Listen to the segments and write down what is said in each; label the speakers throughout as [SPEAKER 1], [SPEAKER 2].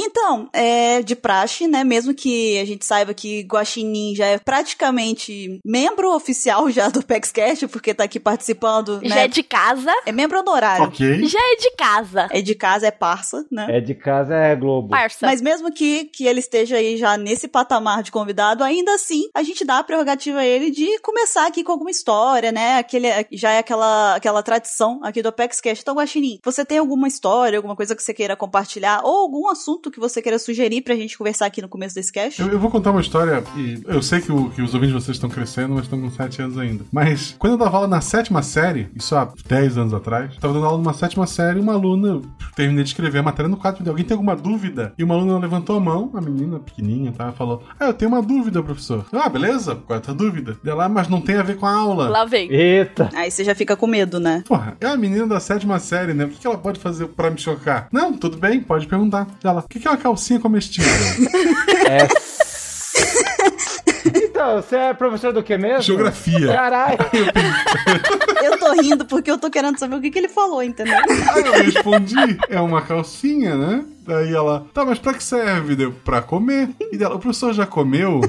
[SPEAKER 1] Então, é de praxe, né? Mesmo que a gente saiba que Guaxinim já é praticamente membro oficial já do PEXCast, porque tá aqui participando, né?
[SPEAKER 2] Já é de casa.
[SPEAKER 1] É membro honorário.
[SPEAKER 3] Ok.
[SPEAKER 2] Já é de casa.
[SPEAKER 1] É de casa, é parça, né?
[SPEAKER 4] É de casa, é Globo.
[SPEAKER 2] Parça.
[SPEAKER 1] Mas mesmo que, que ele esteja aí já nesse patamar de convidado, ainda assim a gente dá a prerrogativa a ele de começar aqui com alguma história, né? Aquele, já é aquela, aquela tradição aqui do Apex Cash. Então, Guaxinim, você tem alguma história, alguma coisa que você queira compartilhar ou algum assunto que você queira sugerir pra gente conversar aqui no começo desse cast?
[SPEAKER 3] Eu, eu vou contar uma história, e eu sei que, o- que os ouvintes de vocês estão crescendo, mas estão com 7 anos ainda. Mas quando eu dava aula na sétima série, isso há 10 anos atrás, eu tava dando aula numa sétima série, uma aluna terminei de escrever a matéria no quadro, de alguém tem alguma dúvida? E uma aluna levantou a mão, a menina pequenininha, tá? Falou: Ah, eu tenho uma dúvida, professor. Eu, ah, beleza? Qual é a tua dúvida? Dela, mas não tem a ver com a aula.
[SPEAKER 2] Lá vem.
[SPEAKER 4] Eita!
[SPEAKER 1] Aí você já fica com medo, né?
[SPEAKER 3] Porra, é a menina da sétima série, né? O que que ela pode fazer pra me chocar? Não, tudo bem, pode perguntar. Ela, o que que é uma calcinha comestível?
[SPEAKER 4] É. então, você é professor do que mesmo?
[SPEAKER 3] Geografia.
[SPEAKER 4] Caralho!
[SPEAKER 1] Eu tô rindo porque eu tô querendo saber o que, que ele falou, entendeu?
[SPEAKER 3] Aí eu respondi, é uma calcinha, né? Daí ela, tá, mas pra que serve? Deu, pra comer. E dela, o professor já comeu?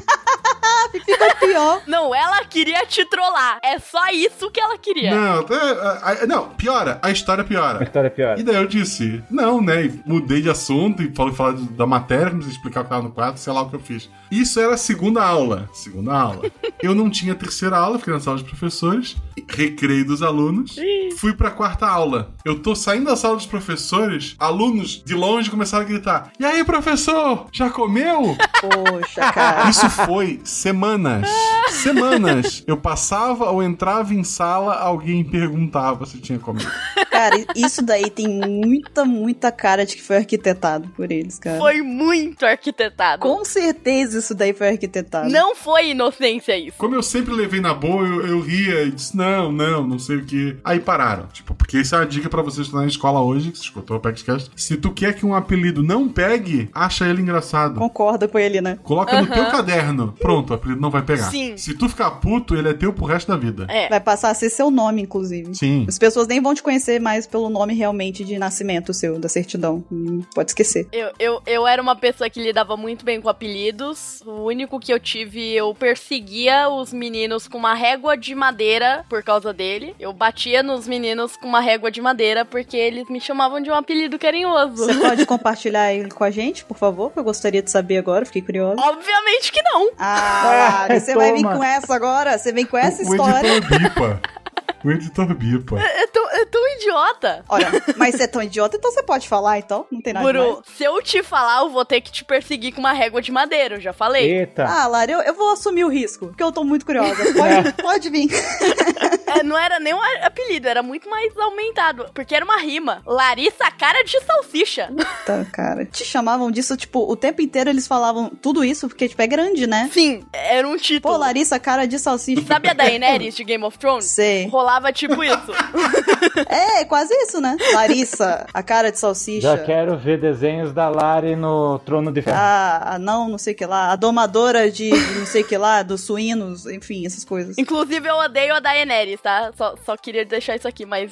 [SPEAKER 1] Fica pior.
[SPEAKER 2] Não, ela queria te trollar. É só isso que ela queria.
[SPEAKER 3] Não, é, é, é, não, piora, a história
[SPEAKER 4] A
[SPEAKER 3] piora.
[SPEAKER 4] história é pior.
[SPEAKER 3] E daí eu disse, não, né? E mudei de assunto e falei falar da matéria, comecei a explicar o que tava no quadro, sei lá o que eu fiz. Isso era a segunda aula. Segunda aula. eu não tinha terceira aula, fiquei na sala dos professores, recreio dos alunos, fui pra quarta aula. Eu tô saindo da sala dos professores, alunos de longe começaram a gritar: E aí, professor, já comeu?
[SPEAKER 1] Poxa, cara.
[SPEAKER 3] Isso foi semanas. Semanas. Eu passava ou entrava em sala, alguém perguntava se tinha comido.
[SPEAKER 1] Cara, isso daí tem muita, muita cara de que foi arquitetado por eles, cara.
[SPEAKER 2] Foi muito arquitetado.
[SPEAKER 1] Com certeza isso daí foi arquitetado.
[SPEAKER 2] Não foi inocência isso.
[SPEAKER 3] Como eu sempre levei na boa, eu, eu ria e disse: não, não, não sei o que. Aí pararam. Tipo, porque isso é uma dica pra vocês que estão na escola hoje, que você escutou o podcast. Se tu quer que um apelido não pegue, acha ele engraçado.
[SPEAKER 1] Concorda com ele, né?
[SPEAKER 3] Coloca no teu caderno. Pronto, o apelido não vai pegar.
[SPEAKER 2] Sim.
[SPEAKER 3] Se tu ficar puto, ele é teu pro resto da vida.
[SPEAKER 2] É.
[SPEAKER 1] Vai passar a ser seu nome, inclusive.
[SPEAKER 3] Sim.
[SPEAKER 1] As pessoas nem vão te conhecer mais pelo nome realmente de nascimento seu, da certidão. Hum, Pode esquecer.
[SPEAKER 2] Eu, eu, eu era uma pessoa que lidava muito bem com apelidos. O único que eu tive, eu perseguia os meninos com uma régua de madeira por causa dele. Eu batia nos meninos com uma régua de madeira porque eles me chamavam de um apelido carinhoso.
[SPEAKER 1] Você pode compartilhar ele com a gente, por favor? Que eu gostaria de saber agora, fiquei curiosa.
[SPEAKER 2] Obviamente que não.
[SPEAKER 1] Ah,
[SPEAKER 4] Ah,
[SPEAKER 1] você vai vir
[SPEAKER 4] toma.
[SPEAKER 1] com essa agora? Você vem com essa
[SPEAKER 3] o, o
[SPEAKER 1] história?
[SPEAKER 3] editor bipa. O editor bipa.
[SPEAKER 2] É tão, é tão idiota.
[SPEAKER 1] Olha, mas você é tão idiota, então você pode falar, então? Não tem nada demais.
[SPEAKER 2] Buru, se eu te falar, eu vou ter que te perseguir com uma régua de madeira, eu já falei.
[SPEAKER 4] Eita!
[SPEAKER 1] Ah, Lara, eu, eu vou assumir o risco, porque eu tô muito curiosa. Pode, pode vir.
[SPEAKER 2] É, não era nem um a- apelido, era muito mais aumentado. Porque era uma rima. Larissa, cara de salsicha.
[SPEAKER 1] Tá, cara. Te chamavam disso, tipo, o tempo inteiro eles falavam tudo isso, porque, tipo, é grande, né?
[SPEAKER 2] Sim, era um título.
[SPEAKER 1] Pô, Larissa, cara de salsicha.
[SPEAKER 2] Sabe a Daenerys de Game of Thrones?
[SPEAKER 1] Sei.
[SPEAKER 2] Rolava tipo isso.
[SPEAKER 1] É, quase isso, né? Larissa, a cara de salsicha.
[SPEAKER 4] Já quero ver desenhos da Lari no Trono de Ferro.
[SPEAKER 1] a, a não, não sei o que lá, a domadora de não sei o que lá, dos suínos, enfim, essas coisas.
[SPEAKER 2] Inclusive, eu odeio a Daenerys, tá? Só, só queria deixar isso aqui, mas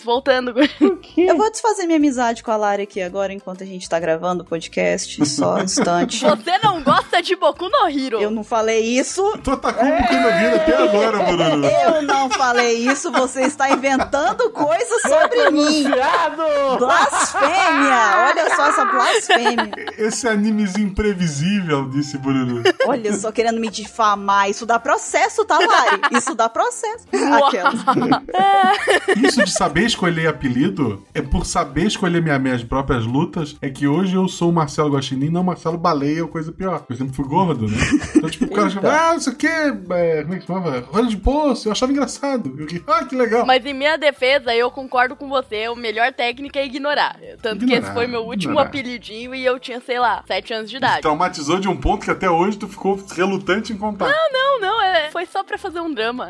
[SPEAKER 2] voltando.
[SPEAKER 4] Por quê?
[SPEAKER 1] Eu vou desfazer minha amizade com a Lari aqui agora, enquanto a gente tá gravando o podcast, só um instante.
[SPEAKER 2] Você não gosta de Boku no Hero.
[SPEAKER 1] Eu não falei isso,
[SPEAKER 3] Tu atacou um bocado na vida até agora, Bruno.
[SPEAKER 1] eu não falei isso, você está inventando coisas sobre mim.
[SPEAKER 4] Viado!
[SPEAKER 1] Blasfêmia! Olha só essa blasfêmia.
[SPEAKER 3] Esse animezinho imprevisível, disse Bururu.
[SPEAKER 1] Olha só, querendo me difamar. Isso dá processo, tá, Lari? Isso dá processo. Aquela.
[SPEAKER 3] Isso de saber escolher apelido é por saber escolher minha, minhas próprias lutas. É que hoje eu sou o Marcelo Guaxinim, não Marcelo Baleia ou coisa pior. Eu sempre fui gordo, né? Então, tipo, o cara
[SPEAKER 4] Eita.
[SPEAKER 3] chama, ah, isso aqui é. Como é que chamava? Rolho de poço. Eu achava engraçado. Eu, ah, que legal.
[SPEAKER 2] Mas em minha defesa, eu concordo com você, a melhor técnica é ignorar. Tanto que esse
[SPEAKER 3] Ignorar,
[SPEAKER 2] foi meu último
[SPEAKER 3] ignorar.
[SPEAKER 2] apelidinho e eu tinha, sei lá, 7 anos de idade.
[SPEAKER 3] Traumatizou de um ponto que até hoje tu ficou relutante em contar.
[SPEAKER 2] Não, não, é- foi só pra fazer um drama.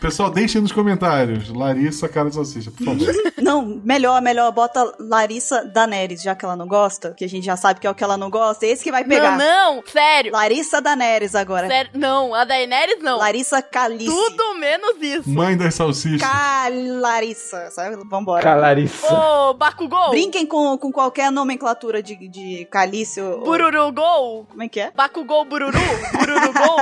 [SPEAKER 3] Pessoal, deixem nos comentários. Larissa, cara de salsicha, por favor.
[SPEAKER 1] Não, melhor, melhor, bota Larissa Daneres, já que ela não gosta, que a gente já sabe que é o que ela não gosta, é esse que vai pegar.
[SPEAKER 2] Não, não, sério.
[SPEAKER 1] Larissa Daneres agora.
[SPEAKER 2] sério não, a Daenerys não.
[SPEAKER 1] Larissa Calice.
[SPEAKER 2] Tudo menos isso.
[SPEAKER 3] Mãe das salsichas.
[SPEAKER 1] Calarissa, sabe? Vambora.
[SPEAKER 4] Calarissa.
[SPEAKER 2] Ô, Bakugou!
[SPEAKER 1] Brinquem com, com qualquer nomenclatura de, de calice ou...
[SPEAKER 2] Bururugol!
[SPEAKER 1] Como é que é?
[SPEAKER 2] Bakugou Bururu! Bururugol!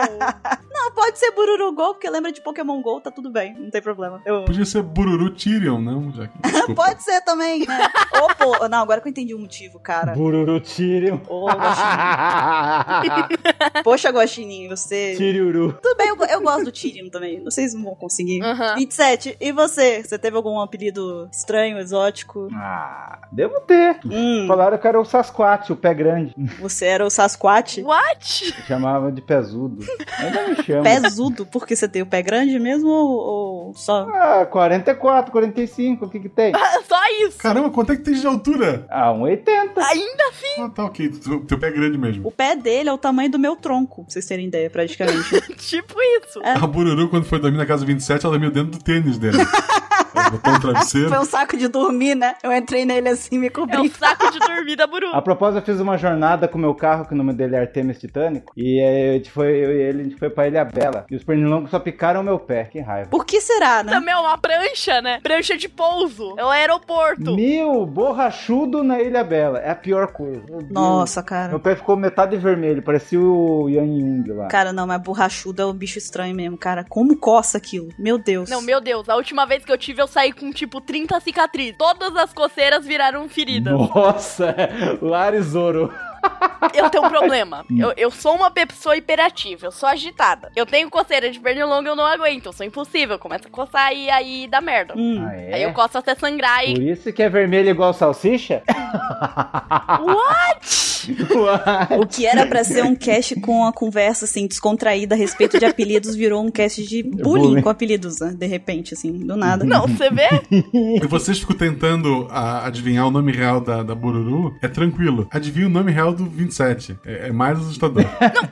[SPEAKER 1] Não, pode ser Bururugol, porque lembra de Pokémon GO, tá tudo bem, não tem problema. Eu...
[SPEAKER 3] Podia ser Bururu Tyrion, não? Já que, desculpa.
[SPEAKER 1] Pode ser também, né? Ô, pô, não, agora que eu entendi o motivo, cara.
[SPEAKER 4] Bururu um. Tírio.
[SPEAKER 1] Ô, Guaxinim. Poxa, Guaxinim, você...
[SPEAKER 4] Tiriuru.
[SPEAKER 1] Tudo bem, eu, go- eu gosto do Tyrion também, vocês não vão conseguir.
[SPEAKER 2] Aham.
[SPEAKER 1] 27, e você? Você teve algum apelido estranho, exótico?
[SPEAKER 4] Ah, devo ter.
[SPEAKER 1] Hum,
[SPEAKER 4] Falaram que era o Sasquatch, o pé grande.
[SPEAKER 1] você era o Sasquatch?
[SPEAKER 2] What?
[SPEAKER 4] Chamava de pezudo. Ainda me chama.
[SPEAKER 1] Pesudo, porque você tem o pé grande mesmo ou, ou só...
[SPEAKER 4] Ah, 44, 45, o que que tem?
[SPEAKER 2] Só isso!
[SPEAKER 3] Caramba, quanto é que tem de altura?
[SPEAKER 4] Ah, 1,80.
[SPEAKER 2] Ainda?
[SPEAKER 3] Ah, tá ok. Teu teu pé é grande mesmo.
[SPEAKER 1] O pé dele é o tamanho do meu tronco, pra vocês terem ideia, praticamente.
[SPEAKER 2] Tipo isso.
[SPEAKER 1] É.
[SPEAKER 3] A Bururu, quando foi dormir na casa 27, ela dormiu dentro do tênis dele. Ela botou um travesseiro.
[SPEAKER 1] Foi um saco de dormir, né? Eu entrei nele assim, me
[SPEAKER 2] É um
[SPEAKER 1] cobri.
[SPEAKER 2] saco de dormir da Buru.
[SPEAKER 4] A propósito, eu fiz uma jornada com o meu carro, que o nome dele é Artemis Titânico, e aí a gente foi, eu e ele, a gente foi pra Ilha Bela. E os pernilongos só picaram o meu pé, que raiva.
[SPEAKER 1] Por que será, né?
[SPEAKER 2] Também é uma prancha, né? Prancha de pouso. É o aeroporto.
[SPEAKER 4] Meu borrachudo na Ilha Bela. É a pior coisa. Meu Deus.
[SPEAKER 1] Nossa, cara.
[SPEAKER 4] Meu pé ficou metade vermelho, parecia o Yang Yung lá.
[SPEAKER 1] Cara, não, mas borrachudo é um bicho estranho mesmo, cara. Como coça aquilo? Meu Deus.
[SPEAKER 2] Não, meu Deus, a última vez que eu tive, eu saí com tipo 30 cicatrizes. Todas as coceiras viraram feridas.
[SPEAKER 4] Nossa, Larizoro.
[SPEAKER 2] Eu tenho um problema. Eu, eu sou uma pessoa hiperativa, eu sou agitada. Eu tenho coceira de pernilongo, eu não aguento, eu sou impossível. Começa a coçar e aí dá merda.
[SPEAKER 1] Hum.
[SPEAKER 4] Ah, é?
[SPEAKER 2] Aí eu coço até sangrar
[SPEAKER 4] Por
[SPEAKER 2] e.
[SPEAKER 4] isso que é vermelho igual salsicha?
[SPEAKER 2] What? Ah.
[SPEAKER 1] O que era pra ser um cast com a conversa, assim, descontraída a respeito de apelidos, virou um cast de bullying
[SPEAKER 4] Bullying.
[SPEAKER 1] com apelidos, né? De repente, assim, do nada.
[SPEAKER 2] Não, você vê?
[SPEAKER 1] um
[SPEAKER 3] E vocês ficam tentando ah, adivinhar o nome real da, da Bururu, é tranquilo. Adivinha o nome real do 27. É, é mais assustador.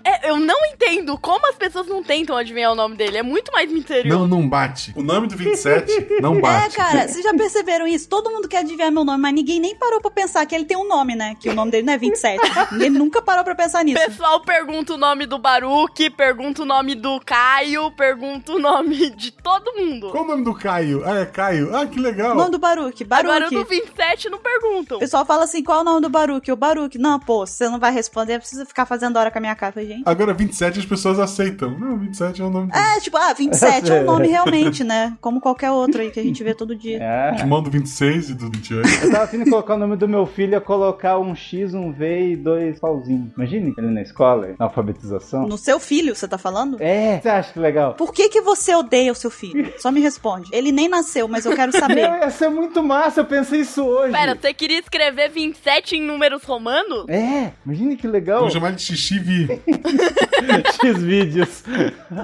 [SPEAKER 2] É, eu não entendo como as pessoas não tentam adivinhar o nome dele. É muito mais misterioso.
[SPEAKER 3] não, não bate. O nome do 27 não
[SPEAKER 1] É,
[SPEAKER 3] bate.
[SPEAKER 1] cara, vocês já perceberam isso? Todo mundo quer adivinhar meu nome, mas ninguém nem parou pra pensar que ele tem um nome, né? Que o nome dele não é 27. ninguém nunca parou pra pensar
[SPEAKER 2] O
[SPEAKER 1] nisso.
[SPEAKER 2] pessoal pergunta o nome do Baruque, pergunta o nome do Caio, pergunta o nome de todo mundo.
[SPEAKER 3] Qual o nome do Caio? Ah, é Caio. Ah, que
[SPEAKER 1] O
[SPEAKER 3] legal.
[SPEAKER 1] nome do
[SPEAKER 4] É
[SPEAKER 1] Baruque,
[SPEAKER 2] Agora o
[SPEAKER 1] Baruque.
[SPEAKER 2] do 27 não perguntam.
[SPEAKER 1] O pessoal fala assim, qual é o nome do Baruque? O Baruque, não, pô, se você não vai responder, precisa ficar fazendo hora com a minha cara, Eu falei, gente.
[SPEAKER 3] Agora 27 as pessoas aceitam. Não, 27 é o nome dele.
[SPEAKER 1] É, tipo, ah, 27 é um nome realmente, né? Como qualquer outro aí que a gente vê todo dia.
[SPEAKER 4] É.
[SPEAKER 3] Irmão do 26 e do 28.
[SPEAKER 4] Eu tava afim de colocar o nome do meu filho é colocar um X, um V e dois pauzinhos. Imagine ele na escola, na alfabetização.
[SPEAKER 1] No seu filho, você tá falando?
[SPEAKER 4] É, você acha que legal?
[SPEAKER 1] Por que que você odeia o seu filho? Só me responde. Ele nem nasceu, mas eu quero
[SPEAKER 4] Meu,
[SPEAKER 1] saber.
[SPEAKER 4] ia ser muito massa, eu pensei isso hoje.
[SPEAKER 2] Pera, você queria escrever 27 em números romanos?
[SPEAKER 4] É, imagine que legal.
[SPEAKER 3] Vou chamar ele de Xixi Vi.
[SPEAKER 4] X vídeos.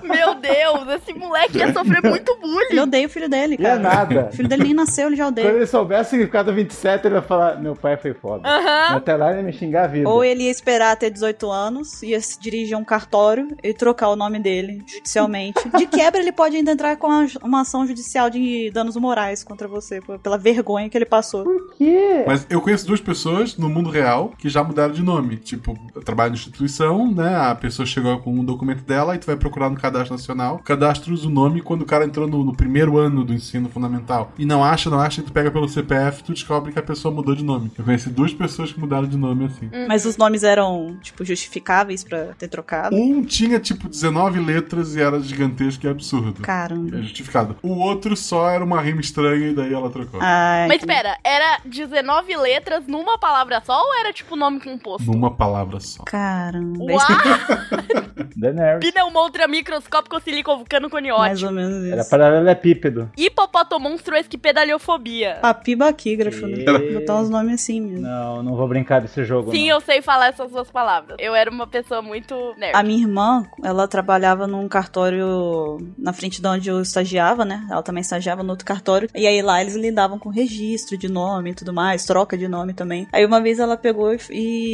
[SPEAKER 2] Meu Deus, esse moleque ia sofrer muito
[SPEAKER 1] Ele
[SPEAKER 2] bullying.
[SPEAKER 1] odeia o filho dele,
[SPEAKER 4] E é
[SPEAKER 1] cara.
[SPEAKER 4] nada.
[SPEAKER 1] O filho dele nem nasceu, ele já
[SPEAKER 4] Quando
[SPEAKER 1] odeia.
[SPEAKER 4] ele soubesse o significado do 27, ele ia falar: Meu pai foi foda.
[SPEAKER 2] Aham.
[SPEAKER 4] Até lá ele ia me xingar a vida.
[SPEAKER 1] Ou ele ia esperar ter 18 anos, ia se dirigir a um cartório e trocar o nome dele judicialmente. De quebra, ele pode ainda entrar com uma- uma ação judicial de danos morais contra você, p- pela vergonha que ele passou.
[SPEAKER 4] Por quê?
[SPEAKER 3] Mas eu conheço duas pessoas no mundo real que já mudaram de nome. Tipo, eu trabalho na instituição, né? A pessoa chegou com um documento dela e tu vai procurar no cadastro nacional. O cadastro usa o nome quando o cara entrou no, no primeiro ano do ensino fundamental. E não acha, não acha, e tu pega pelo CPF, tu descobre que a pessoa mudou de nome. Eu conheci duas pessoas que mudaram de nome assim.
[SPEAKER 1] Mas os nomes eram, tipo, justificáveis pra ter trocado.
[SPEAKER 3] Um tinha, tipo, 19 letras e era gigantesco e absurdo.
[SPEAKER 1] Caramba.
[SPEAKER 3] É justificado. O outro só era uma rima estranha e daí ela trocou.
[SPEAKER 1] Ai,
[SPEAKER 2] Mas pera, era 19 letras numa palavra só ou era tipo nome composto?
[SPEAKER 3] Numa palavra só.
[SPEAKER 1] Caramba. É
[SPEAKER 2] Uau!
[SPEAKER 4] Daenerys.
[SPEAKER 2] Pneumontra microscópico silicovulcano
[SPEAKER 1] Mais
[SPEAKER 2] coniótico.
[SPEAKER 1] ou menos
[SPEAKER 4] Era é
[SPEAKER 1] isso.
[SPEAKER 4] paralelepípedo.
[SPEAKER 2] Hipopotomonstruesque pedaliofobia.
[SPEAKER 1] Papi baquígrafo, né?
[SPEAKER 4] Era-
[SPEAKER 1] Botar uns nomes assim mesmo.
[SPEAKER 4] Não, não vou brincar desse jogo.
[SPEAKER 2] Sim,
[SPEAKER 4] não.
[SPEAKER 2] eu sei falar essas duas palavras. Eu era uma pessoa muito nerd.
[SPEAKER 1] A minha irmã, ela trabalhava num cartório na frente de onde eu estagiava, né? Ela também estagiava no outro cartório. E aí lá eles lidavam com registro de nome e tudo mais, troca de nome também. Aí uma vez ela pegou e,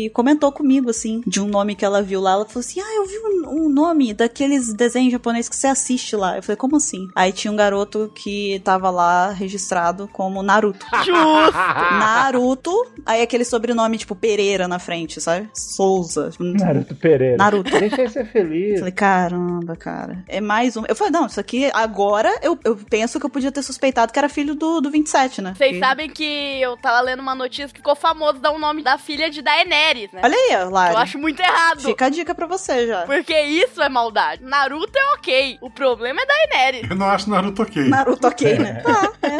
[SPEAKER 1] e comentou comigo, assim, de um nome que ela viu lá. Ela falou assim: Ah, eu vi um, um nome daqueles desenhos japoneses que você assiste lá. Eu falei: Como assim? Aí tinha um garoto que tava lá registrado como Naruto.
[SPEAKER 2] Justo.
[SPEAKER 4] Ah, tá.
[SPEAKER 1] Naruto, aí aquele sobrenome tipo Pereira na frente, sabe? Souza. tipo,
[SPEAKER 4] Naruto Pereira.
[SPEAKER 1] Naruto.
[SPEAKER 4] Deixa ele ser feliz.
[SPEAKER 1] Falei, caramba, cara. É mais um. Eu falei, não, isso aqui agora eu, eu penso que eu podia ter suspeitado que era filho do, do 27, né?
[SPEAKER 2] Vocês
[SPEAKER 1] Que-
[SPEAKER 2] sabem que eu tava lendo uma notícia que ficou famoso dar o nome da filha de Daenerys, né?
[SPEAKER 1] Olha aí, ó, Lari.
[SPEAKER 2] Eu acho muito errado.
[SPEAKER 1] Fica a dica pra você já.
[SPEAKER 2] Porque isso é maldade. Naruto é ok. O problema é Daenerys.
[SPEAKER 3] Eu não acho Naruto ok.
[SPEAKER 1] Naruto, ok, né? Tá, é.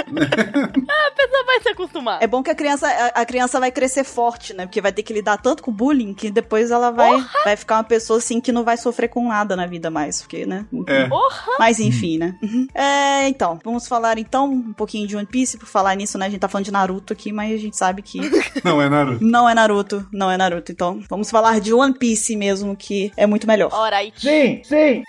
[SPEAKER 2] A pessoa vai se acostumar.
[SPEAKER 1] É bom que a criança, a, a criança vai crescer forte, né? Porque vai ter que lidar tanto com bullying que depois ela vai, vai ficar uma pessoa assim que não vai sofrer com nada na vida mais. Porque, né?
[SPEAKER 3] É.
[SPEAKER 2] Porra!
[SPEAKER 1] Mas enfim, né? Uhum. É, então, vamos falar então um pouquinho de One Piece. Por falar nisso, né? A gente tá falando de Naruto aqui, mas a gente sabe que
[SPEAKER 3] Não, é Naruto.
[SPEAKER 1] não é Naruto. Não é Naruto. Então, vamos falar de One Piece mesmo, que é muito melhor.
[SPEAKER 2] Ora, aí.
[SPEAKER 4] Sim, sim.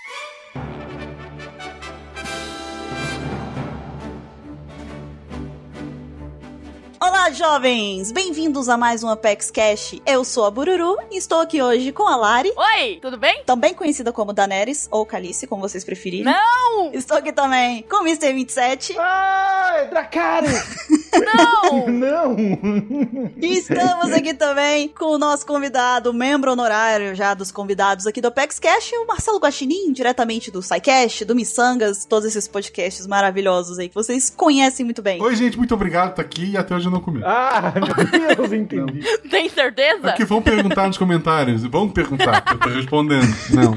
[SPEAKER 1] Olá, jovens! Bem-vindos a mais um Apex Cash. Eu sou a Bururu e estou aqui hoje com a Lari,
[SPEAKER 2] Oi, tudo bem?
[SPEAKER 1] também conhecida como Daenerys ou Calice, como vocês preferirem.
[SPEAKER 2] Não!
[SPEAKER 1] Estou aqui também com o Mr. 27
[SPEAKER 4] Ai, Dracarys!
[SPEAKER 2] Não!
[SPEAKER 4] Não!
[SPEAKER 1] e estamos aqui também com o nosso convidado, membro honorário já dos convidados aqui do Apex Cash, o Marcelo Guaxinim, diretamente do SciCash, do Missangas, todos esses podcasts maravilhosos aí que vocês conhecem muito bem.
[SPEAKER 3] Oi, gente, muito obrigado por estar aqui e até hoje eu não comi.
[SPEAKER 4] Ah, meu Deus, entendi.
[SPEAKER 2] Tem certeza?
[SPEAKER 3] É que vão perguntar nos comentários. Vão perguntar, eu tô respondendo. Não,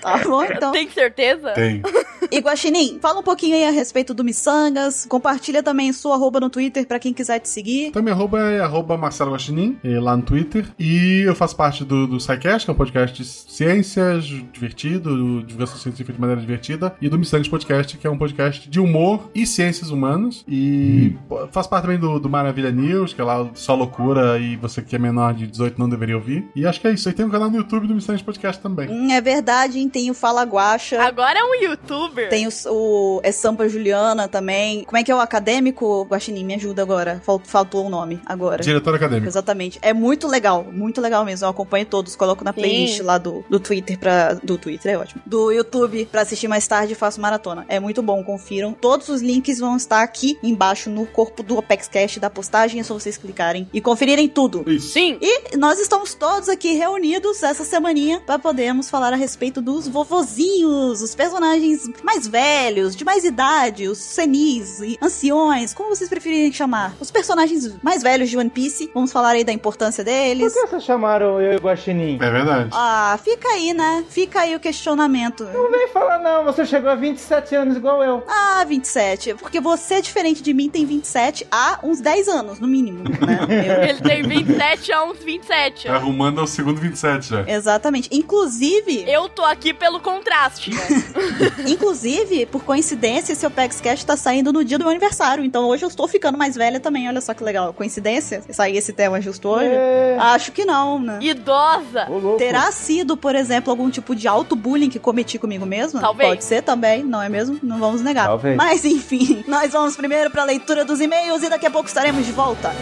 [SPEAKER 1] Tá bom, então.
[SPEAKER 2] Tem certeza?
[SPEAKER 3] tem.
[SPEAKER 1] E Guaxinim, fala um pouquinho aí a respeito do Missangas, compartilha também sua arroba no Twitter pra quem quiser te seguir.
[SPEAKER 3] Então minha arroba é arroba Marcelo Guaxinim, eh, lá no Twitter. E eu faço parte do, do SciCast, que é um podcast de ciências divertido, do divulgação científica de maneira divertida. E do Missangas Podcast, que é um podcast de humor e ciências humanas. E pô, faço parte também do, do Maravilha News, que é lá só loucura e você que é menor de 18 não deveria ouvir. E acho que é isso. E tem um canal no YouTube do Missangas Podcast também.
[SPEAKER 1] Hum, é verdade, hein? Tem o Fala Guaxa.
[SPEAKER 2] Agora é um youtuber.
[SPEAKER 1] Tem o, o é Sampa Juliana também. Como é que é o acadêmico? Guaxinim, me ajuda agora. Fal- Faltou o nome agora.
[SPEAKER 3] Diretor acadêmico.
[SPEAKER 1] Exatamente. É muito legal, muito legal mesmo. Eu acompanho todos, coloco na
[SPEAKER 2] Sim.
[SPEAKER 1] playlist lá do, do Twitter pra. Do Twitter, é ótimo. Do YouTube pra assistir mais tarde e faço maratona. É muito bom, confiram. Todos os links vão estar aqui embaixo no corpo do ApexCast da postagem. É só vocês clicarem e conferirem tudo.
[SPEAKER 3] Isso.
[SPEAKER 2] Sim.
[SPEAKER 1] E nós estamos todos aqui reunidos essa semaninha para podermos falar a respeito dos vovozinhos, os personagens mais velhos, de mais idade, os senis e anciões, como vocês preferirem chamar. Os personagens mais velhos de One Piece, vamos falar aí da importância
[SPEAKER 4] Por
[SPEAKER 1] deles.
[SPEAKER 4] que vocês chamaram eu e o Guaxinim?
[SPEAKER 3] É verdade.
[SPEAKER 1] Ah, fica aí, né? Fica aí o questionamento.
[SPEAKER 4] Não vem falar não, você chegou a 27 anos igual eu.
[SPEAKER 1] Ah, 27. Porque você, diferente de mim, tem 27 há uns 10 anos, no mínimo, né? Eu-
[SPEAKER 2] Ele tem 27 a uns 27.
[SPEAKER 3] Tá arrumando ao segundo 27 já.
[SPEAKER 1] Exatamente. Inclusive.
[SPEAKER 2] Eu tô aqui pelo contraste, né?
[SPEAKER 1] Inclusive, por coincidência, esse Opex Cash tá saindo no dia do meu aniversário. Então hoje eu estou ficando mais velha também. Olha só que legal. Coincidência? Sair esse tema justo hoje?
[SPEAKER 4] É.
[SPEAKER 1] Acho que não, né?
[SPEAKER 2] Idosa.
[SPEAKER 4] Ô, louco.
[SPEAKER 1] Terá sido, por exemplo, algum tipo de auto-bullying que cometi comigo mesma?
[SPEAKER 2] Talvez.
[SPEAKER 1] Pode ser também, não é mesmo? Não vamos negar.
[SPEAKER 4] Talvez.
[SPEAKER 1] Mas enfim, nós vamos primeiro pra leitura dos e-mails e daqui a pouco estaremos de volta.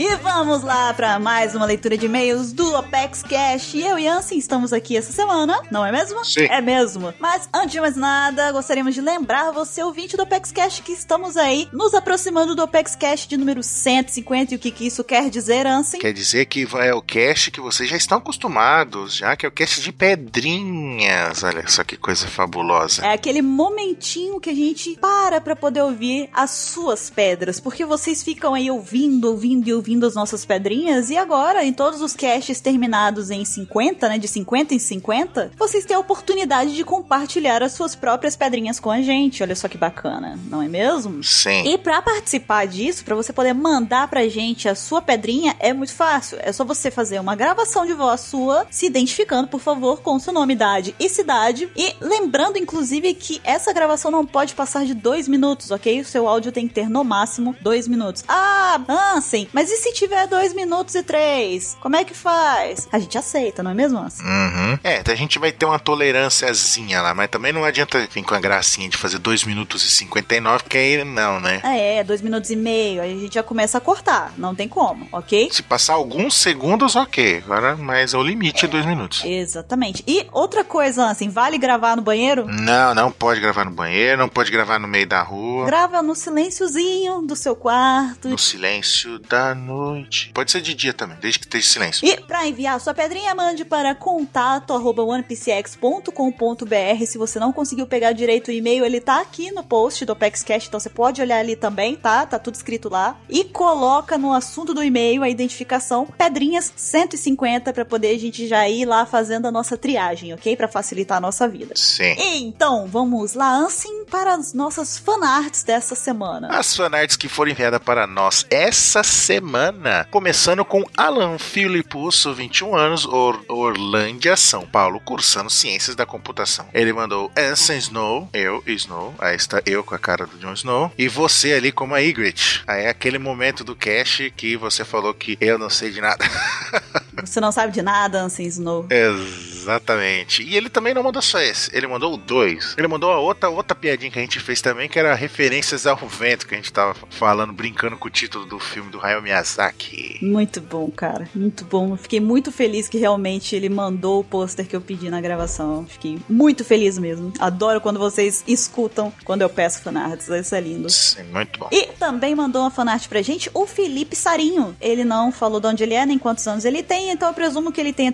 [SPEAKER 1] E vamos lá pra mais uma leitura de e-mails do Opex Cash. E Eu e Ansem estamos aqui essa semana, não é mesmo?
[SPEAKER 5] Sim.
[SPEAKER 1] É mesmo. Mas antes de mais nada, gostaríamos de lembrar você, ouvinte do Opex Cash, que estamos aí nos aproximando do Opex Cash de número 150. E o que, que isso quer dizer, Ansem?
[SPEAKER 5] Quer dizer que é o cast que vocês já estão acostumados, já que é o cast de pedrinhas. Olha só que coisa fabulosa.
[SPEAKER 1] É aquele momentinho que a gente para pra poder ouvir as suas pedras, porque vocês ficam aí ouvindo, ouvindo e ouvindo as nossas pedrinhas, e agora, em todos os casts terminados em 50, né, de 50 em 50, vocês têm a oportunidade de compartilhar as suas próprias pedrinhas com a gente. Olha só que bacana, não é mesmo?
[SPEAKER 5] Sim.
[SPEAKER 1] E pra participar disso, pra você poder mandar pra gente a sua pedrinha, é muito fácil. É só você fazer uma gravação de voz sua, se identificando, por favor, com seu nome, idade e cidade. E lembrando, inclusive, que essa gravação não pode passar de dois minutos, ok? O seu áudio tem que ter no máximo dois minutos. Ah, Ansem, mas e se tiver é 2 minutos e 3. Como é que faz? A gente aceita, não é mesmo, Anson?
[SPEAKER 5] Uhum. É, a gente vai ter uma tolerânciazinha lá, mas também não adianta vir com a gracinha de fazer 2 minutos e 59, porque aí não, né?
[SPEAKER 1] É, 2 minutos e meio. Aí a gente já começa a cortar. Não tem como, ok?
[SPEAKER 5] Se passar alguns segundos, ok. Agora, mas é o limite é dois minutos.
[SPEAKER 1] Exatamente. E outra coisa, assim, vale gravar no banheiro?
[SPEAKER 5] Não, não pode gravar no banheiro, não pode gravar no meio da rua.
[SPEAKER 1] Grava no silênciozinho do seu quarto.
[SPEAKER 5] No silêncio da noite. Pode ser de dia também, desde que esteja silêncio.
[SPEAKER 1] E pra enviar sua pedrinha, mande para contato.onepcx.com.br. Se você não conseguiu pegar direito o e-mail, ele tá aqui no post do OpexCast, então você pode olhar ali também, tá? Tá tudo escrito lá. E coloca no assunto do e-mail a identificação pedrinhas 150 para poder a gente já ir lá fazendo a nossa triagem, ok? Para facilitar a nossa vida.
[SPEAKER 5] Sim.
[SPEAKER 1] Então, vamos lá, Ansem, para as nossas fanarts dessa semana.
[SPEAKER 5] As fanarts que foram enviadas para nós essa semana, começando com Alan Filipusso, 21 anos, Or Orlândia, São Paulo, cursando Ciências da Computação. Ele mandou Ansem Snow, eu e Snow, aí está eu com a cara do Jon Snow, e você ali como a Ygritte. Aí é aquele momento do cast que você falou que eu não sei de nada.
[SPEAKER 1] Você não sabe de nada, Ansem Snow.
[SPEAKER 5] Exatamente. E ele também não mandou só esse, ele mandou dois. Ele mandou a outra, outra piadinha que a gente fez também, que era referências ao vento, que a gente tava falando, brincando com o título do filme do Hayao Miyazaki.
[SPEAKER 1] Muito bom, cara. Muito bom. Eu Fiquei muito feliz que realmente ele mandou o pôster que eu pedi na gravação. Fiquei muito feliz mesmo. Adoro quando vocês escutam quando eu peço fanarts. Isso é lindo.
[SPEAKER 5] Sim, muito bom.
[SPEAKER 1] E também mandou uma fanart pra gente o Felipe Sarinho. Ele não falou de onde ele é, nem quantos anos ele tem, então eu presumo que ele tenha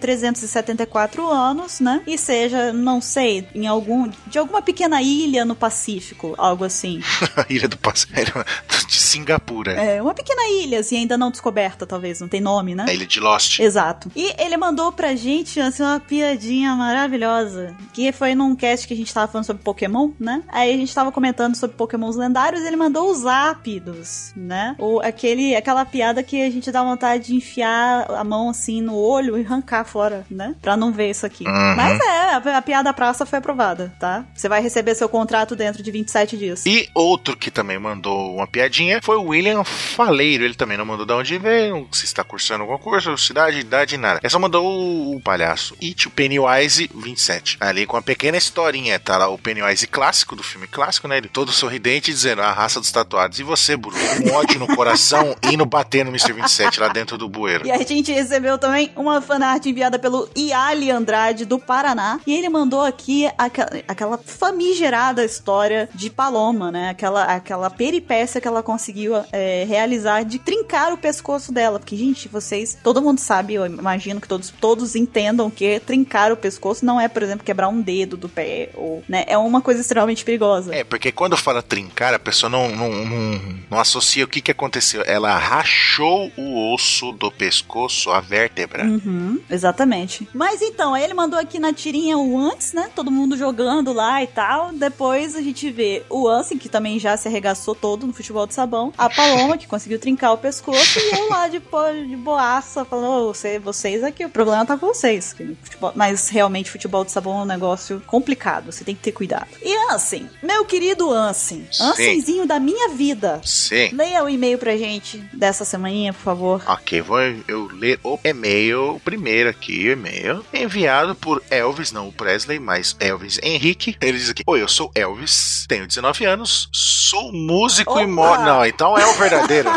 [SPEAKER 1] 374 anos, né? E seja, não sei, em algum. de alguma pequena ilha no Pacífico, algo assim.
[SPEAKER 5] A Ilha do Passageiro de Singapura.
[SPEAKER 1] É, uma pequena ilha, assim, ainda não descoberta, talvez, não tem nome, né?
[SPEAKER 5] A Ilha de Lost.
[SPEAKER 1] Exato. E ele mandou pra gente assim, uma piadinha maravilhosa. Que foi num cast que a gente tava falando sobre Pokémon, né? Aí a gente tava comentando sobre Pokémons lendários e ele mandou os ápidos, né? Ou aquele, aquela piada que a gente dá vontade de enfiar a mão assim no olho e arrancar fora, né? Pra não ver isso aqui.
[SPEAKER 5] Uhum.
[SPEAKER 1] Mas é, a, a piada praça foi aprovada, tá? Você vai receber seu contrato dentro de 27 dias.
[SPEAKER 5] E outro que também mandou uma piadinha foi o William Faleiro. Ele também não mandou de onde veio, se está cursando algum curso, cidade, idade, nada. É só mandou o, o palhaço. E o Pennywise 27. Ali com uma pequena historinha. Tá lá o Pennywise clássico do filme clássico, né? Ele todo sorridente dizendo a raça dos tatuados. E você, Bruno? Com ódio no coração, indo bater no Mr. 27 lá dentro do bueiro.
[SPEAKER 1] E a gente recebeu também uma fanart enviada pelo Iali Andrade, do Paraná. E ele mandou aqui aqua- aquela famigerada história de Paloma, né? Aquela, aquela peripécia que ela conseguiu é, realizar de trincar o pescoço dela. Porque, gente, vocês... Todo mundo sabe, eu imagino que todos, todos entendam que trincar o pescoço não é, por exemplo, quebrar um dedo do pé. ou né? É uma coisa extremamente perigosa.
[SPEAKER 5] É, porque quando fala trincar, a pessoa não, não, não, não associa o que, que aconteceu. Ela rachou o osso do pescoço, a vértebra.
[SPEAKER 1] Uhum, exatamente. Mas então, aí ele mandou aqui na tirinha o antes, né? Todo mundo jogando lá e tal. Depois a gente vê o Ansem, que também já se arregaçou todo no futebol de sabão. A Paloma, que conseguiu trincar o pescoço. E eu lá de, po- de boaça, falando: "Ô, você, vocês aqui, o problema tá com vocês. que no futebol- Mas realmente, futebol de sabão é um negócio complicado. Você tem que ter cuidado. E Ansem, meu querido Ansem,
[SPEAKER 5] Sim.
[SPEAKER 1] Ansenzinho da minha vida.
[SPEAKER 5] Sim.
[SPEAKER 1] Leia o e-mail pra gente dessa semaninha, por favor.
[SPEAKER 5] Ok, vou eu ler o e-mail, o primeiro aqui, o e-mail, enviado por Elvis, não o Presley, mas Elvis Henrique. Ele diz aqui: Oi, eu sou Elvis, tenho 19 anos, sou músico e
[SPEAKER 1] Opa!
[SPEAKER 5] moro. Não, então é o verdadeiro.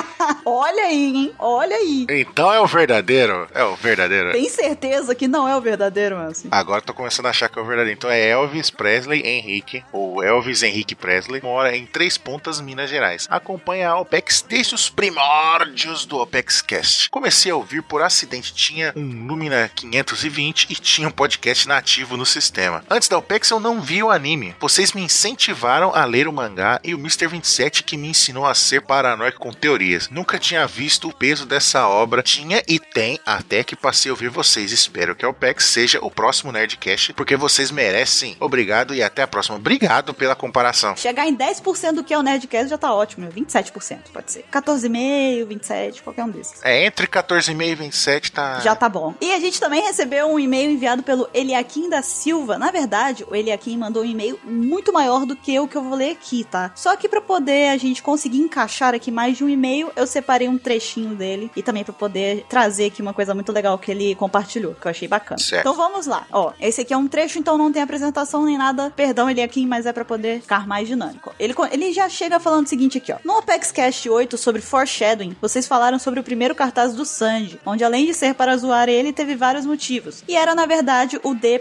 [SPEAKER 1] Olha aí, hein? Olha aí.
[SPEAKER 5] então é o verdadeiro. É o verdadeiro.
[SPEAKER 1] Tem certeza que não é o verdadeiro, Anson?
[SPEAKER 5] Agora tô começando a achar que é o verdadeiro. Então é Elvis Presley Henrique, ou Elvis Henrique Presley, mora em Três Pontas, Minas Gerais. Acompanha a OPEX desde os primórdios do OPEXcast. Comecei a ouvir por acidente, tinha um Lumina 520 e tinha um podcast nativo no sistema. Antes da OPEX eu não vi o anime. Vocês me incentivaram a ler o mangá e o Mr. 27 que me ensinou a ser paranoico com teorias. Nunca tinha visto o peso dessa obra. Tinha e tem até que passei a ouvir vocês. Espero que a OPEX seja o próximo Nerdcast, porque vocês merecem. Obrigado e até a próxima. Obrigado Obrigado pela comparação.
[SPEAKER 1] Chegar em 10% do que é o Nerdcast já tá ótimo, né? 27% pode ser. 14,5%, 27%, qualquer um desses.
[SPEAKER 5] É, entre 14,5 e 27 tá.
[SPEAKER 1] Já tá bom. E a gente também recebeu um e-mail enviado pelo Eliakim da Silva. Na verdade, o Eliakim mandou um e-mail muito maior do que o que eu vou ler aqui, tá? Só que pra poder a gente conseguir encaixar aqui mais de um e-mail, eu separei um trechinho dele e também pra poder trazer aqui uma coisa muito legal que ele compartilhou, que eu achei bacana.
[SPEAKER 5] Certo.
[SPEAKER 1] Então vamos lá. Ó, esse aqui é um trecho, então não tem apresentação nem nada. Perdão, Eliakim, mas é pra poder ficar mais dinâmico. Ele, co- ele já chega falando o seguinte aqui, ó. No Apex Cast 8 sobre Foreshadowing, vocês falaram sobre o primeiro cartaz do Sanji, onde além de ser para zoar ele, teve vários motivos. E era, na verdade, o D.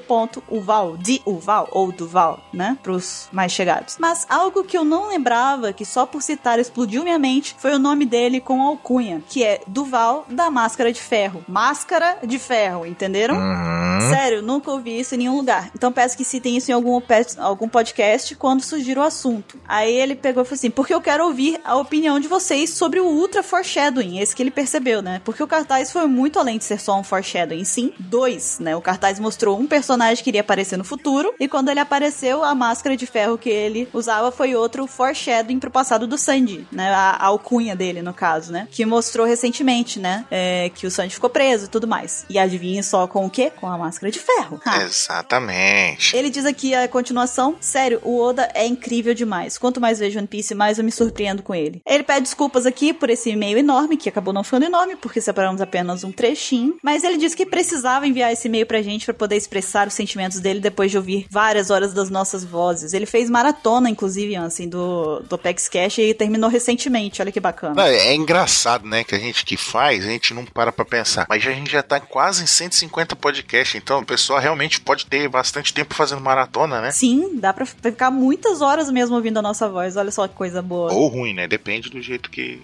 [SPEAKER 1] Uval, de Uval, ou Duval, né? Pros mais chegados. Mas algo que eu não lembrava, que só por citar explodiu minha mente, foi o nome dele com alcunha, que é Duval da Máscara de Ferro. Máscara de Ferro, entenderam?
[SPEAKER 5] Uhum.
[SPEAKER 1] Sério, nunca ouvi isso em nenhum lugar. Então peço que citem isso em algum, pe- algum podcast quando surgir o assunto. Aí ele pegou e falou assim: porque eu quero ouvir a opinião de vocês sobre o Ultra Foreshadowing, esse que ele percebeu, né? Porque o cartaz foi muito além de ser só um Foreshadowing, sim, dois, né? O cartaz mostrou um personagem que iria aparecer no futuro, e quando ele apareceu, a máscara de ferro que ele usava foi outro Foreshadowing pro passado do Sandy, né? A, a alcunha dele, no caso, né? Que mostrou recentemente, né? É, que o Sandy ficou preso e tudo mais. E adivinha só com o quê? Com a máscara de ferro. Ah, Ha.
[SPEAKER 5] Exatamente.
[SPEAKER 1] Ele diz aqui a continuação. Sério, o Oda é incrível demais. Quanto mais vejo One Piece, mais eu me surpreendo com ele. Ele pede desculpas aqui por esse e-mail enorme, que acabou não ficando enorme, porque separamos apenas um trechinho. Mas ele diz que precisava enviar esse e-mail pra gente pra poder expressar os sentimentos dele depois de ouvir várias horas das nossas vozes. Ele fez maratona, inclusive, assim, do, do Pex Cash e terminou recentemente. Olha que bacana.
[SPEAKER 5] Não, é engraçado, né? Que a gente que faz, a gente não para pra pensar. Mas a gente já tá quase em 150 podcasts, então o pessoal realmente pode ter bastante tempo fazendo maratona, né?
[SPEAKER 1] Sim, dá pra ficar muitas horas mesmo ouvindo a nossa voz. Olha só que coisa boa.
[SPEAKER 5] Ou ruim, né? Depende do jeito que.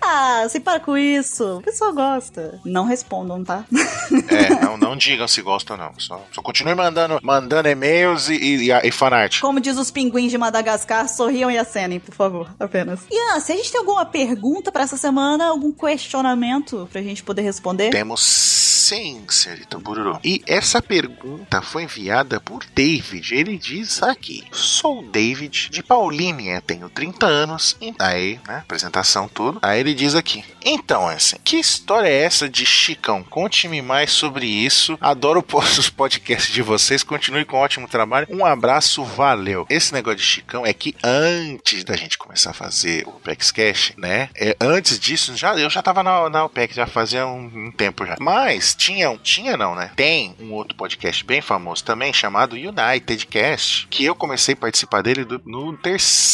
[SPEAKER 1] Ah, se para com isso. O pessoal gosta. Não respondam, tá?
[SPEAKER 5] É, não, não digam se gostam ou não. Só, só continue mandando, mandando e-mails e, e, e, e fanart.
[SPEAKER 1] Como diz os pinguins de Madagascar, sorriam e acenem, por favor, apenas. Ian, se a gente tem alguma pergunta pra essa semana, algum questionamento pra gente poder responder?
[SPEAKER 5] Temos sim, senhorita Bururu. E essa pergunta foi enviada por David. Ele diz aqui: Sou David de Paulínia, tenho 30 anos. E aí, né? Apresentação, tudo. Aí ele diz aqui: Então, assim, que história é essa de Chicão? Conte-me mais sobre isso. Adoro po- os podcasts de vocês. Continue com um ótimo trabalho. Um abraço, valeu. Esse negócio de Chicão é que antes da gente começar a fazer o Plex Cash, né? É, antes disso, já, eu já tava na, na OPEC, já fazia um, um tempo já. Mas tinha um. Tinha não, né? Tem um outro podcast bem famoso também, chamado United Cast, que eu comecei a participar dele do- no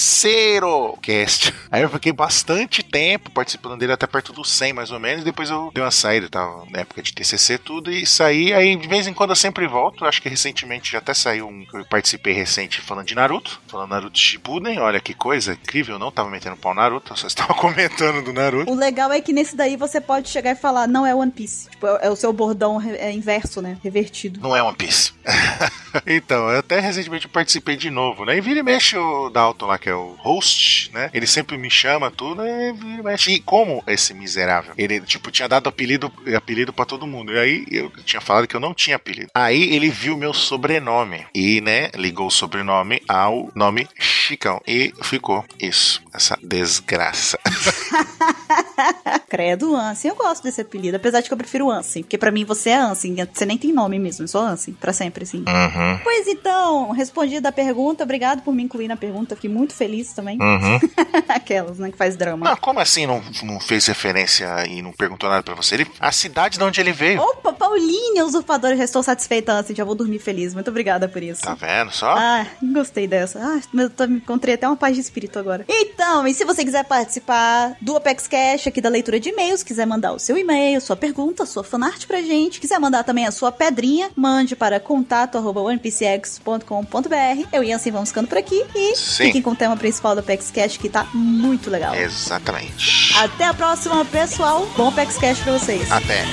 [SPEAKER 5] terceiro cast. Aí eu fiquei bastante tempo participando dele, até perto do 100 mais ou menos. Depois eu dei uma saída, tava na época de TCC tudo, e saí. Aí de vez em quando eu sempre volto. Acho que recentemente já até saiu um que eu participei recente falando de Naruto, falando Naruto Shippuden. Olha que coisa incrível, eu não tava metendo pau no Naruto, eu só estava comentando do Naruto.
[SPEAKER 1] O legal é que nesse daí você pode chegar e falar, não é One Piece. Tipo, é, é o seu bordão re- é inverso, né? Revertido.
[SPEAKER 5] Não é One Piece. então, eu até recentemente participei de novo, né? E vira e mexe o Dalton lá, que é o host, né? Ele sempre me chama, tudo, né? e vira e mexe. E como esse miserável, ele, tipo, tinha dado apelido, apelido pra todo mundo. E aí eu tinha falado que eu não tinha apelido. Aí ele viu meu sobrenome e, né, ligou o sobrenome ao nome Chicão. E ficou isso, essa desgraça.
[SPEAKER 1] Credo, Ansem. Eu gosto desse apelido, apesar de que eu prefiro Ansem. Porque pra mim você é Ansem. Você nem tem nome mesmo, eu sou Ansem. Pra sempre, sim.
[SPEAKER 5] Uhum,
[SPEAKER 1] Pois então, respondida a pergunta. Obrigado por me incluir na pergunta. Fiquei muito feliz também.
[SPEAKER 5] uhum.
[SPEAKER 1] Aquelas, né? Que faz drama.
[SPEAKER 5] Não, como assim não, não fez referência e não perguntou nada pra você? Ele, a cidade de onde ele veio.
[SPEAKER 1] Opa, Paulinha, usurpadora, já estou satisfeita, assim, já vou dormir feliz. Muito obrigada por isso.
[SPEAKER 5] Tá vendo só?
[SPEAKER 1] Ah, gostei dessa. Ah, meu, tô, me encontrei até uma paz de espírito agora. Então, e se você quiser participar do Apex Cash aqui da leitura de e-mails, quiser mandar o seu e-mail, sua pergunta, sua fanart pra gente, quiser mandar também a sua pedrinha, mande para contato@onepcx.com.br. Eu e Ansem vamos ficando por aqui e
[SPEAKER 5] Sim.
[SPEAKER 1] fiquem com o tema principal do Apex Cash que tá muito legal.
[SPEAKER 5] Exatamente.
[SPEAKER 1] Até a próxima, pessoal. Bom Apex Cash pra vocês.
[SPEAKER 5] Até.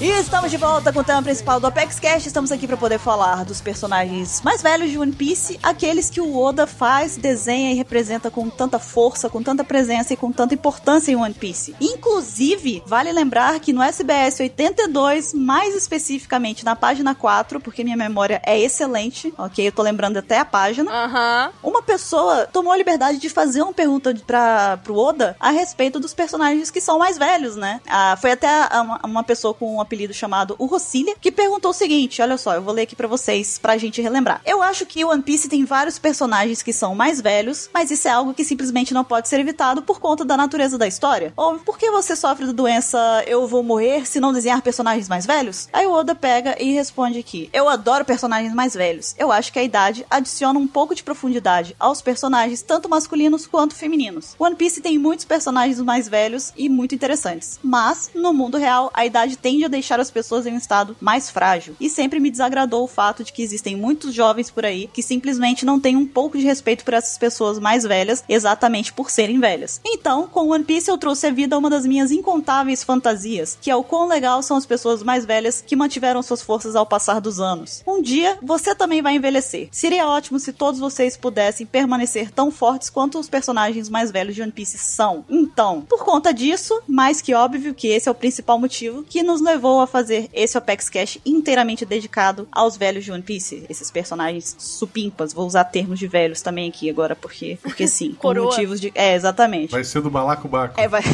[SPEAKER 1] E estamos de de volta com o tema principal do Apex Cast. Estamos aqui para poder falar dos personagens mais velhos de One Piece, aqueles que o Oda faz, desenha e representa com tanta força, com tanta presença e com tanta importância em One Piece. Inclusive, vale lembrar que no SBS 82, mais especificamente na página 4, porque minha memória é excelente, ok? Eu tô lembrando até a página.
[SPEAKER 2] Aham.
[SPEAKER 1] Uma pessoa tomou a liberdade de fazer uma pergunta de- pra, pro Oda a respeito dos personagens que são mais velhos, né? Ah, foi até a- uma, uma pessoa com um apelido chamado o Rocília, que perguntou o seguinte: olha só, eu vou ler aqui pra vocês, pra gente relembrar. Eu acho que One Piece tem vários personagens que são mais velhos, mas isso é algo que simplesmente não pode ser evitado por conta da natureza da história. Ou por que você sofre da doença eu vou morrer se não desenhar personagens mais velhos? Aí o Oda pega e responde aqui: Eu adoro personagens mais velhos. Eu acho que a idade adiciona um pouco de profundidade aos personagens, tanto masculinos quanto femininos. One Piece tem muitos personagens mais velhos e muito interessantes, mas no mundo real a idade tende a deixar as pessoas em um estado mais frágil. E sempre me desagradou o fato de que existem muitos jovens por aí que simplesmente não têm um pouco de respeito por essas pessoas mais velhas, exatamente por serem velhas. Então, com One Piece eu trouxe à vida uma das minhas incontáveis fantasias, que é o quão legal são as pessoas mais velhas que mantiveram suas forças ao passar dos anos. Um dia, você também vai envelhecer. Seria ótimo se todos vocês pudessem permanecer tão fortes quanto os personagens mais velhos de One Piece são. Então, por conta disso, mais que óbvio que esse é o principal motivo que nos levou a fazer esse Apex Cash inteiramente dedicado aos velhos de One Piece, esses personagens supimpas. Vou usar termos de velhos também aqui agora, porque, porque sim, por
[SPEAKER 2] Coroa.
[SPEAKER 1] motivos de. É, exatamente.
[SPEAKER 3] Vai ser do balacobaco.
[SPEAKER 1] É, vai.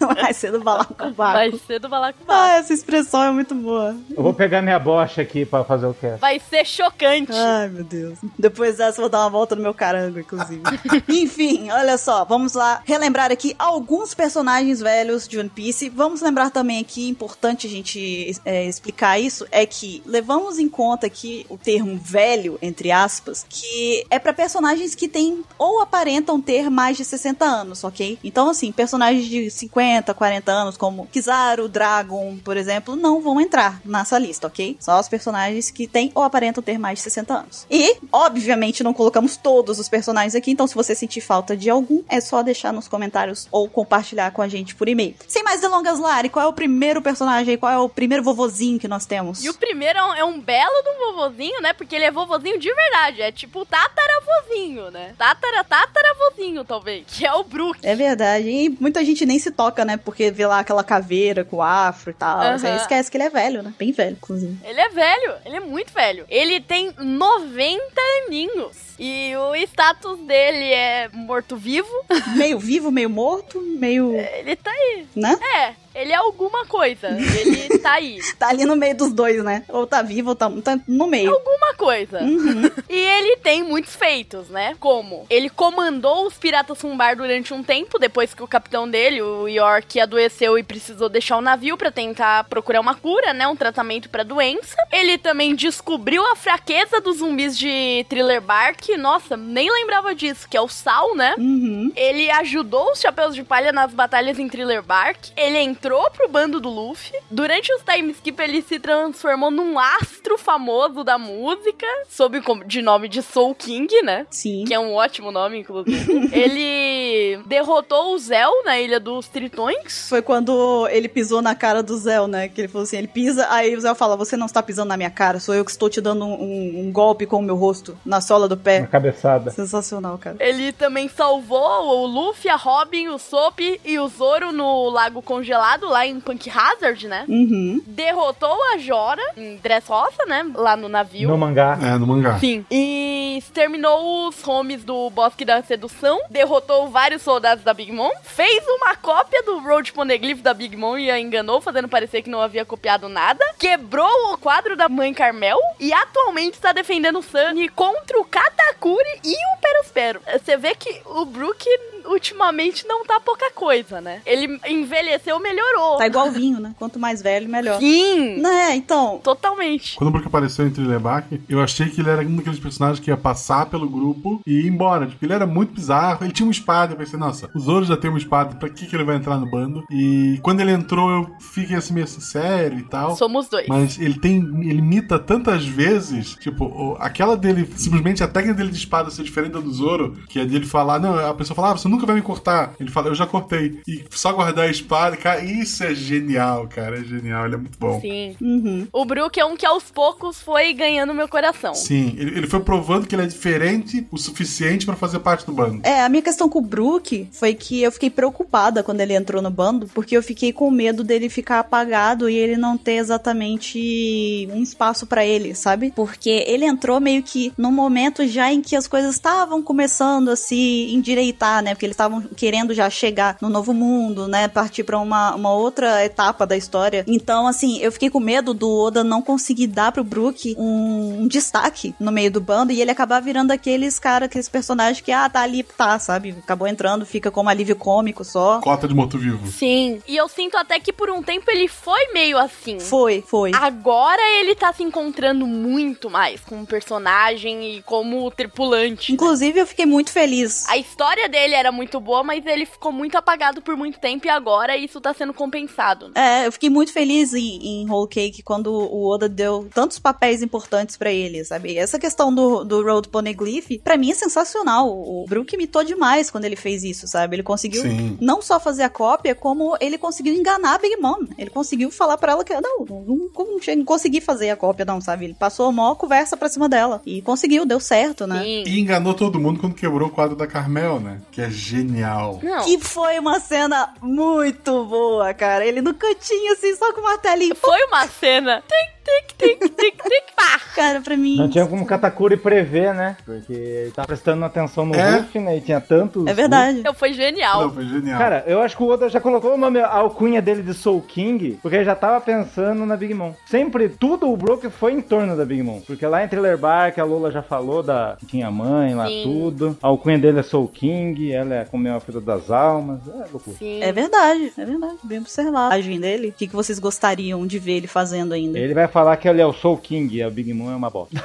[SPEAKER 1] vai ser do balacobaco.
[SPEAKER 2] Vai ser do Balacobaco.
[SPEAKER 1] Ah, essa expressão é muito boa.
[SPEAKER 4] Eu vou pegar minha bocha aqui pra fazer o cast.
[SPEAKER 2] Vai ser chocante.
[SPEAKER 1] Ai, meu Deus. Depois dessa, eu vou dar uma volta no meu carango, inclusive. Enfim, olha só, vamos lá relembrar aqui alguns personagens velhos de One Piece. Vamos lembrar também aqui, importante a gente é, explicar isso, é que levamos em conta aqui o termo velho, entre aspas, que é pra personagens que têm ou aparentam ter mais de 60 anos, ok? Então, assim, personagens de 50, 40 anos, como Kizaru, Dragon, por exemplo, não vão entrar nessa lista, ok? Só os personagens que têm ou aparentam ter mais de 60 anos. E, obviamente, não colocamos todos os personagens aqui, então se você sentir falta de algum, é só deixar nos comentários ou compartilhar com a gente por e-mail. Sem mais delongas, Lari, qual é o primeiro personagem, qual é o primeiro vovozinho que nós temos?
[SPEAKER 2] E o primeiro é um, é um belo de um vovozinho, né? Porque ele é vovozinho de verdade. É tipo tataravôzinho, né? Tatara, tataravôzinho, talvez. Que é o Brook.
[SPEAKER 1] É verdade. E muita gente nem se toca, né? Porque vê lá aquela caveira com afro e tal.
[SPEAKER 2] Aham.
[SPEAKER 1] Você esquece que ele é velho, né? Bem velho, inclusive.
[SPEAKER 2] Ele é velho, ele é muito velho. Ele tem 90 aninhos. E o status dele é morto-vivo.
[SPEAKER 1] meio vivo, meio morto, meio.
[SPEAKER 2] Ele tá aí.
[SPEAKER 1] né?
[SPEAKER 2] É, ele é alguma coisa. Ele tá aí.
[SPEAKER 1] Tá ali no meio dos dois, né? Ou tá vivo, ou tá, tá no meio.
[SPEAKER 2] Alguma coisa.
[SPEAKER 1] Uhum.
[SPEAKER 2] E ele tem muitos feitos, né? Como? Ele comandou os piratas Fumbar durante um tempo, depois que o capitão dele, o York, adoeceu e precisou deixar o navio pra tentar procurar uma cura, né? Um tratamento pra doença. Ele também descobriu a fraqueza dos zumbis de Thriller Bark. Nossa, nem lembrava disso, que é o Sal, né?
[SPEAKER 1] Uhum.
[SPEAKER 2] Ele ajudou os Chapéus de Palha nas batalhas em Thriller Bark. Ele entrou pro bando do Luffy. Durante os time skip, ele se transformou num astro famoso da música, sob com- de nome de Soul King, né?
[SPEAKER 1] Sim.
[SPEAKER 2] Que é um ótimo nome, inclusive. ele derrotou o Zell na Ilha dos Tritões.
[SPEAKER 1] Foi quando ele pisou na cara do Zéu, né? Que ele falou assim: ele pisa, aí o Zéu fala: Você não está pisando na minha cara, sou eu que estou te dando um, um- um golpe com o meu rosto na sola do
[SPEAKER 4] Uma
[SPEAKER 1] pé.
[SPEAKER 4] cabeçada.
[SPEAKER 1] Sensacional, cara.
[SPEAKER 2] Ele também salvou o Luffy, a Robin, o Soap e o Zoro no Lago Congelado, lá em Punk Hazard, né?
[SPEAKER 1] Uhum.
[SPEAKER 2] Derrotou a Jora em Dressrosa, né? Lá no navio.
[SPEAKER 4] No mangá.
[SPEAKER 3] É, no mangá.
[SPEAKER 2] Sim. E exterminou os homes do Bosque da Sedução, derrotou vários soldados da Big Mom, fez uma cópia do Road Poneglyph da Big Mom e a enganou, fazendo parecer que não havia copiado nada, quebrou o quadro da Mãe Carmel e atualmente está defendendo o Sunny contra o Katakuri e o Perospero. Você vê que o Brook ultimamente não tá pouca coisa, né? Ele envelheceu, melhorou.
[SPEAKER 1] Tá igual vinho, né? Quanto mais velho, melhor.
[SPEAKER 2] Sim!
[SPEAKER 1] Né, então.
[SPEAKER 2] Totalmente.
[SPEAKER 3] Quando o Brook apareceu em Trilheback, eu achei que ele era um daqueles personagens que ia passar pelo grupo e ir embora. Tipo, ele era muito bizarro, ele tinha uma espada. Eu pensei, nossa, o Zoro já tem uma espada, pra que, que ele vai entrar no bando? E quando ele entrou, eu fiquei assim meio assim, sério e tal.
[SPEAKER 2] Somos dois.
[SPEAKER 3] Mas ele tem. Ele imita tantas vezes. Tipo, o- aquela dele. Simplesmente a técnica dele de espada ser diferente da do Zoro. Que é dele falar. Não, a pessoa fala, ah, você nunca vai me cortar. Ele fala, eu já cortei. E só guardar a espada, cara, isso é genial, cara. É genial, ele é muito bom.
[SPEAKER 2] Sim.
[SPEAKER 1] Uhum.
[SPEAKER 2] O Brook é um que aos poucos foi ganhando meu coração.
[SPEAKER 3] Sim, ele, ele foi provando que ele é diferente o suficiente pra fazer parte do bando.
[SPEAKER 1] É, a minha questão com o Brook foi que eu fiquei preocupada quando ele entrou no bando, porque eu fiquei com medo dele ficar apagado e ele não ter exatamente um espaço pra ele, sabe? Porque ele entrou meio que num momento já em que as coisas estavam começando a se endireitar, né? Porque eles estavam querendo já chegar no novo mundo, né? Partir pra uma, uma outra etapa da história. Então, assim, eu fiquei com medo do Oda não conseguir dar pro Brook um, um destaque no meio do bando e ele acabar virando aqueles cara, aqueles personagens que, ah, tá ali, tá, sabe? Acabou entrando, fica como alívio cômico só.
[SPEAKER 3] Cota de morto-vivo.
[SPEAKER 2] Sim. E eu sinto até que por um tempo ele foi meio assim.
[SPEAKER 1] Foi, foi.
[SPEAKER 2] Agora ele tá se encontrando muito mais como personagem e como tripulante.
[SPEAKER 1] Inclusive, eu fiquei muito feliz.
[SPEAKER 2] A história dele era muito boa, mas ele ficou muito apagado por muito tempo e agora isso tá sendo compensado. né?
[SPEAKER 1] É, eu fiquei muito feliz em, em Whole Cake quando o Oda deu tantos papéis importantes pra ele, sabe? E Essa questão do, do Road Poneglyph, pra mim é sensacional. O o Brook imitou demais quando ele fez isso, sabe? Ele conseguiu
[SPEAKER 3] Sim.
[SPEAKER 1] não só fazer a cópia, como ele conseguiu enganar a Big Mom. Ele conseguiu falar pra ela que, não, não, não, não consegui fazer a cópia, não, sabe? Ele passou uma conversa pra cima dela. E conseguiu, deu certo, né?
[SPEAKER 2] Sim.
[SPEAKER 3] E enganou todo mundo quando quebrou o quadro da Carmel, né? Que é genial.
[SPEAKER 2] Não.
[SPEAKER 1] Que foi uma cena muito boa, cara. Ele no cantinho, assim, só com o martelinho. Pô,
[SPEAKER 2] Foi uma cena. Tic, tic, tic, tic, tic, pá.
[SPEAKER 1] Cara, pra mim.
[SPEAKER 4] Não tinha como Katakuri prever, né? Porque ele tá prestando atenção no
[SPEAKER 3] É.
[SPEAKER 4] Ruff, né? E tinha tantos.
[SPEAKER 1] É verdade.
[SPEAKER 2] Então, foi genial.
[SPEAKER 3] Não, foi genial.
[SPEAKER 4] Cara, eu acho que o Oda já colocou o nome, a alcunha dele de Soul King, porque ele já tava pensando na Big Mom. Sempre, tudo o Brook foi em torno da Big Mom. Porque lá em Thriller Bark, a Lola já falou da... que Tinha mãe lá,
[SPEAKER 2] Sim.
[SPEAKER 4] tudo. A alcunha dele é Soul King, ela é como é a filha das almas. É loucura.
[SPEAKER 2] Sim.
[SPEAKER 1] É verdade, é verdade. Bem observado. A agenda dele. O que, que vocês gostariam de ver ele fazendo ainda?
[SPEAKER 4] Ele vai falar que ele é o Soul King e a Big Mom é uma bosta.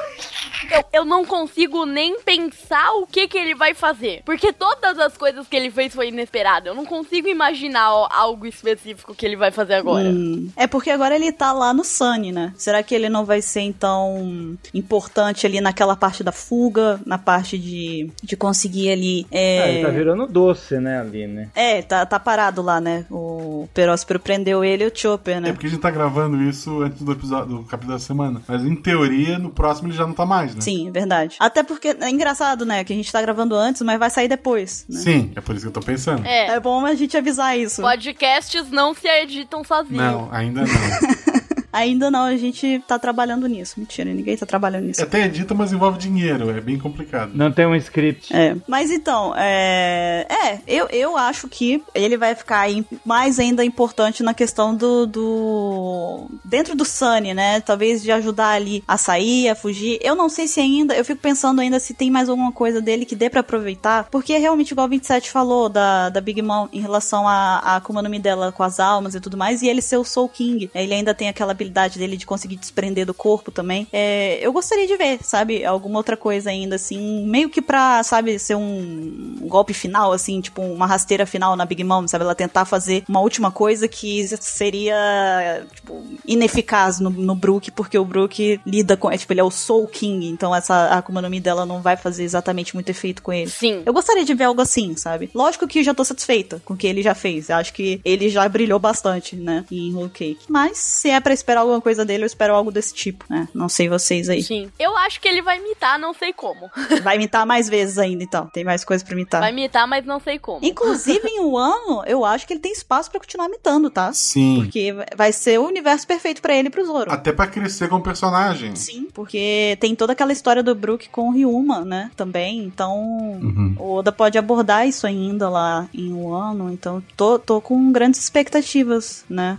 [SPEAKER 2] Eu, eu não consigo nem pensar o que que ele vai fazer. Porque todas as coisas que ele fez foi inesperado. Eu não consigo imaginar ó, algo específico que ele vai fazer agora.
[SPEAKER 1] Hum, É porque agora ele tá lá no Sunny, né? Será que ele não vai ser, então, importante ali naquela parte da fuga, na parte de, de conseguir ali.
[SPEAKER 4] Ah, ele
[SPEAKER 1] É,
[SPEAKER 4] tá virando doce, né, ali, né?
[SPEAKER 1] é tá, tá parado lá, né? O Peróspero prendeu ele e o Chopper,
[SPEAKER 3] É
[SPEAKER 1] né?
[SPEAKER 3] porque a gente tá gravando isso antes do episódio do capítulo da semana. Mas em teoria, no próximo ele já não tá mais, né?
[SPEAKER 1] Sim, é verdade. Até porque é engraçado, né? Que a gente tá gravando antes, mas vai sair depois, né?
[SPEAKER 3] Sim, é por isso que eu tô pensando.
[SPEAKER 2] É.
[SPEAKER 1] É bom a gente avisar isso.
[SPEAKER 2] Podcasts não se editam sozinhos.
[SPEAKER 3] Não, ainda não.
[SPEAKER 1] Ainda não, a gente tá trabalhando nisso. Mentira, ninguém tá trabalhando nisso.
[SPEAKER 3] É Até edita, mas envolve dinheiro. É bem complicado.
[SPEAKER 4] Não tem um script.
[SPEAKER 1] É. Mas então, é. É, eu, eu acho que ele vai ficar aí mais ainda importante na questão do. do... Dentro do Sunny, né? Talvez de ajudar ali a sair, a fugir. Eu não sei se ainda. Eu fico pensando ainda se tem mais alguma coisa dele que dê pra aproveitar. Porque é realmente, igual o 27 falou da, da Big Mom em relação a, a como é o nome dela com as almas e tudo mais. E ele ser o Soul King. né? Ele ainda tem aquela habilidade dele de conseguir desprender do corpo também. É, eu gostaria de ver, sabe? Alguma outra coisa ainda, assim. Meio que pra, sabe, ser um golpe final, assim. Tipo, uma rasteira final na Big Mom, sabe? Ela tentar fazer uma última coisa que seria, tipo, ineficaz no, no Brook. Porque o Brook lida com... É, tipo, ele é o Soul King. Então essa Akuma no Mi dela não vai fazer exatamente muito efeito com ele.
[SPEAKER 2] Sim.
[SPEAKER 1] Eu gostaria de ver algo assim, sabe? Lógico que eu já tô satisfeita com o que ele já fez. Eu acho que ele já brilhou bastante, né? Em Whole Cake. Mas se é pra esperar alguma coisa dele, eu espero algo desse tipo, né? Não sei vocês aí.
[SPEAKER 2] Sim. Eu acho que ele vai imitar, não sei como.
[SPEAKER 1] Vai imitar mais vezes ainda, então. Tem mais coisa pra imitar.
[SPEAKER 2] Vai imitar, mas não sei como.
[SPEAKER 1] Inclusive, em um ano, eu acho que ele tem espaço pra continuar imitando, tá?
[SPEAKER 3] Sim.
[SPEAKER 1] Porque vai ser o universo perfeito pra ele e pro Zoro.
[SPEAKER 3] Até pra crescer como personagem.
[SPEAKER 1] Sim, porque tem toda aquela história do Brook com o Ryuma, né? Também, então...
[SPEAKER 3] Uhum.
[SPEAKER 1] O Oda pode abordar isso ainda lá em um ano, então tô, tô com grandes expectativas, né?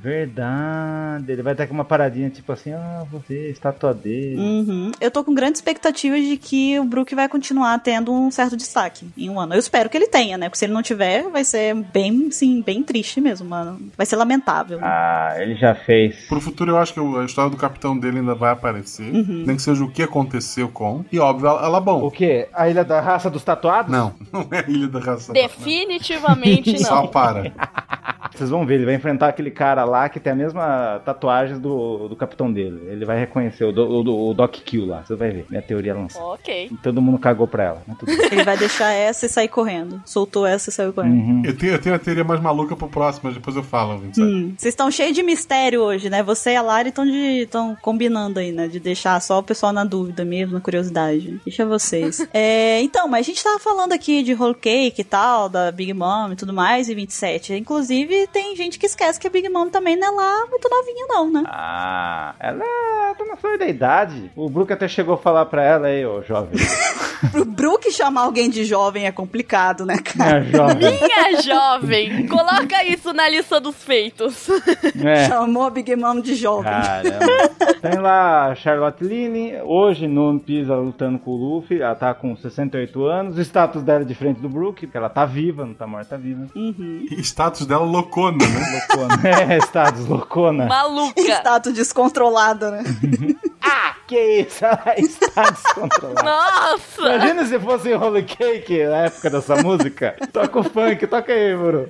[SPEAKER 4] Verdade. Ele vai ter uma paradinha tipo assim, ah, você, estátua dele.
[SPEAKER 1] Uhum. Eu tô com grandes expectativas de que o Brook vai continuar tendo um certo destaque em um ano. Eu espero que ele tenha, né? Porque se ele não tiver, vai ser bem, sim, bem triste mesmo, mano. Vai ser lamentável.
[SPEAKER 4] Ah, ele já fez.
[SPEAKER 3] Pro futuro, eu acho que a história do capitão dele ainda vai aparecer.
[SPEAKER 1] Uhum.
[SPEAKER 3] Nem que seja o que aconteceu com. E óbvio, ela, ela é
[SPEAKER 4] O
[SPEAKER 3] bom.
[SPEAKER 4] quê? A ilha da raça dos tatuados?
[SPEAKER 3] Não, não é a Ilha da Raça.
[SPEAKER 2] Definitivamente
[SPEAKER 3] Só
[SPEAKER 2] não.
[SPEAKER 3] para.
[SPEAKER 4] Vocês vão ver, ele vai enfrentar aquele cara lá que tem a mesma tatuagem do, do capitão dele. Ele vai reconhecer o, do, o do- o Doc Kill lá. Você vai ver. Minha teoria é lançada.
[SPEAKER 2] Ok.
[SPEAKER 4] E todo mundo cagou pra ela. Mas tudo bem.
[SPEAKER 1] Ele vai deixar essa e sair correndo. Soltou essa e saiu correndo.
[SPEAKER 4] Uhum.
[SPEAKER 3] Eu tenho, eu tenho a teoria mais maluca pro próximo, mas depois eu falo. Vinícius.
[SPEAKER 1] Hum. Vocês estão cheios de mistério hoje, né? Você e a Lari estão de- estão combinando aí, né? De deixar só o pessoal na dúvida mesmo, na curiosidade. Deixa vocês. É, então, mas a gente tava falando aqui de Whole Cake e tal, da Big Mom e tudo mais, e 27. Inclusive, tem gente que esquece que a Big Mom também não é lá muito novinha, não, né?
[SPEAKER 4] Ah, ela tá na flor da idade. O Brook até chegou a falar pra ela aí, ô jovem.
[SPEAKER 1] Pro Brook chamar alguém de jovem é complicado, né, cara?
[SPEAKER 4] Minha jovem.
[SPEAKER 2] Minha é jovem, coloca isso na lista dos feitos.
[SPEAKER 4] É. Ah.
[SPEAKER 1] Chamou a Big Mom de jovem.
[SPEAKER 4] Caramba. Tem lá a Charlotte Lilly, hoje no One Piece ela lutando com o Luffy, ela tá com 68 anos, o status dela é de frente do Brook, porque ela tá viva, não tá morta, tá viva.
[SPEAKER 1] Uhum.
[SPEAKER 3] E Status dela loucona, né?
[SPEAKER 4] Loucona. é, status loucona.
[SPEAKER 2] Maluca.
[SPEAKER 1] Status descontrolada, né?
[SPEAKER 4] Ah, que isso, ela está
[SPEAKER 1] Tá.
[SPEAKER 4] descontrolada.
[SPEAKER 2] Nossa!
[SPEAKER 4] Imagina se fosse Holy Cake na época dessa música. Toca o funk, toca aí, bro.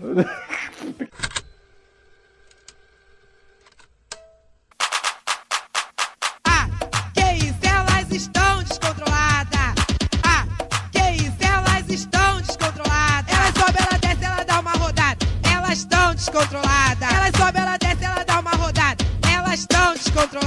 [SPEAKER 6] Ah, que isso, elas estão descontroladas. Ah, que isso, elas estão descontroladas. Ela sobe, ela desce, ela dá uma rodada. Elas estão descontroladas. Ela sobe, ela desce, ela dá uma rodada. Elas estão descontroladas.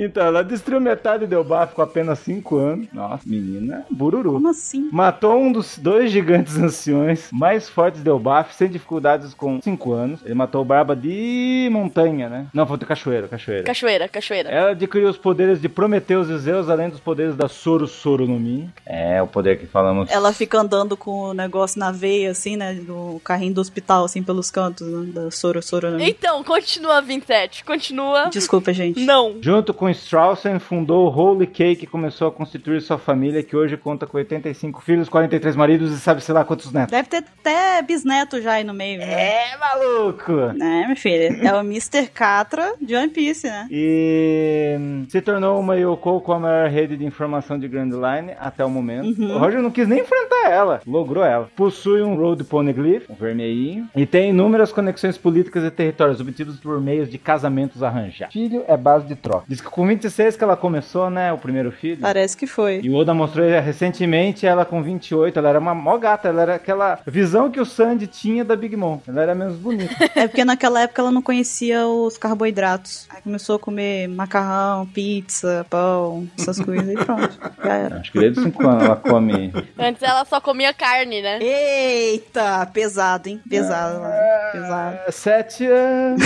[SPEAKER 4] Então, ela destruiu metade de Elbaf com apenas 5 anos. Nossa, menina, bururu.
[SPEAKER 1] Como assim?
[SPEAKER 4] Matou um dos dois gigantes anciões mais fortes de Elbaf, sem dificuldades com 5 anos. Ele matou o Barba de montanha, né? Não, foi do cachoeiro, cachoeiro.
[SPEAKER 2] Cachoeira, cachoeira.
[SPEAKER 4] Ela adquiriu os poderes de Prometeus e Zeus, além dos poderes da Soro Soro no Mi. É, o poder que falamos.
[SPEAKER 1] Ela fica andando com o negócio na veia, assim, né? Do carrinho do hospital, assim, pelos cantos, né? Da Soro Soro. Né?
[SPEAKER 2] Então, continua 27. Continua.
[SPEAKER 1] Desculpa, gente.
[SPEAKER 2] Não.
[SPEAKER 4] Junto com Straussen, fundou o Holy Cake e começou a constituir sua família, que hoje conta com 85 filhos, 43 maridos e sabe-se lá quantos netos.
[SPEAKER 1] Deve ter até bisneto já aí no meio, né?
[SPEAKER 4] É, maluco!
[SPEAKER 1] Né, minha filha? É o Mr. Catra de One Piece, né?
[SPEAKER 4] E hum, se tornou uma Yoko com a maior rede de informação de Grand Line até o momento. O Roger não quis nem enfrentar ela, logrou ela. Possui um Road Poneglyph, um vermelhinho, e tem inúmeras conexões políticas e territórios obtidos por meios de casamentos arranjados. Filho é base de troca. Diz que com 26 que ela começou, né, o primeiro filho.
[SPEAKER 1] Parece que foi.
[SPEAKER 4] E o Oda mostrou ela recentemente, ela com 28, ela era uma mó gata, ela era aquela visão que o Sandy tinha da Big Mom. Ela era menos bonita.
[SPEAKER 1] É porque naquela época ela não conhecia os carboidratos. Aí começou a comer macarrão, pizza, pão, essas coisas e pronto. Já era.
[SPEAKER 4] Acho que desde os 5 anos ela come
[SPEAKER 2] Antes ela só comia carne, né?
[SPEAKER 1] Eita, pesado, hein? Pesado, mano.
[SPEAKER 4] Ah.
[SPEAKER 1] Pesado.
[SPEAKER 4] 7 É, anos.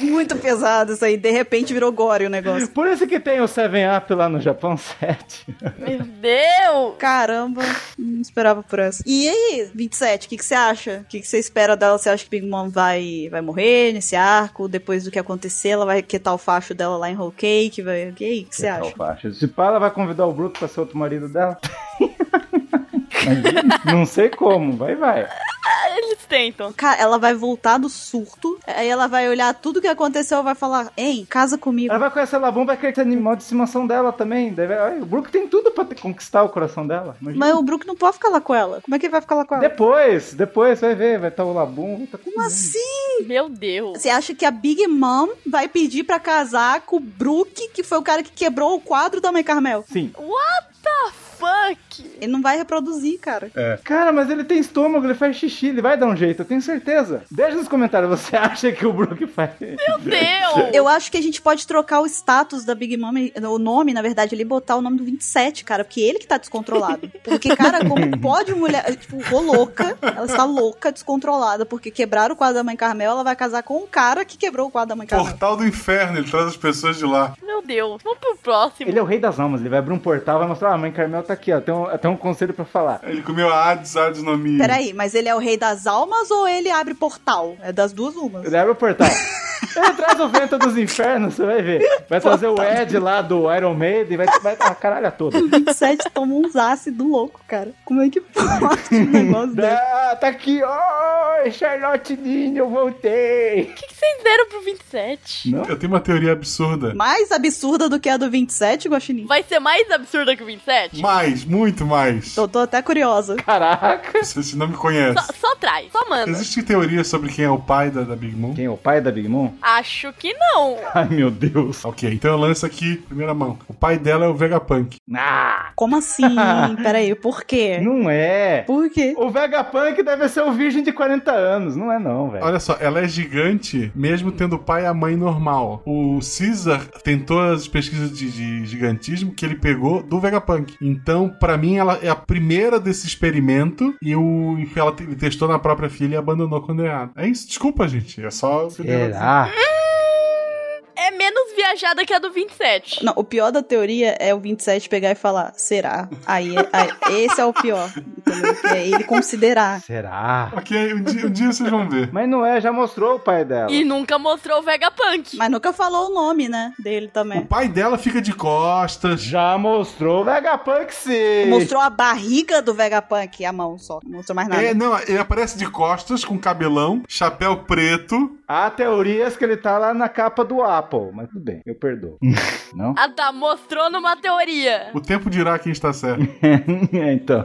[SPEAKER 1] Muito pesado isso aí. De repente virou gore o negócio.
[SPEAKER 4] Por isso que tem o 7-Up lá no Japão 7.
[SPEAKER 2] Meu Deus!
[SPEAKER 1] Caramba, não esperava por essa. E aí, 27, o que que você acha? O que que você espera dela? Você acha que Big Mom vai, vai morrer nesse arco? Depois do que acontecer, ela vai quietar o facho dela lá em Whole Cake? Vai... O que que você acha?
[SPEAKER 4] Se pá, ela vai convidar o Brook pra ser outro marido dela. Não sei como, vai, vai.
[SPEAKER 2] Eles tentam.
[SPEAKER 1] Cara, Então, ela vai voltar do surto, aí ela vai olhar tudo que aconteceu e vai falar: Hein, casa comigo.
[SPEAKER 4] Ela vai conhecer a Labum, vai querer esse animal de estimação dela também. Daí vai- ai, o Brook tem tudo pra te- conquistar o coração dela. imagina.
[SPEAKER 1] Mas o Brook não pode ficar lá com ela. Como é que ele vai ficar lá com ela?
[SPEAKER 4] Depois, depois, vai ver, vai estar o Labum. Tá com...
[SPEAKER 1] Como assim?
[SPEAKER 2] Meu Deus.
[SPEAKER 1] Você acha que a Big Mom vai pedir pra casar com o Brook, que foi o cara que quebrou o quadro da Mãe Carmel?
[SPEAKER 4] Sim.
[SPEAKER 2] Fuck!
[SPEAKER 1] Ele não vai reproduzir, cara.
[SPEAKER 4] É. Cara, mas ele tem estômago, ele faz xixi, ele vai dar um jeito, eu tenho certeza. Deixa nos comentários, você acha que o Brook faz.
[SPEAKER 2] Meu Deus!
[SPEAKER 1] Eu acho que a gente pode trocar o status da Big Mom, o nome, na verdade, ali, botar o nome do 27, cara, porque ele que tá descontrolado. Porque, cara, como pode mulher. Tipo, ficou louca, ela está louca, descontrolada, porque quebraram o quadro da mãe Carmel, ela vai casar com um cara que quebrou o quadro da mãe Carmel.
[SPEAKER 3] Portal do Inferno, ele traz as pessoas de lá.
[SPEAKER 2] Meu Deus. Vamos pro próximo.
[SPEAKER 4] Ele é o rei das almas, ele vai abrir um portal, vai mostrar, ah, a mãe Carmel tá aqui, ó, tem um, tem um conselho pra falar.
[SPEAKER 3] Ele comeu a Hades, Hades no Mi.
[SPEAKER 1] Peraí, mas ele é o rei das almas ou ele abre portal? É das duas umas.
[SPEAKER 4] Ele abre o portal. Ele traz o vento dos infernos, você vai ver. Vai trazer o Ed lá do Iron Maiden, vai, vai dar a caralha toda.
[SPEAKER 1] 27 tomou um zace do louco, cara. Como é que pode
[SPEAKER 4] Né?
[SPEAKER 1] um negócio desse?
[SPEAKER 4] Ah, tá aqui, oi, Charlotte Ninho, eu voltei.
[SPEAKER 2] O que, que você entenderam pro 27.
[SPEAKER 4] Não?
[SPEAKER 3] Eu tenho uma teoria absurda.
[SPEAKER 1] Mais absurda do que a do 27, Guaxinim?
[SPEAKER 2] Vai ser mais absurda que o 27?
[SPEAKER 3] Mais, muito mais.
[SPEAKER 1] Eu tô até curiosa.
[SPEAKER 4] Caraca!
[SPEAKER 3] Você você não me conhece.
[SPEAKER 2] Só, só traz, só manda.
[SPEAKER 3] Existe teoria sobre quem é o pai da, da Big Mom?
[SPEAKER 4] Quem é o pai da Big Mom?
[SPEAKER 2] Acho que não.
[SPEAKER 4] Ai, meu Deus.
[SPEAKER 3] Ok, então eu lanço aqui, primeira mão. O pai dela é o Vegapunk.
[SPEAKER 4] Ah,
[SPEAKER 1] Como assim? Peraí, por quê?
[SPEAKER 4] não é.
[SPEAKER 1] Por quê?
[SPEAKER 4] O Vegapunk deve ser o virgem de 40 anos. Não é não, velho.
[SPEAKER 3] Olha só, ela é gigante, mesmo tendo o pai e a mãe normal. O Caesar tentou as pesquisas de, de gigantismo que ele pegou do Vegapunk. Então, pra mim, ela é a primeira desse experimento e o e ela te- ele testou na própria filha e abandonou quando é errado. É isso, desculpa, gente. É só.
[SPEAKER 4] Será?
[SPEAKER 2] É menos viajada que a do 27.
[SPEAKER 1] Não, o pior da teoria é o 27 pegar e falar, será? Aí, é- aí- esse é o pior, entendeu? Que é ele considerar.
[SPEAKER 4] Será?
[SPEAKER 3] Ok, um dia, um dia vocês vão ver.
[SPEAKER 4] Mas não é, já mostrou o pai dela.
[SPEAKER 2] E nunca mostrou o Vegapunk.
[SPEAKER 1] Mas nunca falou o nome, né, dele
[SPEAKER 3] O
[SPEAKER 1] também.
[SPEAKER 3] pai dela fica de costas.
[SPEAKER 4] Já mostrou o Vegapunk sim.
[SPEAKER 1] Mostrou a barriga do Vegapunk, a mão só, não mostrou mais nada.
[SPEAKER 3] É, não, ele aparece de costas, com cabelão, chapéu preto.
[SPEAKER 4] Há teorias que ele tá lá na capa do Apple, mas tudo bem, eu perdoo. não?
[SPEAKER 2] Ah tá, mostrou numa teoria.
[SPEAKER 3] O tempo dirá quem está certo.
[SPEAKER 4] É, então.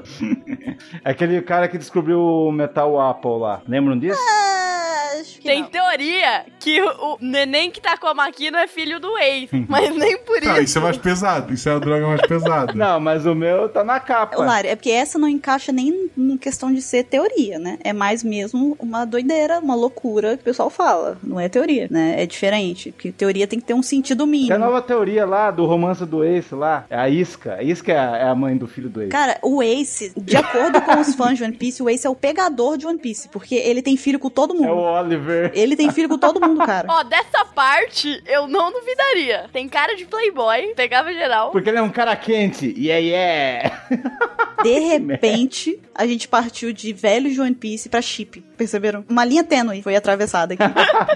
[SPEAKER 4] É Aquele cara que descobriu o metal Apple lá. Lembram disso?
[SPEAKER 1] Ah, acho que
[SPEAKER 2] Tem
[SPEAKER 1] não.
[SPEAKER 2] teoria que o, o neném que tá com a Maquina é filho do ex. Mas nem por
[SPEAKER 3] Não,
[SPEAKER 2] isso.
[SPEAKER 3] isso é mais pesado. Isso é a droga mais pesada.
[SPEAKER 4] Não, mas o meu tá na capa.
[SPEAKER 1] Ô, Lari, é porque essa não encaixa nem em questão de ser teoria, né? É mais mesmo uma doideira, uma loucura que o pessoal fala. Não é teoria, né? É diferente. Porque teoria tem que ter um sentido
[SPEAKER 4] Tem a
[SPEAKER 1] mínimo.
[SPEAKER 4] nova teoria lá do romance do Ace lá. É a Isca. A Isca é a, é a mãe do filho do Ace.
[SPEAKER 1] Cara, o Ace, de acordo com os fãs de One Piece, o Ace é o pegador de One Piece, porque ele tem filho com todo
[SPEAKER 4] É o
[SPEAKER 1] mundo.
[SPEAKER 4] Oliver.
[SPEAKER 1] Ele tem filho com todo mundo, cara.
[SPEAKER 2] Ó, dessa parte eu não duvidaria. Tem cara de playboy, pegava geral.
[SPEAKER 4] Porque ele é um cara quente. é Yeah, yeah.
[SPEAKER 1] De repente, a gente partiu de velho de One Piece pra chip. Perceberam? Uma linha tênue foi atravessada aqui.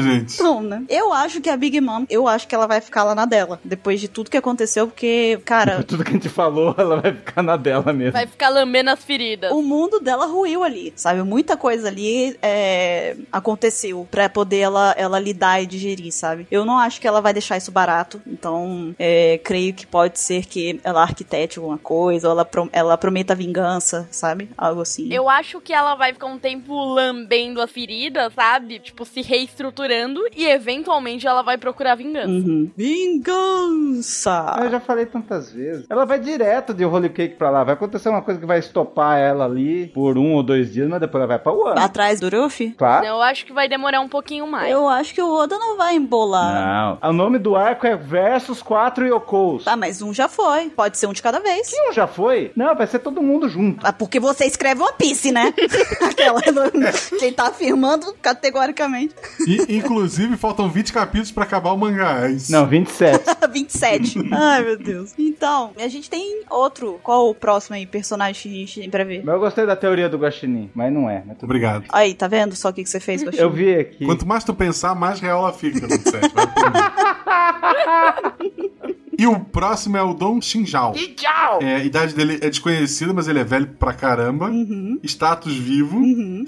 [SPEAKER 3] gente.
[SPEAKER 1] Então, né? Eu acho que a Big Mom, eu acho que ela vai ficar lá na dela, depois de tudo que aconteceu, porque, cara,
[SPEAKER 4] Tudo que a gente falou, ela vai ficar na dela mesmo.
[SPEAKER 2] Vai ficar lambendo as feridas.
[SPEAKER 1] o mundo dela ruiu ali, sabe? Muita coisa ali é, aconteceu pra poder ela, ela lidar e digerir, sabe? Eu não acho que ela vai deixar isso barato, então é, creio que pode ser que ela arquitete alguma coisa, ou ela, pro- ela prometa vingança, sabe? Algo assim.
[SPEAKER 2] Eu acho que ela vai ficar um tempo lambendo as feridas, sabe? Tipo, se reestruturando e eventualmente ela vai procurar vingança.
[SPEAKER 1] Uhum. Vingança!
[SPEAKER 4] Eu já falei tantas vezes. Ela vai direto de Holy Cake pra lá. Vai acontecer uma coisa que vai estopar ela ali por um ou dois dias, mas depois ela vai pra Wano.
[SPEAKER 1] Atrás do Ruffy?
[SPEAKER 4] Claro.
[SPEAKER 2] Eu acho que vai demorar um pouquinho mais.
[SPEAKER 1] tá. Eu acho que o Oda não vai embolar.
[SPEAKER 4] Não. O nome do arco é Versus 4 Yokos.
[SPEAKER 1] Tá, mas um já foi. Pode ser um de cada vez.
[SPEAKER 4] Um já foi? Não, vai ser todo mundo junto.
[SPEAKER 1] Ah, porque você escreve One Piece, né? Aquela. Quem tá afirmando categoricamente.
[SPEAKER 3] E, inclusive, faltam 20 capítulos pra acabar o mangá. É isso.
[SPEAKER 4] Não, 27.
[SPEAKER 1] Ah, 27. Ai, meu Deus. Então, a gente tem outro. Qual o próximo aí, personagem que a gente tem pra ver?
[SPEAKER 4] Mas eu gostei da teoria do Guaxinim, mas não é. Mas tudo
[SPEAKER 3] Obrigado.
[SPEAKER 1] Aí, tá vendo só o que, que você fez,
[SPEAKER 4] bem. Eu
[SPEAKER 1] Gostinho?
[SPEAKER 4] vi aqui.
[SPEAKER 3] Quanto mais tu pensar, mais real ela fica, Luke Sérgio. Vai por mim. E o próximo é o Dom Xinjiao. É, a idade dele é desconhecida, mas ele é velho pra caramba. Status vivo.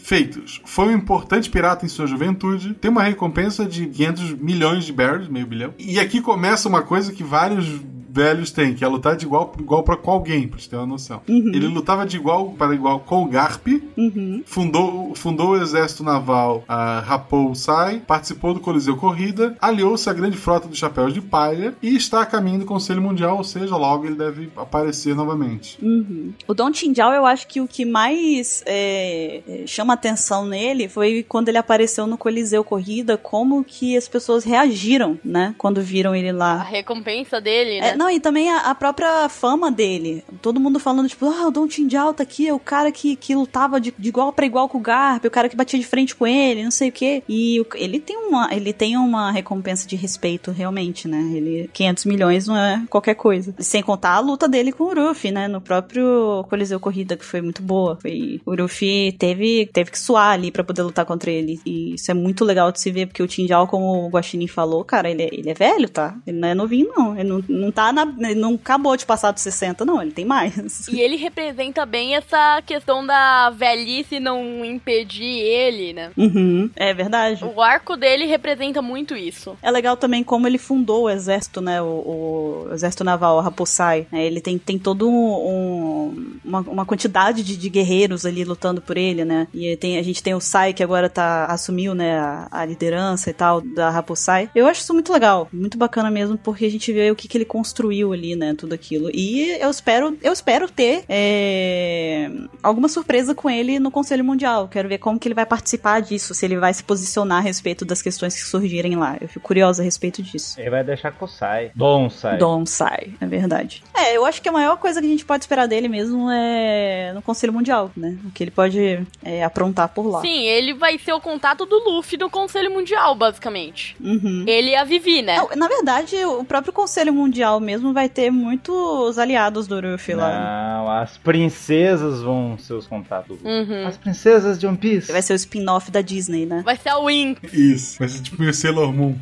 [SPEAKER 3] Feitos. Foi um importante pirata em sua juventude. Tem uma recompensa de 500 milhões de berries, meio bilhão. E aqui começa uma coisa que vários velhos têm, que é lutar de igual, igual para com alguém, pra você ter uma noção. Ele lutava de igual para igual com o Garp,
[SPEAKER 1] Uhum,
[SPEAKER 3] fundou, fundou o exército naval a Rapou Sai, participou do Coliseu Corrida, aliou-se à grande frota dos Chapéus de Palha e está a caminho do Conselho Mundial, ou seja, logo ele deve aparecer novamente.
[SPEAKER 1] Uhum. O Don Tindial, eu acho que o que mais é, é, chama atenção nele foi quando ele apareceu no Coliseu Corrida, como que as pessoas reagiram, né? Quando viram ele lá.
[SPEAKER 2] A recompensa dele, né?
[SPEAKER 1] É, não, e também a, a própria fama dele. Todo mundo falando, tipo, ah, o Don Tindial tá aqui, é o cara que, que lutava de, de igual pra igual com o Garp, é o cara que batia de frente com ele, não sei o quê. E o- ele tem uma, ele tem uma recompensa de respeito, realmente, né? Ele, 500 milhões não é qualquer coisa. Sem contar a luta dele com o Ruffy, né? No próprio Coliseu Corrida, que foi muito boa. Foi, o Ruffy teve, teve que suar ali pra poder lutar contra ele. E isso é muito legal de se ver, porque o Tindial, como o Guaxinim falou, cara, ele é, ele é velho, tá? Ele não é novinho, não. Ele não, não tá na, não acabou de passar dos 60, não, ele tem mais.
[SPEAKER 2] E ele representa bem essa questão da velhice não impedir ele, né?
[SPEAKER 1] Uhum, é verdade.
[SPEAKER 2] O arco dele representa muito isso.
[SPEAKER 1] É legal também como ele fundou o exército, né? O, o exército naval, o Raposai. né, Ele tem, tem todo um, um- uma, uma quantidade de, de guerreiros ali lutando por ele, né? E tem, a gente tem o Sai que agora tá, assumiu, né? A, a liderança e tal da Raposai. Eu acho isso muito legal, muito bacana mesmo, porque a gente vê o que, que ele construiu ali, né? Tudo aquilo. E eu espero, eu espero ter é, alguma surpresa com ele no Conselho Mundial. Quero ver como que ele vai participar disso, se ele vai se posicionar a respeito das questões que surgirem lá. Eu fico curiosa a respeito disso.
[SPEAKER 4] Ele vai deixar com o Sai. Dom Sai.
[SPEAKER 1] Don sai, é verdade. É, eu acho que a maior coisa que a gente pode esperar dele mesmo é no Conselho Mundial, né? O que ele pode é, aprontar por lá.
[SPEAKER 2] Sim, ele vai ser o contato do Luffy no Conselho Mundial, basicamente.
[SPEAKER 1] Uhum.
[SPEAKER 2] Ele e a Vivi, né?
[SPEAKER 1] Não, Na verdade, o próprio Conselho Mundial mesmo vai ter muitos aliados do Ruffy lá.
[SPEAKER 4] Não, as princesas vão ser os contatos.
[SPEAKER 2] Uhum.
[SPEAKER 4] As princesas de One Piece.
[SPEAKER 1] Vai ser o spin-off da Disney, né?
[SPEAKER 2] Vai ser a Win.
[SPEAKER 3] Isso. Vai ser tipo meio Sailor Moon.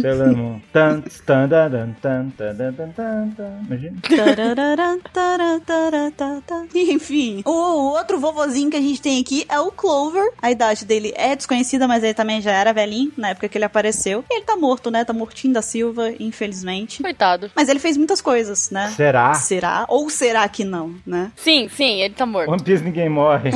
[SPEAKER 4] Sailor Moon. Tan, tan, dan, dan, tan, tan, dan, dan, tan, tan. Imagina.
[SPEAKER 1] Tararara, tarataratata. Enfim, o outro vovozinho que a gente tem aqui é o Clover. A idade dele é desconhecida, mas ele também já era velhinho na época que ele apareceu. E ele tá morto, né? Tá mortinho da Silva, infelizmente.
[SPEAKER 2] Coitado.
[SPEAKER 1] Mas ele fez muitas coisas, né?
[SPEAKER 4] Será?
[SPEAKER 1] Será? Ou será que não, né?
[SPEAKER 2] Sim, sim, ele tá morto.
[SPEAKER 4] One Piece ninguém morre.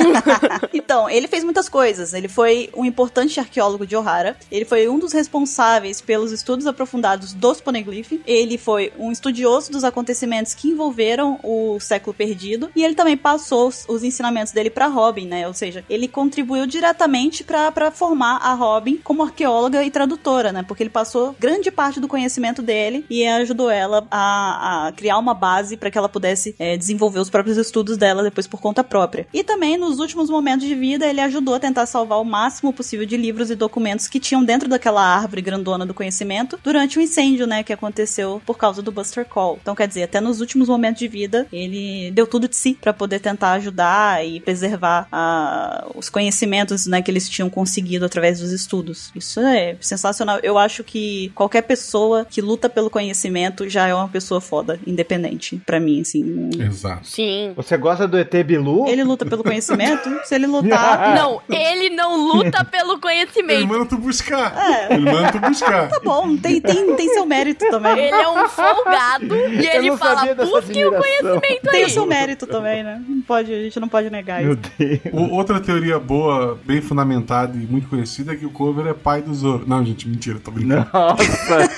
[SPEAKER 1] Então, ele fez muitas coisas. Ele foi um importante arqueólogo de Ohara. Ele foi um dos responsáveis pelos estudos aprofundados dos Poneglyph. Ele foi um estudioso dos acontecimentos que envolveram o século perdido. E ele também passou os, os ensinamentos dele pra Robin, né? Ou seja, ele contribuiu diretamente pra pra formar a Robin como arqueóloga e tradutora, né? Porque ele passou grande parte do conhecimento dele e ajudou ela a, a criar uma base para que ela pudesse eh, desenvolver os próprios estudos dela depois por conta própria. E também nos últimos momentos de vida ele ajudou a tentar salvar o máximo possível de livros e documentos que tinham dentro daquela árvore grandona do conhecimento durante o incêndio, né, que aconteceu por causa do Buster Call. Então quer dizer, até nos últimos momentos de vida ele deu tudo de si para poder tentar ajudar e preservar ah, os conhecimentos, né, que eles tinham conseguido através dos estudos. Isso é sensacional. Eu acho que qualquer pessoa que luta pelo conhecimento já é uma pessoa foda, independente, Pra mim, assim. não-
[SPEAKER 3] Exato.
[SPEAKER 2] Sim.
[SPEAKER 4] Você gosta do ET Bilu?
[SPEAKER 1] Ele luta pelo conhecimento, se ele lutar,
[SPEAKER 4] Ah.
[SPEAKER 2] Não, ele não luta pelo
[SPEAKER 3] Ele
[SPEAKER 2] conhecimento.
[SPEAKER 3] manda tu buscar.
[SPEAKER 1] É.
[SPEAKER 3] Ele manda tu buscar.
[SPEAKER 1] tá bom, tem, tem, tem seu mérito também.
[SPEAKER 2] Ele é um folgado e
[SPEAKER 4] Eu
[SPEAKER 2] ele
[SPEAKER 4] não
[SPEAKER 2] fala:
[SPEAKER 4] sabia dessa
[SPEAKER 2] busque o
[SPEAKER 4] admiração."
[SPEAKER 2] conhecimento
[SPEAKER 1] Tem
[SPEAKER 2] aí.
[SPEAKER 1] o seu mérito também, né? Não pode, a gente não pode negar
[SPEAKER 4] Meu
[SPEAKER 1] isso.
[SPEAKER 4] Deus.
[SPEAKER 3] O- outra teoria boa, bem fundamentada e muito conhecida é que o Clover é pai do Zoro. Não, gente, mentira, tô brincando.
[SPEAKER 4] Nossa.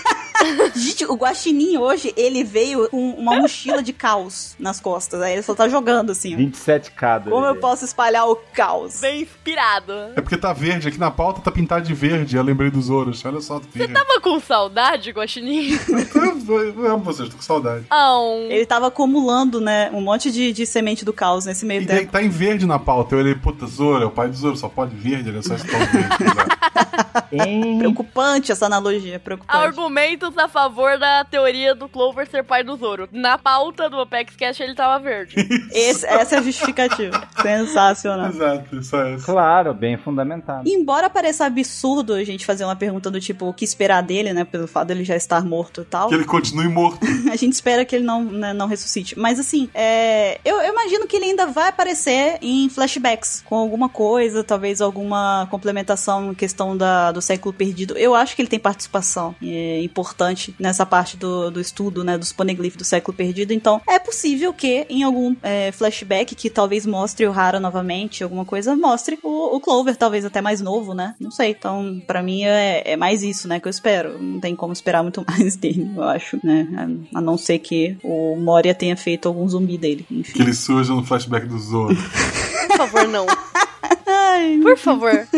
[SPEAKER 1] Gente, o Guaxinim hoje, ele veio com uma mochila de caos nas costas. Aí ele só tá jogando assim. ó.
[SPEAKER 4] 27k. do
[SPEAKER 1] Como eu
[SPEAKER 4] ET.
[SPEAKER 1] posso espalhar o caos?
[SPEAKER 2] Bem inspirado.
[SPEAKER 3] É porque tá verde, aqui na pauta tá pintado de verde, eu lembrei dos ouros. Olha só, Você
[SPEAKER 2] Tava com saudade, Guaxinim?
[SPEAKER 3] Eu amo vocês, tô com saudade.
[SPEAKER 2] Não.
[SPEAKER 1] Ele tava acumulando, né, um monte de, de semente do caos nesse meio
[SPEAKER 3] E daí
[SPEAKER 1] tempo.
[SPEAKER 3] tá em verde na pauta. Eu olhei, puta, Zoro, é o pai do Zoro, só pode verde, olha só esse pau verde. né? exato.
[SPEAKER 4] Hein?
[SPEAKER 1] Preocupante essa analogia, preocupante.
[SPEAKER 2] Argumentos a favor da teoria do Clover ser pai do Zoro. Na pauta do Apex Cash ele tava verde.
[SPEAKER 1] Esse- essa é a justificativa. Sensacional.
[SPEAKER 3] Exato, é só essa.
[SPEAKER 4] Claro, bem fundamentado.
[SPEAKER 1] Embora pareça absurdo a gente fazer uma pergunta do tipo o que esperar dele, né? Pelo fato dele já estar morto e tal.
[SPEAKER 3] Que ele continue morto.
[SPEAKER 1] A gente espera que ele não, né, não ressuscite. Mas assim, é, eu, eu imagino que ele ainda vai aparecer em flashbacks com alguma coisa, talvez alguma complementação em questão da, do século perdido. Eu acho que ele tem participação é, importante nessa parte do, do estudo, né? Dos poneglyphs do século perdido. Então, é possível que em algum é, flashback que talvez mostre o Hara novamente, alguma coisa, mostre o, o Clover, talvez até mais novo, né? Não sei. Então, pra mim é, é mais isso, né? Que eu espero. Não tem como esperar muito mais dele, eu acho, né? A a não ser que o Moria tenha feito algum zumbi dele. Enfim.
[SPEAKER 3] Que ele surja no flashback do Zoro.
[SPEAKER 2] Por favor, não. Por favor.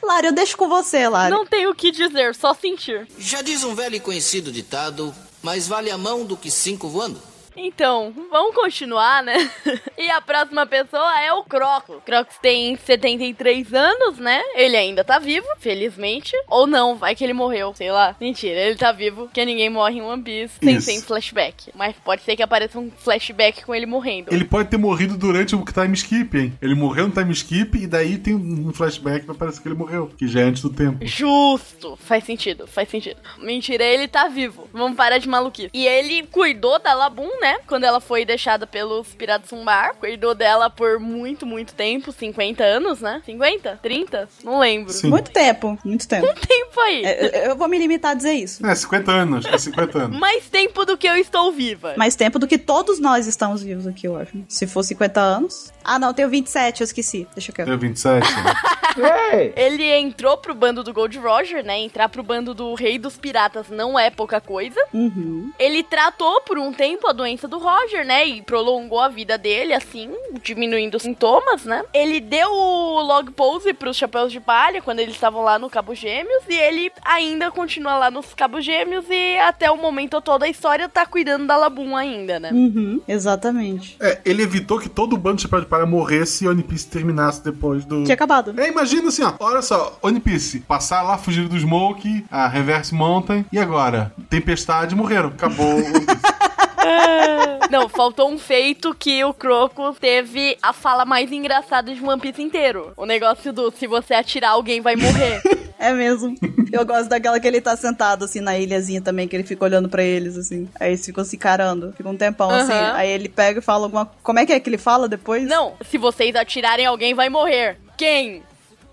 [SPEAKER 1] Lara, eu deixo com você, Lara.
[SPEAKER 2] Não tenho o que dizer, só sentir.
[SPEAKER 7] Já diz um velho e conhecido ditado: mais vale a mão do que cinco voando.
[SPEAKER 2] Então, vamos continuar, né? E a próxima pessoa é o Croco. O Crocs tem 73 anos, né? Ele ainda tá vivo, felizmente. Ou não, vai que ele morreu, sei lá. Mentira, ele tá vivo, porque ninguém morre em One Piece sem,
[SPEAKER 3] Isso.
[SPEAKER 2] sem flashback. Mas pode ser que apareça um flashback com ele morrendo.
[SPEAKER 3] Ele pode ter morrido durante o time skip, hein? Ele morreu no time skip e daí tem um flashback que parece que ele morreu, que já é antes do tempo.
[SPEAKER 2] Justo. Faz sentido, faz sentido. Mentira, ele tá vivo. Vamos parar de maluquice. E ele cuidou da Labum, né? Quando ela foi deixada pelos piratas Umbar. Cuidou dela por muito, muito tempo 50 anos, né? 50? 30? Não lembro.
[SPEAKER 3] Sim.
[SPEAKER 1] Muito tempo, muito tempo.
[SPEAKER 2] Tempo aí.
[SPEAKER 1] É, eu- eu vou me limitar a dizer isso.
[SPEAKER 3] É, 50 anos, é 50 anos.
[SPEAKER 2] Mais tempo do que eu estou viva.
[SPEAKER 1] Mais tempo do que todos nós estamos vivos aqui, eu acho. Se for 50 anos. Ah, não, eu tenho 27, eu esqueci. Deixa eu ver.
[SPEAKER 3] Deu 27. né?
[SPEAKER 4] Ei!
[SPEAKER 2] Ele entrou pro bando do Gold Roger, né? Entrar pro bando do Rei dos Piratas não é pouca coisa.
[SPEAKER 1] Uhum.
[SPEAKER 2] Ele tratou por um tempo a doença do Roger, né? E prolongou a vida dele, assim, diminuindo os sintomas, né? Ele deu o log pose pros chapéus de palha quando eles estavam lá no Cabo Gêmeos. E ele ainda continua lá nos Cabo Gêmeos. E até o momento atual da história tá cuidando da Labum ainda, né?
[SPEAKER 1] Uhum. Exatamente.
[SPEAKER 3] É, ele evitou que todo o bando de chapéu de palha morresse e One Piece terminasse depois do.
[SPEAKER 1] Tinha acabado.
[SPEAKER 3] É, imagina assim, ó. Olha só, One Piece, passar lá, fugir do Smoke, a Reverse Mountain, e agora? Tempestade, morreram. Acabou. o One Piece.
[SPEAKER 2] Não, faltou um feito que o Croco teve a fala mais engraçada de One Piece inteiro. O negócio do se você atirar, alguém vai morrer.
[SPEAKER 1] É mesmo. Eu gosto daquela que ele tá sentado, assim, na ilhazinha também, que ele fica olhando pra eles, assim. Aí eles ficam se encarando. Fica um tempão,
[SPEAKER 2] Aham.
[SPEAKER 1] assim. Aí ele pega e fala alguma... Como é que é que ele fala depois?
[SPEAKER 2] Não, se vocês atirarem, alguém vai morrer. Quem?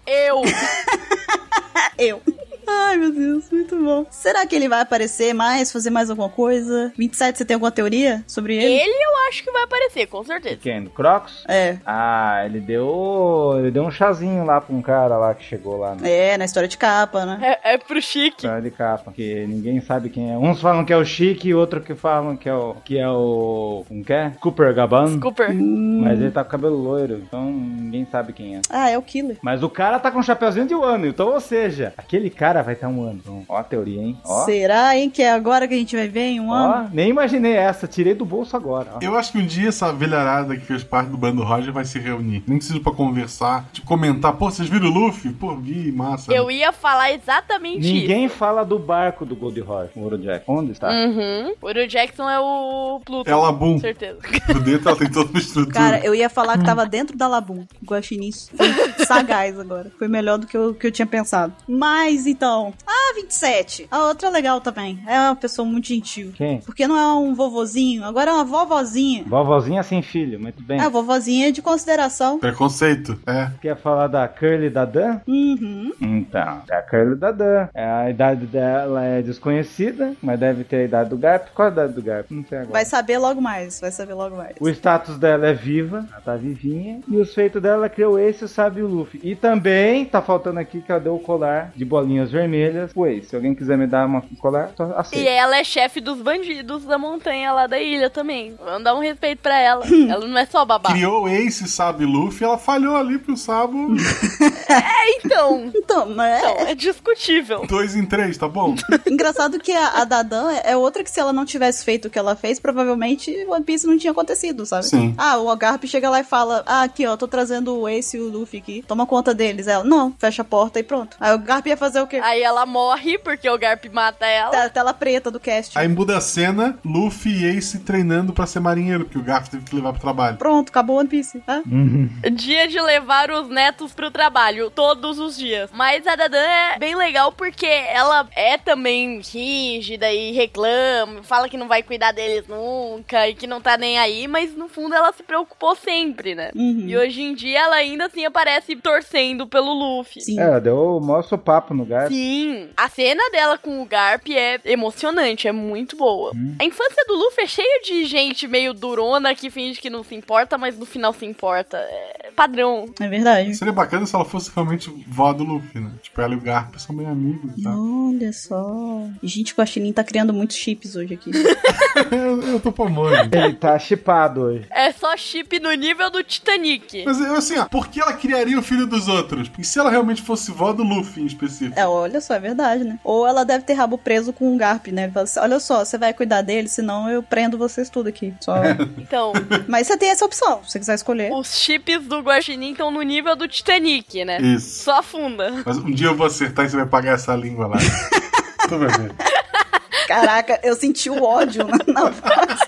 [SPEAKER 2] Eu!
[SPEAKER 1] É Eu. Ai, meu Deus, muito bom. Será que ele vai aparecer mais, fazer mais alguma coisa? 27, você tem alguma teoria sobre ele?
[SPEAKER 2] Ele eu acho que vai aparecer, com certeza.
[SPEAKER 4] Quem? Do Crocs?
[SPEAKER 1] É.
[SPEAKER 4] Ah, ele deu. Ele deu um chazinho lá pra um cara lá que chegou lá né? no.
[SPEAKER 1] É, na história de capa, né?
[SPEAKER 2] É, é pro chique.
[SPEAKER 4] cara de capa, que ninguém sabe quem é. Uns falam que é o Chique e outro que falam que é o. que é o. Como que é? Cooper Gaban.
[SPEAKER 2] Cooper.
[SPEAKER 4] Mas ele tá com cabelo loiro, então ninguém sabe quem é.
[SPEAKER 1] Ah, é o Killer.
[SPEAKER 4] Mas o cara tá com um chapeuzinho de ano, então, ou seja, aquele cara vai estar um ano. Então, ó a teoria, hein? Ó,
[SPEAKER 1] Será, hein, que é agora que a gente vai ver em um ano?
[SPEAKER 4] ó, nem imaginei essa, tirei do bolso agora. ó.
[SPEAKER 3] Eu acho que um dia essa velharada que fez parte do bando Roger vai se reunir. Nem que seja pra conversar, tipo, comentar. Pô, vocês viram o Luffy? Pô, vi, massa.
[SPEAKER 2] Eu ia falar exatamente
[SPEAKER 4] Ninguém fala do barco do Gold Horse, o Ouro Jack. Onde está?
[SPEAKER 2] isso. Uhum. O Uru Jackson é o Pluto.
[SPEAKER 3] É Labum.
[SPEAKER 2] Com certeza.
[SPEAKER 3] Por dentro ela tem toda uma estrutura.
[SPEAKER 1] Cara, eu ia falar que tava dentro da Labum. Guaxinim foi sagaz agora. Foi melhor do que eu, que eu tinha pensado. Mas então. Ah, 27. A outra é legal também. É uma pessoa muito gentil.
[SPEAKER 4] Quem?
[SPEAKER 1] Porque não é um vovozinho, agora é uma vovozinha.
[SPEAKER 4] Vovozinha sem filho, muito bem.
[SPEAKER 1] É, a vovozinha de consideração.
[SPEAKER 3] Preconceito. É.
[SPEAKER 4] Quer falar da Curly da Dan?
[SPEAKER 1] Uhum.
[SPEAKER 4] Então, é a Curly da Dan. É, A idade dela é desconhecida, mas deve ter a idade do Garp. Qual a idade do Garp? Não sei agora.
[SPEAKER 1] Vai saber logo mais, vai saber logo mais.
[SPEAKER 4] O status dela é viva, ela tá vivinha. E os feitos dela é criou o Ace, o Sábio e o Luffy. E também tá faltando aqui que ela deu o colar de bolinhas vermelhas. pro Ace, se alguém quiser me dar uma um colar, só
[SPEAKER 2] E
[SPEAKER 4] aceito.
[SPEAKER 2] ela é chefe dos bandidos da montanha lá da ilha também. Vamos dar um respeito pra ela. ela não é só babá.
[SPEAKER 3] Criou Ace, Sabo e Luffy, ela falhou ali pro Sabo.
[SPEAKER 2] É, então.
[SPEAKER 1] Então, mas
[SPEAKER 2] Então, é discutível.
[SPEAKER 3] Dois em três, tá bom?
[SPEAKER 1] Engraçado que a, a Dadan é é outra que se ela não tivesse feito o que ela fez, provavelmente One Piece não tinha acontecido, sabe?
[SPEAKER 3] Sim.
[SPEAKER 1] Ah, o Garp chega lá e fala, ah, aqui ó, tô trazendo o Ace e o Luffy aqui, toma conta deles. Ela, não, fecha a porta e pronto. Aí o Garp ia fazer o quê?
[SPEAKER 2] Aí ela morre porque o Garp mata ela.
[SPEAKER 1] Te- Tela preta do cast.
[SPEAKER 3] Aí muda a cena, Luffy e Ace treinando pra ser marinheiro, porque o Garf teve que levar pro trabalho.
[SPEAKER 1] Pronto, acabou One Piece. Tá?
[SPEAKER 3] Hum,
[SPEAKER 2] Dia de levar os netos pro trabalho, todos os dias. Mas a Dadan é bem legal porque ela é também rígida e reclama, fala que não vai cuidar deles nunca e que não tá nem aí, mas no fundo ela se preocupou sempre, né?
[SPEAKER 1] Uhum.
[SPEAKER 2] E hoje em dia ela ainda assim aparece torcendo pelo Luffy.
[SPEAKER 1] Sim.
[SPEAKER 4] É, ela deu o maior sopapo no Garp.
[SPEAKER 2] Sim, a cena dela com o Garp é emocionante, é muito boa.
[SPEAKER 1] Uhum.
[SPEAKER 2] A infância do Luffy é cheia de gente meio durona que finge que não se importa, mas no final se importa. É padrão.
[SPEAKER 1] É verdade.
[SPEAKER 3] Seria bacana se ela fosse realmente vó do Luffy, né? Tipo, ela e o Garp são bem amigos e tal.
[SPEAKER 1] Olha só. Gente, o Guaxinim tá criando muitos chips hoje aqui.
[SPEAKER 3] eu, eu tô pomando.
[SPEAKER 4] Ele tá chipado hoje.
[SPEAKER 2] É só chip no nível do Titanic.
[SPEAKER 3] Mas eu, assim, ó, por que ela criaria o filho dos outros? Porque se ela realmente fosse vó do Luffy em específico.
[SPEAKER 1] É, olha só, é verdade, né? Ou ela deve ter rabo preso com um Garp, né? Ele fala assim, olha só, você vai cuidar dele, senão eu prendo vocês tudo aqui. Só...
[SPEAKER 3] É,
[SPEAKER 2] Então,
[SPEAKER 1] Mas você tem essa opção, se você quiser escolher.
[SPEAKER 2] os chips do Guaxinim estão no nível do Titanic, né?
[SPEAKER 3] Isso.
[SPEAKER 2] Só afunda.
[SPEAKER 3] Mas um dia eu vou acertar e você vai pagar essa língua lá. tu vai ver.
[SPEAKER 1] Caraca, eu senti o ódio na, na frase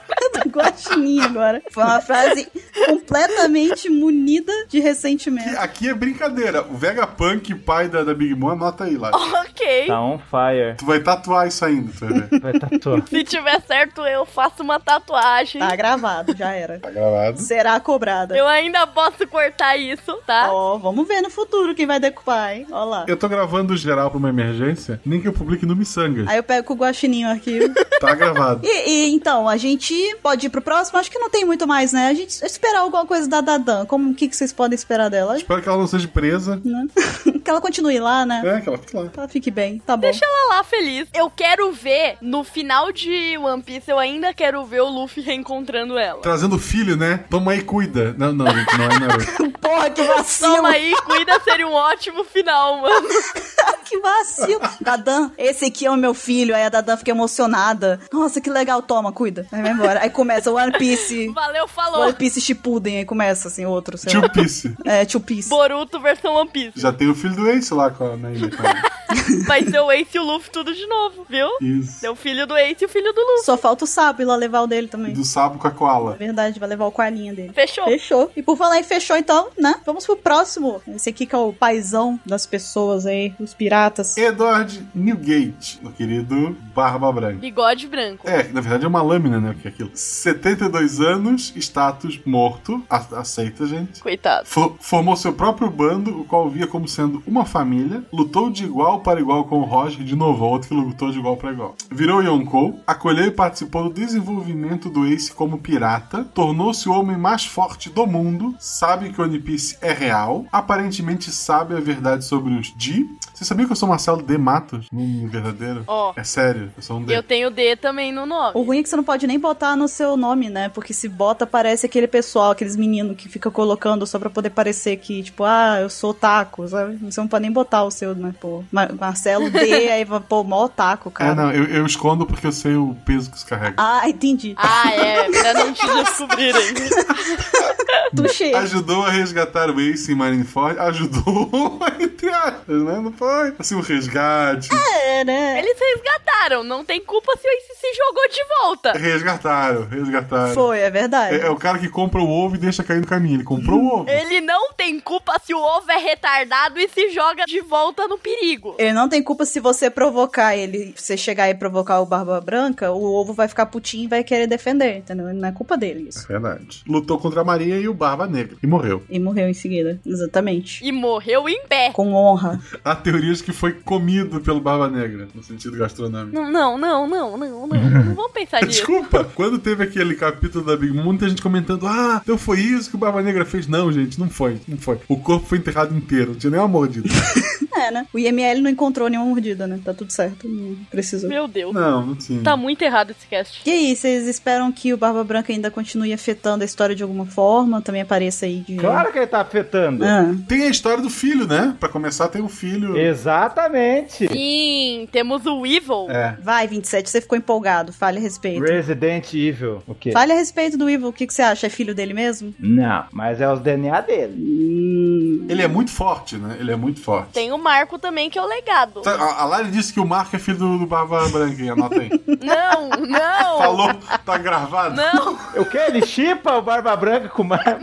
[SPEAKER 1] do Guaxinim agora. Foi uma frase completamente munida de
[SPEAKER 3] E
[SPEAKER 1] ressentimento.
[SPEAKER 3] aqui é brincadeira. O Vegapunk, pai da, da Big Mom, anota aí lá.
[SPEAKER 2] Ok.
[SPEAKER 4] Tá on fire.
[SPEAKER 3] Tu vai tatuar isso ainda, tu vai ver.
[SPEAKER 4] Vai tá tatuar.
[SPEAKER 2] Se tiver certo, eu faço uma tatuagem.
[SPEAKER 1] Tá gravado, já era.
[SPEAKER 3] Tá gravado.
[SPEAKER 1] Será cobrada.
[SPEAKER 2] Eu ainda posso cortar isso, tá?
[SPEAKER 1] Ó, vamos ver no futuro quem vai decupar, hein? Ó lá.
[SPEAKER 3] Eu tô gravando geral pra uma emergência, nem que eu publique no Missangas.
[SPEAKER 1] Aí eu pego com o guaxininho o arquivo.
[SPEAKER 3] Tá gravado.
[SPEAKER 1] E, e, então, a gente pode ir pro próximo? Acho que não tem muito mais, né? A gente esperar alguma coisa da Dadan. Como o que, que vocês podem esperar dela?
[SPEAKER 3] Espero que ela não seja presa.
[SPEAKER 1] Que ela continue lá, né?
[SPEAKER 3] É, que ela fique lá.
[SPEAKER 1] Que ela fique bem, tá bom.
[SPEAKER 2] Deixa ela lá feliz. Eu quero ver, no final de One Piece, eu ainda quero ver o Luffy reencontrando ela.
[SPEAKER 3] Trazendo filho, né? Toma aí, cuida. Não, não, gente, não é Naruto.
[SPEAKER 1] Porra, que vacilo!
[SPEAKER 2] Toma aí, cuida, seria um ótimo final, mano.
[SPEAKER 1] que vacilo! Dadan, esse aqui é o meu filho. Aí a Dadan fica emocionada. Nossa, que legal, toma, cuida. Aí vai embora. Aí começa One Piece.
[SPEAKER 2] Valeu, falou.
[SPEAKER 1] One Piece Shippuden. Aí começa, assim, outro, sei lá.
[SPEAKER 3] Tio Piece.
[SPEAKER 1] É, Two Piece.
[SPEAKER 2] Boruto versão One Piece.
[SPEAKER 3] Já tem o filho do Ace lá com a tá? na ilha. com ela.
[SPEAKER 2] Vai ser o Ace e o Luffy tudo de novo, viu?
[SPEAKER 3] Isso.
[SPEAKER 2] Seu filho do Ace e o filho do Luffy.
[SPEAKER 1] Só falta o sapo ir lá levar o dele também.
[SPEAKER 3] Do sapo com a
[SPEAKER 1] É
[SPEAKER 3] koala.
[SPEAKER 1] verdade, vai levar o coalinha dele.
[SPEAKER 2] Fechou.
[SPEAKER 1] Fechou. E por falar em fechou, então, né? Vamos pro próximo. Esse aqui que é o paizão das pessoas aí, os piratas.
[SPEAKER 3] Edward Newgate, meu querido Barba Branca.
[SPEAKER 2] Bigode branco.
[SPEAKER 3] É, na verdade é uma lâmina, né? Que é aquilo. 72 anos, status morto. A- aceita, gente.
[SPEAKER 2] Coitado.
[SPEAKER 3] Fo- Formou seu próprio bando, o qual via como sendo uma família, lutou de igual para igual com o Roger, de novo, outro que lutou de igual para igual. Virou Yonkou, acolheu e participou do desenvolvimento do Ace como pirata, tornou-se o homem mais forte do mundo, sabe que o One Piece é real, aparentemente sabe a verdade sobre os Di. Você sabia que eu sou Marcelo D. Matos? Hum, verdadeiro?
[SPEAKER 2] Ó,
[SPEAKER 3] É sério, eu sou um D.
[SPEAKER 2] eu tenho D também no nome.
[SPEAKER 3] Uhum.
[SPEAKER 1] O ruim é que você não pode nem botar no seu nome, né? Porque se bota, parece aquele pessoal, aqueles meninos que fica colocando só pra poder parecer que, tipo, ah, eu sou taco, sabe? Você não pode nem botar o seu, né? Pô, Mar- Marcelo D, aí, vai, pô, mó taco,
[SPEAKER 3] É,
[SPEAKER 1] cara.
[SPEAKER 3] não, eu, eu escondo porque eu sei o peso que isso carrega.
[SPEAKER 1] ah, entendi.
[SPEAKER 2] Ah, é, pra não te descobrirem.
[SPEAKER 1] Tuxei.
[SPEAKER 3] Ajudou a resgatar o Ace em Marineford, ajudou, entre aspas, né? Não foi assim um resgate.
[SPEAKER 1] É, né?
[SPEAKER 2] Eles resgataram, não tem culpa se o Ace se jogou de volta.
[SPEAKER 3] Resgataram, resgataram.
[SPEAKER 1] Foi, é
[SPEAKER 3] É,
[SPEAKER 1] verdade.
[SPEAKER 3] é o cara que compra o ovo e deixa cair no caminho. Ele comprou o ovo.
[SPEAKER 2] Ele não tem culpa se o ovo é retardado e se joga de volta no perigo.
[SPEAKER 1] Ele não tem culpa se você provocar ele. Se você chegar e provocar o Barba Branca, o ovo vai ficar putinho e vai querer defender, entendeu? Não é culpa dele isso.
[SPEAKER 3] Verdade. Lutou contra a Maria e o Barba Negra. E morreu.
[SPEAKER 1] E morreu em seguida. Exatamente.
[SPEAKER 2] E morreu em pé.
[SPEAKER 1] Com honra.
[SPEAKER 3] Há teorias que foi comido pelo Barba Negra, no sentido gastronômico.
[SPEAKER 2] Não, não, não, não, não, não. Não vamos pensar nisso.
[SPEAKER 3] Desculpa, quando teve aquele capítulo da Big Mom, muita gente comentando: Ah, então foi isso que o Barba Negra fez. Não, gente, não foi, não foi. O corpo foi enterrado inteiro, não tinha nem uma mordida.
[SPEAKER 2] Tá
[SPEAKER 1] É, né? O IML não encontrou nenhuma mordida, né? Tá tudo certo. Não precisou.
[SPEAKER 2] Meu Deus.
[SPEAKER 3] Não, não tinha.
[SPEAKER 2] Tá muito errado esse cast.
[SPEAKER 1] E aí, vocês esperam que o Barba Branca ainda continue afetando a história de alguma forma? Também apareça aí de.
[SPEAKER 4] Claro que ele tá afetando.
[SPEAKER 1] Ah,
[SPEAKER 3] Tem a história do filho, né? Pra começar, tem o filho.
[SPEAKER 4] Exatamente.
[SPEAKER 2] Sim, temos o Evil.
[SPEAKER 3] É.
[SPEAKER 1] vai, 27, você ficou empolgado. Fale a respeito.
[SPEAKER 4] Resident Evil. O quê?
[SPEAKER 1] Fale a respeito do Ivo, o que, que você acha? É filho dele mesmo?
[SPEAKER 4] Não, mas é os DNA dele.
[SPEAKER 1] Hum.
[SPEAKER 3] Ele é muito forte, né? Ele é muito forte.
[SPEAKER 2] Tem o Marco também, que é o legado.
[SPEAKER 3] Tá, A, a Lari disse que o Marco é filho do, do Barba Branca, hein? anota aí.
[SPEAKER 2] Não, não.
[SPEAKER 3] Falou, tá gravado.
[SPEAKER 2] Não,
[SPEAKER 4] O que? Ele chipa o Barba Branca com o Mar...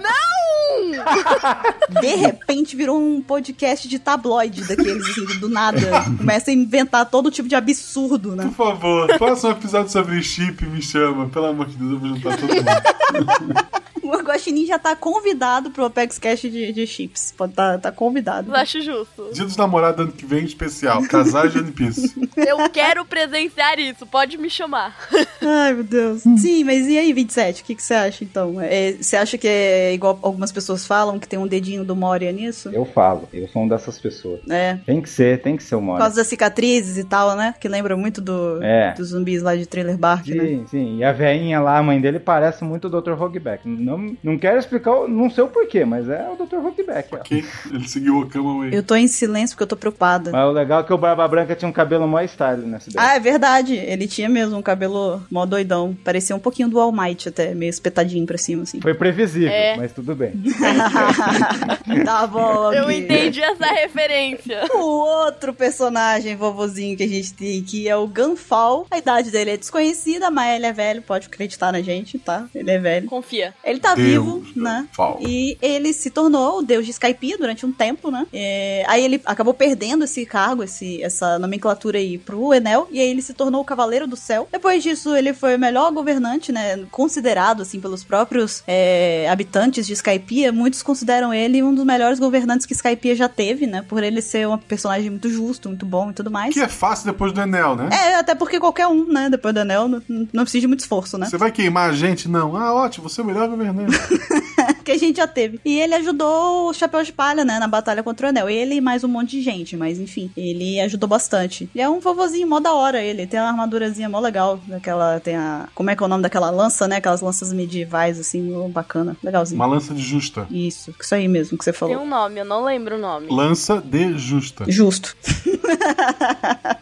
[SPEAKER 1] De repente virou um podcast de tabloide daqueles, assim, do nada. Começa a inventar todo tipo de absurdo, né?
[SPEAKER 3] Por favor, faça um episódio sobre chip e me chama. Pelo amor de Deus, eu vou juntar todo mundo.
[SPEAKER 1] Uma Guaxinim já tá convidado pro Apex Cash de, de chips. Pode tá, tá convidado.
[SPEAKER 2] Eu acho justo.
[SPEAKER 3] Dia dos namorados ano que vem especial. Casais de One Piece.
[SPEAKER 2] Eu quero presenciar isso, pode me chamar.
[SPEAKER 1] Ai, meu Deus.
[SPEAKER 4] Hum.
[SPEAKER 1] Sim, mas e aí, 27? O que que você acha, então? É, Você acha que é igual algumas pessoas falam, que tem um dedinho do Moria nisso?
[SPEAKER 4] Eu falo, eu sou um dessas pessoas.
[SPEAKER 1] É.
[SPEAKER 4] Tem que ser, tem que ser o
[SPEAKER 1] Por
[SPEAKER 4] Mori.
[SPEAKER 1] causa das cicatrizes e tal, né? Que lembra muito do,
[SPEAKER 4] É.
[SPEAKER 1] dos zumbis lá de Trailer Bark, né?
[SPEAKER 4] Sim, sim. E a veinha lá, a mãe dele, parece muito o Dr. Hogback. Não, não quero explicar, o- não sei o porquê, mas é o Dr. Hogback. ó.
[SPEAKER 3] Quem? Ele seguiu o Okama Way.
[SPEAKER 1] Eu tô em silêncio porque eu tô preocupada.
[SPEAKER 4] Mas o legal é que o Barba Branca tinha um cabelo mó style nessa ideia.
[SPEAKER 1] Ah, é verdade. Ele tinha mesmo um cabelo mó doidão. Parecia um pouquinho do All Might até, meio espetadinho pra cima, assim.
[SPEAKER 4] Foi previsível,
[SPEAKER 2] É.
[SPEAKER 4] mas tudo bem.
[SPEAKER 1] tá bom,
[SPEAKER 2] Eu
[SPEAKER 1] ok.
[SPEAKER 2] entendi essa referência.
[SPEAKER 1] O outro personagem vovozinho que a gente tem aqui é o Ganfal. A idade dele é desconhecida, mas ele é velho, pode acreditar na gente, tá? Ele é velho.
[SPEAKER 2] Confia.
[SPEAKER 1] Ele tá
[SPEAKER 3] Deus
[SPEAKER 1] vivo, né?
[SPEAKER 3] Fal.
[SPEAKER 1] E ele se tornou o deus de Skype durante um tempo, né? É, aí ele acabou perdendo esse cargo, esse, essa nomenclatura aí pro Enel, e aí ele se tornou o Cavaleiro do Céu. Depois disso, ele foi o melhor governante, né? Considerado, assim, pelos próprios é, habitantes de Skypiea. Muitos consideram ele um dos melhores governantes que Skypiea já teve, né? Por ele ser um personagem muito justo, muito bom e tudo mais.
[SPEAKER 3] Que é fácil depois do Enel, né?
[SPEAKER 1] É, até porque qualquer um, né? Depois do Enel, não, não precisa de muito esforço, né?
[SPEAKER 3] Você vai queimar a gente? Não. Ah, ótimo, você é o melhor governante.
[SPEAKER 1] que a gente já teve. E ele ajudou o Chapéu de Palha, né, na batalha contra o Anel. Ele e mais um monte de gente, mas enfim, ele ajudou bastante. E é um vovozinho mó da hora ele, tem uma armadurazinha mó legal, daquela, tem a, como é que é o nome daquela lança, né, aquelas lanças medievais, assim, mó bacana, legalzinho.
[SPEAKER 3] Uma lança de justa.
[SPEAKER 1] Isso, isso aí mesmo que você
[SPEAKER 2] Tem
[SPEAKER 1] falou.
[SPEAKER 2] um nome, eu não lembro o nome.
[SPEAKER 3] Lança de justa.
[SPEAKER 1] Justo.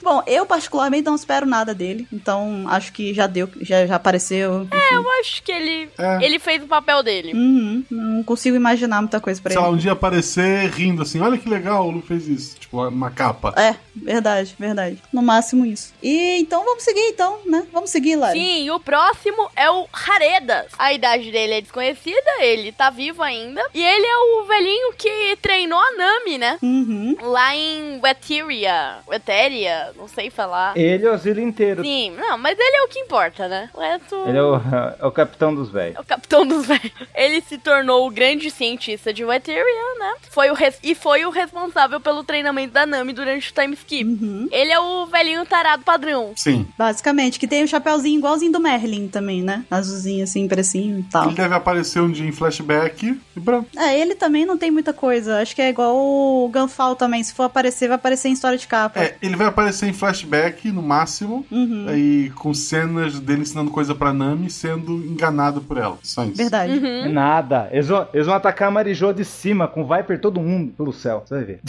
[SPEAKER 1] Bom, eu particularmente não espero nada dele, então acho que já deu, já, já apareceu. É,
[SPEAKER 2] Eu acho que ele.
[SPEAKER 3] É.
[SPEAKER 2] Ele fez o papel dele.
[SPEAKER 1] uhum, não consigo imaginar muita coisa pra
[SPEAKER 3] Sei lá,
[SPEAKER 1] ele.
[SPEAKER 3] um dia aparecer rindo assim, olha que legal, o Lu fez isso. Tipo, uma capa.
[SPEAKER 1] É, verdade, verdade. No máximo isso. E então vamos seguir, então, né? Vamos seguir, Lari.
[SPEAKER 2] Sim, e o próximo é o Haredas. A idade dele é desconhecida, ele tá vivo ainda. E ele é o velhinho que treinou a Nami, né?
[SPEAKER 1] Uhum.
[SPEAKER 2] Lá em Weteria. Weteria, não sei falar.
[SPEAKER 4] Ele é o Zilla inteiro.
[SPEAKER 2] Sim, não, mas ele é o que importa, né? O resto.
[SPEAKER 4] Ele é o, é o capitão dos velhos.
[SPEAKER 2] É o capitão dos velhos. Ele se tornou o grande cientista de Weteria, né? Foi o res- E foi o responsável pelo treinamento da Nami durante o time skip.
[SPEAKER 1] Uhum.
[SPEAKER 2] Ele é o velhinho tarado padrão.
[SPEAKER 3] Sim.
[SPEAKER 1] Basicamente, que tem o chapéuzinho igualzinho do Merlin também, né? Azulzinho assim, precinho e tal.
[SPEAKER 3] Ele deve aparecer um dia em flashback e pronto.
[SPEAKER 1] É, ele também não tem muita coisa. Acho que é igual o Ganfal também. Se for aparecer, vai aparecer em história de capa.
[SPEAKER 3] É, ele vai aparecer em flashback no máximo.
[SPEAKER 1] Uhum.
[SPEAKER 3] Aí com cenas dele ensinando coisa pra Nami sendo enganado por ela. Só isso.
[SPEAKER 1] Verdade.
[SPEAKER 2] Uhum.
[SPEAKER 4] Nada. Eles vão, eles vão atacar a Marijô de cima com Viper todo mundo pelo céu. Você vai ver.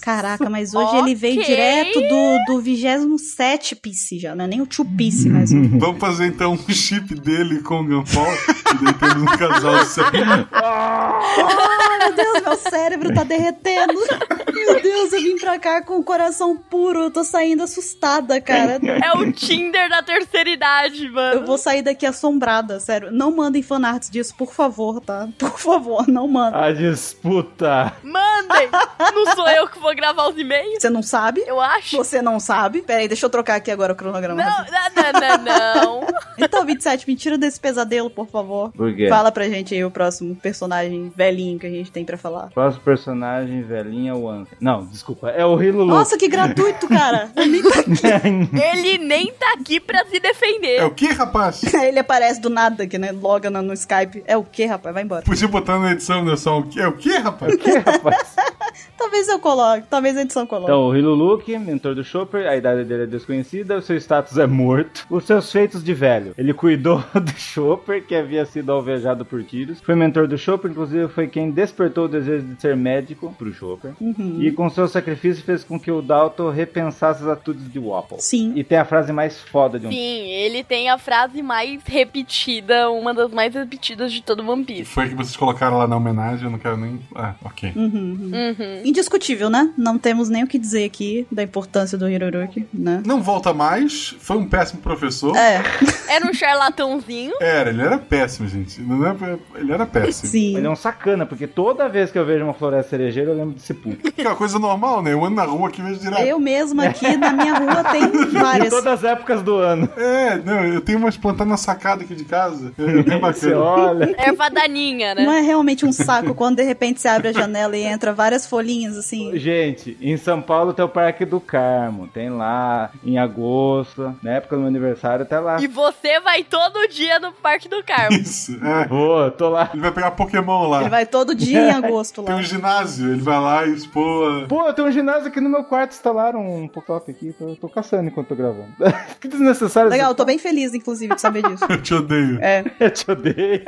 [SPEAKER 1] Caraca, mas hoje ele veio
[SPEAKER 2] Ok.
[SPEAKER 1] direto do, do 27 piece já, não é nem o 2 piece, mas o
[SPEAKER 3] Vamos fazer então um chip dele com o Gunfall e daí temos um casal sério.
[SPEAKER 1] Meu Deus, meu cérebro tá derretendo. Meu Deus, eu vim pra cá com o coração puro. Eu tô saindo assustada, cara.
[SPEAKER 2] É o Tinder da terceira idade,
[SPEAKER 1] Eu
[SPEAKER 2] mano.
[SPEAKER 1] vou sair daqui assombrada, sério. Não mandem fanarts disso, por favor, tá? Por favor, não mandem.
[SPEAKER 4] A disputa.
[SPEAKER 2] Mandem! Não sou eu que vou gravar os e-mails?
[SPEAKER 1] Você não sabe?
[SPEAKER 2] Eu acho.
[SPEAKER 1] Você não sabe? Peraí, deixa eu trocar aqui agora o cronograma.
[SPEAKER 2] Não, não, não, não, não.
[SPEAKER 1] Então, 27, me tira desse pesadelo, por favor.
[SPEAKER 4] Por quê?
[SPEAKER 1] Fala pra gente aí o próximo personagem velhinho que a gente tem pra falar.
[SPEAKER 4] Próximo personagem, velhinha, o Anka. Não, desculpa. É o Hilo Lu.
[SPEAKER 1] Nossa, que gratuito, cara! Eu nem tá
[SPEAKER 2] Ele nem tá aqui pra se defender.
[SPEAKER 3] É o que, rapaz?
[SPEAKER 1] tá- Ele aparece do nada aqui, né? Loga no, no Skype. É o quê, rapaz? Vai embora.
[SPEAKER 3] Podia botar na edição, né? Só o que? É o que, rapaz?
[SPEAKER 4] Que, rapaz?
[SPEAKER 1] Talvez eu coloque, talvez a edição coloque.
[SPEAKER 4] Então, o Hiluluk, mentor do Chopper, a idade dele é desconhecida, o seu status é morto. Os seus feitos de velho. Ele cuidou do Chopper, que havia sido alvejado por tiros. Foi mentor do Chopper, inclusive foi quem despertou o desejo de ser médico pro Chopper.
[SPEAKER 1] Uhum.
[SPEAKER 4] E com seu sacrifício fez com que o Dalton repensasse as atitudes de Wapple.
[SPEAKER 1] Sim.
[SPEAKER 4] E tem a frase mais foda de um
[SPEAKER 2] Sim, ele tem a frase mais repetida, uma das mais repetidas de todo One Piece.
[SPEAKER 3] Foi a que vocês colocaram lá na homenagem, eu não quero nem. Ah, ok.
[SPEAKER 1] Uhum, uhum.
[SPEAKER 2] Uhum.
[SPEAKER 1] indiscutível, né? Não temos nem o que dizer aqui da importância do Hiroruki, né?
[SPEAKER 3] Não volta mais, foi um péssimo professor.
[SPEAKER 1] É,
[SPEAKER 2] Era um charlatãozinho.
[SPEAKER 3] Era, ele era péssimo, gente. Não é- Ele era péssimo.
[SPEAKER 1] sim.
[SPEAKER 4] Ele é um sacana, porque toda vez que eu vejo uma floresta cerejeira, eu lembro desse puto.
[SPEAKER 3] Que é uma coisa normal, né? Eu ando na rua aqui vejo direto.
[SPEAKER 1] Eu mesma aqui na minha rua tem
[SPEAKER 4] Em
[SPEAKER 1] várias.
[SPEAKER 4] todas as épocas do ano.
[SPEAKER 3] É, não, eu tenho umas plantadas na sacada aqui de casa. É bem
[SPEAKER 4] Você
[SPEAKER 3] bacana.
[SPEAKER 4] olha.
[SPEAKER 2] Erva daninha, né?
[SPEAKER 1] Não é realmente um saco quando de repente você abre a janela e entra várias folhinhas assim.
[SPEAKER 4] Gente, em São Paulo tem o Parque do Carmo. Tem lá em agosto. Na época do meu aniversário, até lá.
[SPEAKER 2] E você vai todo dia no Parque do Carmo.
[SPEAKER 3] Isso, é.
[SPEAKER 4] Pô, tô lá.
[SPEAKER 3] Ele vai pegar Pokémon lá.
[SPEAKER 1] Ele vai todo dia em agosto
[SPEAKER 3] Tem
[SPEAKER 1] lá.
[SPEAKER 3] um ginásio, ele vai lá e expor.
[SPEAKER 4] Pô, eu tenho um ginásio aqui no meu quarto, instalaram um pop-up aqui, tô, tô caçando enquanto tô gravando. que desnecessário.
[SPEAKER 1] Legal, eu tô bem feliz, inclusive, de saber disso.
[SPEAKER 3] Eu te odeio.
[SPEAKER 1] É.
[SPEAKER 4] Eu te odeio.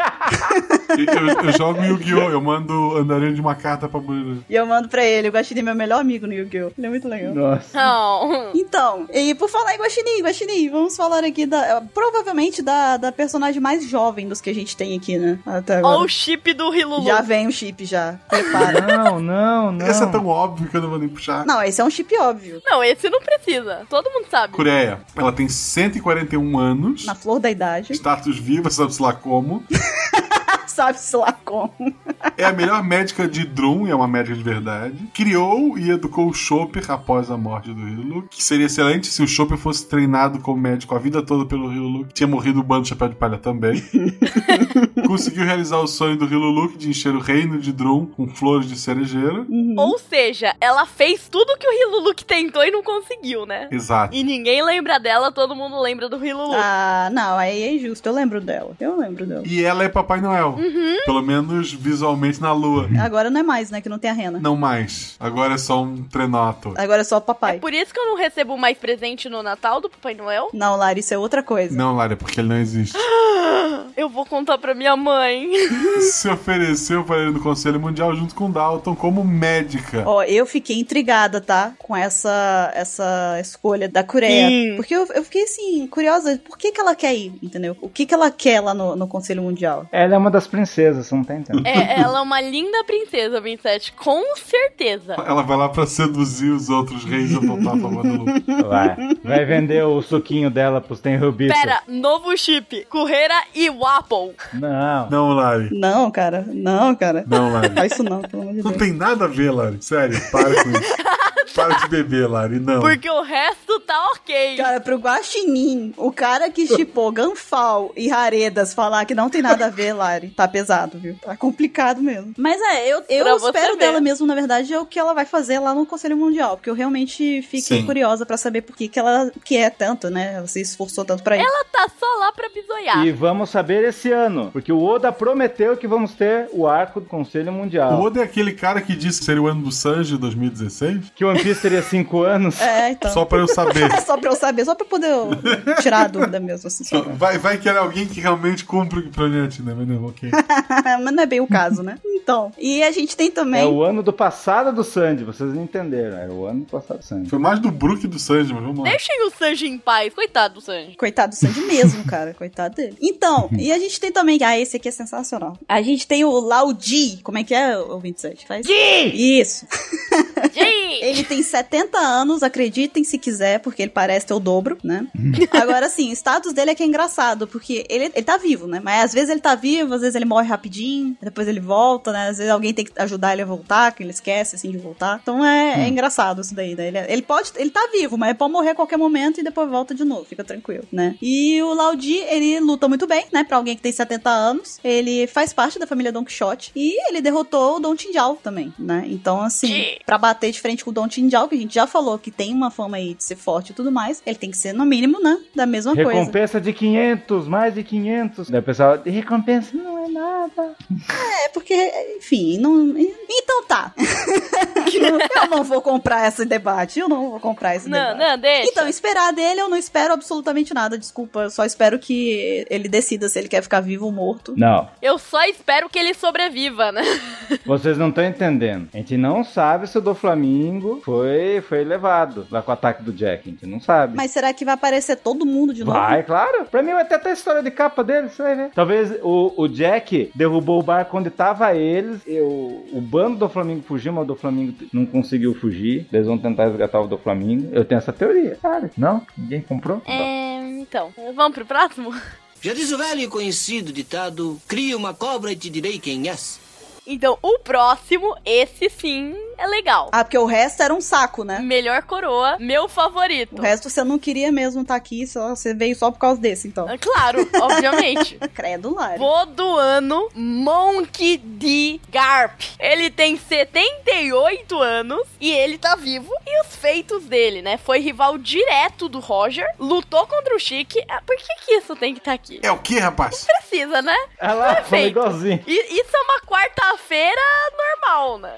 [SPEAKER 3] Eu, eu- eu jogo Yu-Gi-Oh! Eu mando andarinho de uma carta pra Bruna.
[SPEAKER 1] E eu mando pra ele. O Guaxinim é meu melhor amigo no Yu-Gi-Oh! Ele é muito legal.
[SPEAKER 4] Nossa.
[SPEAKER 2] Não.
[SPEAKER 1] Então, e por falar em Guaxinim, Guaxinim, vamos falar aqui da. Provavelmente da, da personagem mais jovem dos que a gente tem aqui, né? Até
[SPEAKER 2] Olha
[SPEAKER 1] agora.
[SPEAKER 2] o chip do Rilulu.
[SPEAKER 1] já vem o chip, já. Prepara.
[SPEAKER 4] Não, não, não.
[SPEAKER 3] Essa é tão óbvia que eu não vou nem puxar.
[SPEAKER 1] Não, esse é um chip óbvio.
[SPEAKER 2] Não, esse não precisa. Todo mundo sabe.
[SPEAKER 3] Coreia, ela tem 141 anos.
[SPEAKER 1] Na flor da idade.
[SPEAKER 3] Status viva, sabe-se lá como.
[SPEAKER 1] Sabe-se lá como.
[SPEAKER 3] É a melhor médica de Drum, é uma médica de verdade. Criou e educou o Chopper após a morte do Hilulu. Que seria excelente se o Chopper fosse treinado como médico a vida toda pelo Hilulu. Tinha morrido o bando do Chapéu de Palha também. Conseguiu realizar o sonho do Hilulu de encher o reino de Drum com flores de cerejeira.
[SPEAKER 2] Ou seja, ela fez tudo que o Rilulu que tentou e não conseguiu, né?
[SPEAKER 3] Exato.
[SPEAKER 2] E ninguém lembra dela, todo mundo lembra do Rilulu.
[SPEAKER 1] Ah, não, aí é injusto. Eu lembro dela. Eu lembro dela.
[SPEAKER 3] E ela é Papai Noel. Pelo menos visualmente na lua.
[SPEAKER 1] Agora não é mais, né? Que não tem a rena.
[SPEAKER 3] Não mais. Agora é só um trenoto.
[SPEAKER 1] Agora é só o papai.
[SPEAKER 2] É por isso que eu não recebo mais presente no Natal do Papai Noel.
[SPEAKER 1] Não, Lara, isso é outra coisa.
[SPEAKER 3] Não, Lara, porque ele não existe.
[SPEAKER 2] Eu vou contar pra minha mãe.
[SPEAKER 3] Se ofereceu para ele no Conselho Mundial junto com Dalton como médica.
[SPEAKER 1] Ó, eu fiquei intrigada, tá? Com essa essa escolha da Coreia.
[SPEAKER 2] Sim.
[SPEAKER 1] Porque eu, eu fiquei, assim, curiosa. Por que que ela quer ir, entendeu? O que que ela quer lá no, no Conselho Mundial?
[SPEAKER 4] Ela é uma das princesas, você não tá entendendo.
[SPEAKER 2] É, ela é uma linda princesa, 27, com certeza.
[SPEAKER 3] Ela vai lá para seduzir os outros reis a voltar pra Guadalupe.
[SPEAKER 4] Vai. Vai vender o suquinho dela pros tenrubitos.
[SPEAKER 2] Pera, novo chip, Correira e Wapple.
[SPEAKER 4] Não.
[SPEAKER 3] Não, Lari.
[SPEAKER 1] Não, cara. Não, cara.
[SPEAKER 3] Não, Lari.
[SPEAKER 1] Faz isso não, pelo amor de
[SPEAKER 3] Não
[SPEAKER 1] Deus.
[SPEAKER 3] tem nada a ver, Lari. Sério, para com isso. Para de beber, Lari. Não.
[SPEAKER 2] Porque o resto tá ok.
[SPEAKER 1] Cara, pro Guaxinim, o cara que chipou Ganfal e Haredas falar que não tem nada a ver, Lari, tá pesado, viu? Tá complicado mesmo. Mas é, eu,
[SPEAKER 2] Pra
[SPEAKER 1] eu
[SPEAKER 2] você
[SPEAKER 1] espero
[SPEAKER 2] ver.
[SPEAKER 1] dela mesmo, na verdade, é o que ela vai fazer lá no Conselho Mundial, porque eu realmente fiquei
[SPEAKER 3] Sim.
[SPEAKER 1] curiosa pra saber por que que ela quer tanto, né? Ela se esforçou tanto pra isso.
[SPEAKER 2] Ela tá só lá pra bizoiar.
[SPEAKER 4] E vamos saber esse ano, porque o Oda prometeu que vamos ter o arco do Conselho Mundial.
[SPEAKER 3] O Oda é aquele cara que disse que seria o ano do Sanji 2016.
[SPEAKER 4] Que o One Piece teria 5 anos.
[SPEAKER 2] tá-
[SPEAKER 1] É, então.
[SPEAKER 3] Só para eu saber.
[SPEAKER 1] É só pra eu saber, só pra poder eu tirar a dúvida mesmo, assim. só pra-
[SPEAKER 3] Vai, vai que era alguém que realmente cumpre o que promete, né? Mas não, ok.
[SPEAKER 1] Mas não é bem o caso, né? Então. E a gente tem também.
[SPEAKER 4] É o ano do passado do Sandy, vocês não entenderam. É o ano do passado do Sandy.
[SPEAKER 3] Foi mais do Brook e do Sanji, mas vamos lá.
[SPEAKER 2] Deixem o Sanji em paz, coitado do Sanji.
[SPEAKER 1] Coitado do Sandy mesmo, cara. Coitado dele. Então, e a gente tem também. Ah, esse aqui é sensacional. A gente tem o Laudi. Como é que é, o 27? Faz. Isso.
[SPEAKER 2] Gente!
[SPEAKER 1] Ele tem 70 anos, acreditem se quiser, porque ele parece ter o dobro, né? Agora sim, o status dele é que é engraçado, porque ele, ele tá vivo, né? Mas às vezes ele tá vivo, às vezes ele morre rapidinho, depois ele volta, né? Às vezes alguém tem que ajudar ele a voltar, que ele esquece, assim, de voltar. Então é, é engraçado isso daí, né? Ele, ele pode, ele tá vivo, mas ele pode morrer a qualquer momento e depois volta de novo, fica tranquilo, né? E o Laudi, ele luta muito bem, né? Pra alguém que tem 70 anos, ele faz parte da família Don Quixote e ele derrotou o Don Tindial também, né? Então, assim,
[SPEAKER 2] Que?
[SPEAKER 1] pra bater de frente com o Don Tindial, que a gente já falou que tem uma fama aí de ser forte e tudo mais, ele tem que ser, no mínimo, né? Da mesma coisa.
[SPEAKER 4] Recompensa de 500, mais de 500. Daí o pessoal, recompensa não é nada.
[SPEAKER 1] É, porque, enfim, não. Então tá. eu não vou comprar esse debate. Eu não vou comprar esse
[SPEAKER 2] Não,
[SPEAKER 1] debate.
[SPEAKER 2] não, deixa.
[SPEAKER 1] é Então, esperar dele, eu não espero absolutamente nada, desculpa. Eu só espero que ele decida se ele quer ficar vivo ou morto.
[SPEAKER 4] Não,
[SPEAKER 2] Eu só espero que ele sobreviva, né?
[SPEAKER 4] vocês não estão entendendo. A gente não sabe se o do Flamingo foi, foi levado lá com o ataque do Jack. A gente não sabe.
[SPEAKER 1] Mas será que vai aparecer todo mundo de novo?
[SPEAKER 4] Vai, claro. Pra mim vai ter até a história de capa dele, você vai ver. Talvez o, o Jack derrubou o barco onde tava eles, e o, o bando do Flamengo fugiu, mas o do Flamengo não conseguiu fugir. Eles vão tentar resgatar o do Flamengo. Eu tenho essa teoria, cara. Não? Ninguém comprou? Tá.
[SPEAKER 2] É, então, vamos pro próximo?
[SPEAKER 7] Já diz o velho e conhecido ditado: cria uma cobra e te direi quem és.
[SPEAKER 2] Então, o próximo, esse sim, é legal.
[SPEAKER 1] Ah, porque o resto era um saco, né?
[SPEAKER 2] Melhor coroa, meu favorito.
[SPEAKER 1] O resto você não queria mesmo estar aqui, só, você veio só por causa desse, então.
[SPEAKER 2] É Claro, obviamente.
[SPEAKER 1] Credo, Lari.
[SPEAKER 2] Vô do ano, Monkey D. Garp. Ele tem 78 anos e ele tá vivo. E os feitos dele, né? Foi rival direto do Roger, lutou contra o Chique. Ah, Por que que isso tem que tá aqui?
[SPEAKER 3] É o que, rapaz?
[SPEAKER 2] Precisa, né?
[SPEAKER 4] Olha É lá, foi
[SPEAKER 2] Perfeito.
[SPEAKER 4] igualzinho.
[SPEAKER 2] E isso é uma quarta-feira normal, né?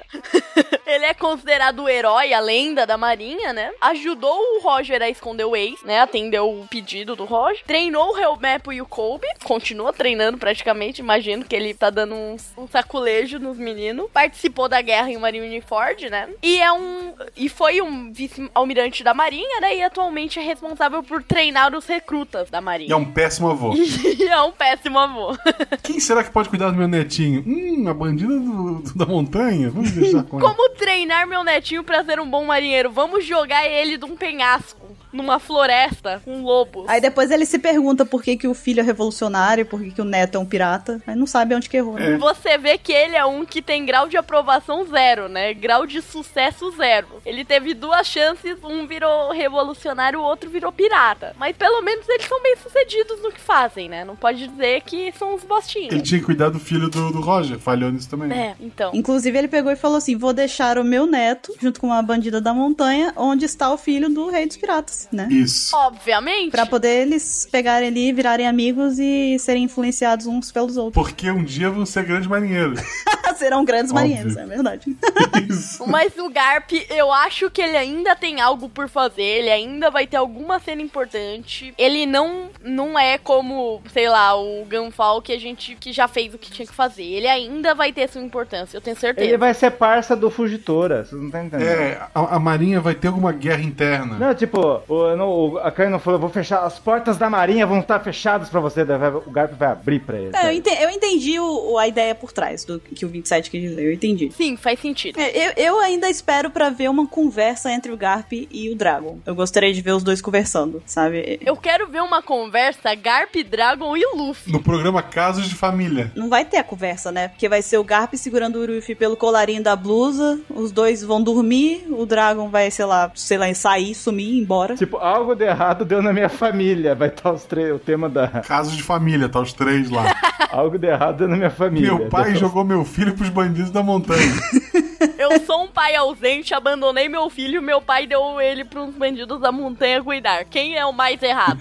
[SPEAKER 2] ele é considerado o herói, a lenda da marinha, né? Ajudou o Roger a esconder o ex, né? Atendeu o pedido do Roger. Treinou o Helmepo e o Colby. Continua treinando praticamente. Imagino que ele tá dando uns, um saculejo nos meninos. Participou da guerra em Marineford, né? E é um. E foi um vice-almirante da marinha, né? E atualmente é responsável por treinar os recrutas da
[SPEAKER 3] E
[SPEAKER 2] marinha.
[SPEAKER 3] é um péssimo avô.
[SPEAKER 2] E é um péssimo amor.
[SPEAKER 3] Quem será que pode cuidar do meu netinho? Hum, a bandida do- do- da montanha? Vamos deixar com ela.
[SPEAKER 2] Como treinar meu netinho pra ser um bom marinheiro? Vamos jogar ele de um penhasco, numa floresta, com lobos.
[SPEAKER 1] Aí depois ele se pergunta por que, que o filho é revolucionário, por que, que o neto é um pirata. Aí não sabe onde que errou.
[SPEAKER 2] É.
[SPEAKER 1] né?
[SPEAKER 2] Você vê que ele é um que tem grau de aprovação zero, né? Grau de sucesso zero. Ele teve duas chances, um virou revolucionário, o outro virou pirata. Mas pelo menos eles são bem sucedidos no que fazem, né? Não pode dizer que são uns
[SPEAKER 3] Ele
[SPEAKER 2] bostinhos.
[SPEAKER 3] tinha que cuidar do filho do, do Roger, falhou nisso também.
[SPEAKER 2] É, então.
[SPEAKER 1] Inclusive, ele pegou e falou assim: vou deixar o meu neto junto com uma bandida da montanha, onde está o filho do rei dos piratas, né?
[SPEAKER 3] Isso.
[SPEAKER 2] Obviamente.
[SPEAKER 1] Pra poder eles pegarem ali, virarem amigos e serem influenciados uns pelos outros.
[SPEAKER 3] Porque um dia vão ser grandes marinheiros.
[SPEAKER 1] Serão grandes
[SPEAKER 3] Óbvio.
[SPEAKER 1] marinheiros, é verdade.
[SPEAKER 3] Isso.
[SPEAKER 2] Mas o Garp, eu acho que ele ainda tem algo por fazer, ele ainda vai ter alguma cena importante. Ele não não é como, sei lá, o Gunfall que a gente que já fez o que tinha que fazer. Ele ainda vai ter sua importância, eu tenho certeza.
[SPEAKER 4] Ele vai ser parça do Fugitora, vocês não estão entendendo.
[SPEAKER 3] É, a, a marinha vai ter alguma guerra interna.
[SPEAKER 4] Não, tipo, o, não, o- a Karen não falou, vou fechar, as portas da marinha vão estar fechadas pra você, daí vai- o Garp vai abrir pra ele.
[SPEAKER 1] É, eu,
[SPEAKER 4] sabe?
[SPEAKER 1] ente- eu entendi o- o- a ideia por trás do que o 27 quis dizer, eu entendi.
[SPEAKER 2] Sim, faz sentido.
[SPEAKER 1] É, Eu, eu ainda espero pra ver uma conversa entre o Garp e o Dragon. Eu gostaria de ver os dois conversando, sabe?
[SPEAKER 2] Eu quero ver uma conversa Garp, Dragon e Luffy.
[SPEAKER 3] No programa Casos de Família.
[SPEAKER 1] Não vai ter a conversa, né? Porque vai ser o Garp segurando o Ruffy pelo colarinho da blusa, os dois vão dormir, o Dragon vai, sei lá, sei lá, sair, sumir, ir embora.
[SPEAKER 4] Tipo, algo de errado deu na minha família. Vai estar os três, o tema da.
[SPEAKER 3] Casos de Família, tá os três lá.
[SPEAKER 4] Algo de errado deu na minha família.
[SPEAKER 3] Meu pai
[SPEAKER 4] Deu-
[SPEAKER 3] jogou meu filho pros bandidos da montanha.
[SPEAKER 2] Eu sou um pai ausente, abandonei meu filho, meu pai deu ele para uns bandidos da montanha cuidar. Quem é o mais errado?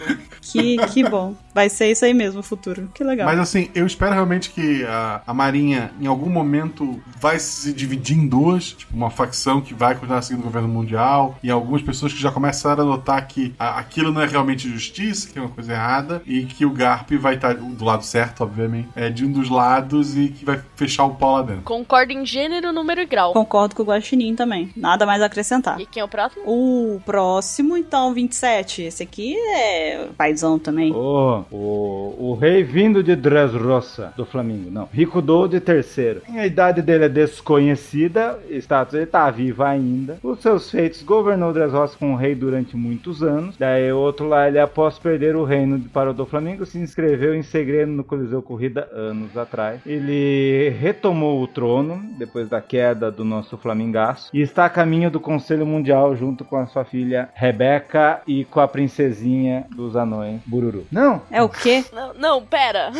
[SPEAKER 1] Que, que bom. Vai ser isso aí mesmo, o futuro. Que legal.
[SPEAKER 3] Mas assim, eu espero realmente que a, a Marinha, em algum momento, vai se dividir em duas. Tipo, uma facção que vai continuar seguindo o governo mundial. E algumas pessoas que já começaram a notar que a- aquilo não é realmente justiça, que é uma coisa errada. E que o Garp vai estar do lado certo, obviamente. É de um dos lados e que vai fechar o pau lá dentro.
[SPEAKER 2] Concordo em gênero, número e grau.
[SPEAKER 1] Concordo com o Guaxinim também. Nada mais a acrescentar.
[SPEAKER 2] E quem é o próximo?
[SPEAKER 1] O próximo, então, 27. Esse aqui é paizão também.
[SPEAKER 4] Ô, o, o rei vindo de Dressrosa, do Flamengo, não. Rico Dold terceiro. A idade dele é desconhecida, status ele tá vivo ainda. Os seus feitos governou Dressrosa com o rei durante muitos anos. Daí o outro lá, ele após perder o reino de- para o do Flamengo, se inscreveu em segredo no Coliseu Corrida anos atrás. Ele retomou o trono depois da queda do nosso Flamingaço e está a caminho do Conselho Mundial junto com a sua filha Rebeca e com a princesinha dos anões, Bururu. Não,
[SPEAKER 1] É o quê?
[SPEAKER 2] Não, não, pera.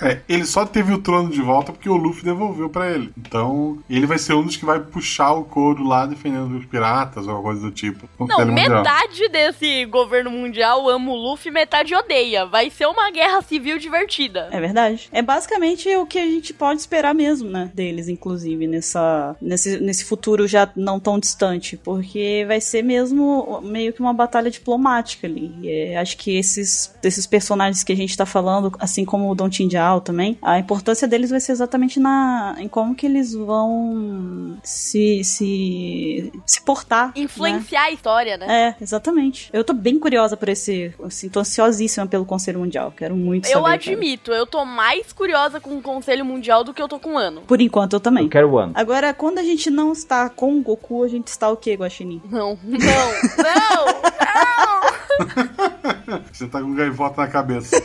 [SPEAKER 3] É, ele só teve o trono de volta porque o Luffy devolveu pra ele. Então, ele vai ser um dos que vai puxar o couro lá defendendo os piratas ou alguma coisa do tipo. contra
[SPEAKER 2] Não,
[SPEAKER 3] ele mundial.
[SPEAKER 2] metade desse governo mundial ama o Luffy, metade odeia. Vai ser uma guerra civil divertida.
[SPEAKER 1] É verdade. É basicamente o que a gente pode esperar mesmo, né? Deles, inclusive, nessa, nesse, nesse futuro já não tão distante. Porque vai ser mesmo meio que uma batalha diplomática ali. E, é, acho que esses, esses personagens que a gente tá falando, assim como o Don Tindial também, a importância deles vai ser exatamente na, em como que eles vão se, se, se portar. né?
[SPEAKER 2] Influenciar a história, né?
[SPEAKER 1] É, exatamente. Eu tô bem curiosa por esse. Assim, tô ansiosíssima pelo Conselho Mundial. Quero muito É. saber.
[SPEAKER 2] eu
[SPEAKER 1] cara.
[SPEAKER 2] admito, eu tô mais curiosa com o Conselho Mundial do que eu tô com o ano.
[SPEAKER 1] Por enquanto, eu também.
[SPEAKER 4] eu quero o ano.
[SPEAKER 1] Agora, quando a gente não está com o Goku, a gente está o quê, Guaxinim?
[SPEAKER 2] Não, não, não, não!
[SPEAKER 3] Você tá com gaivota na cabeça.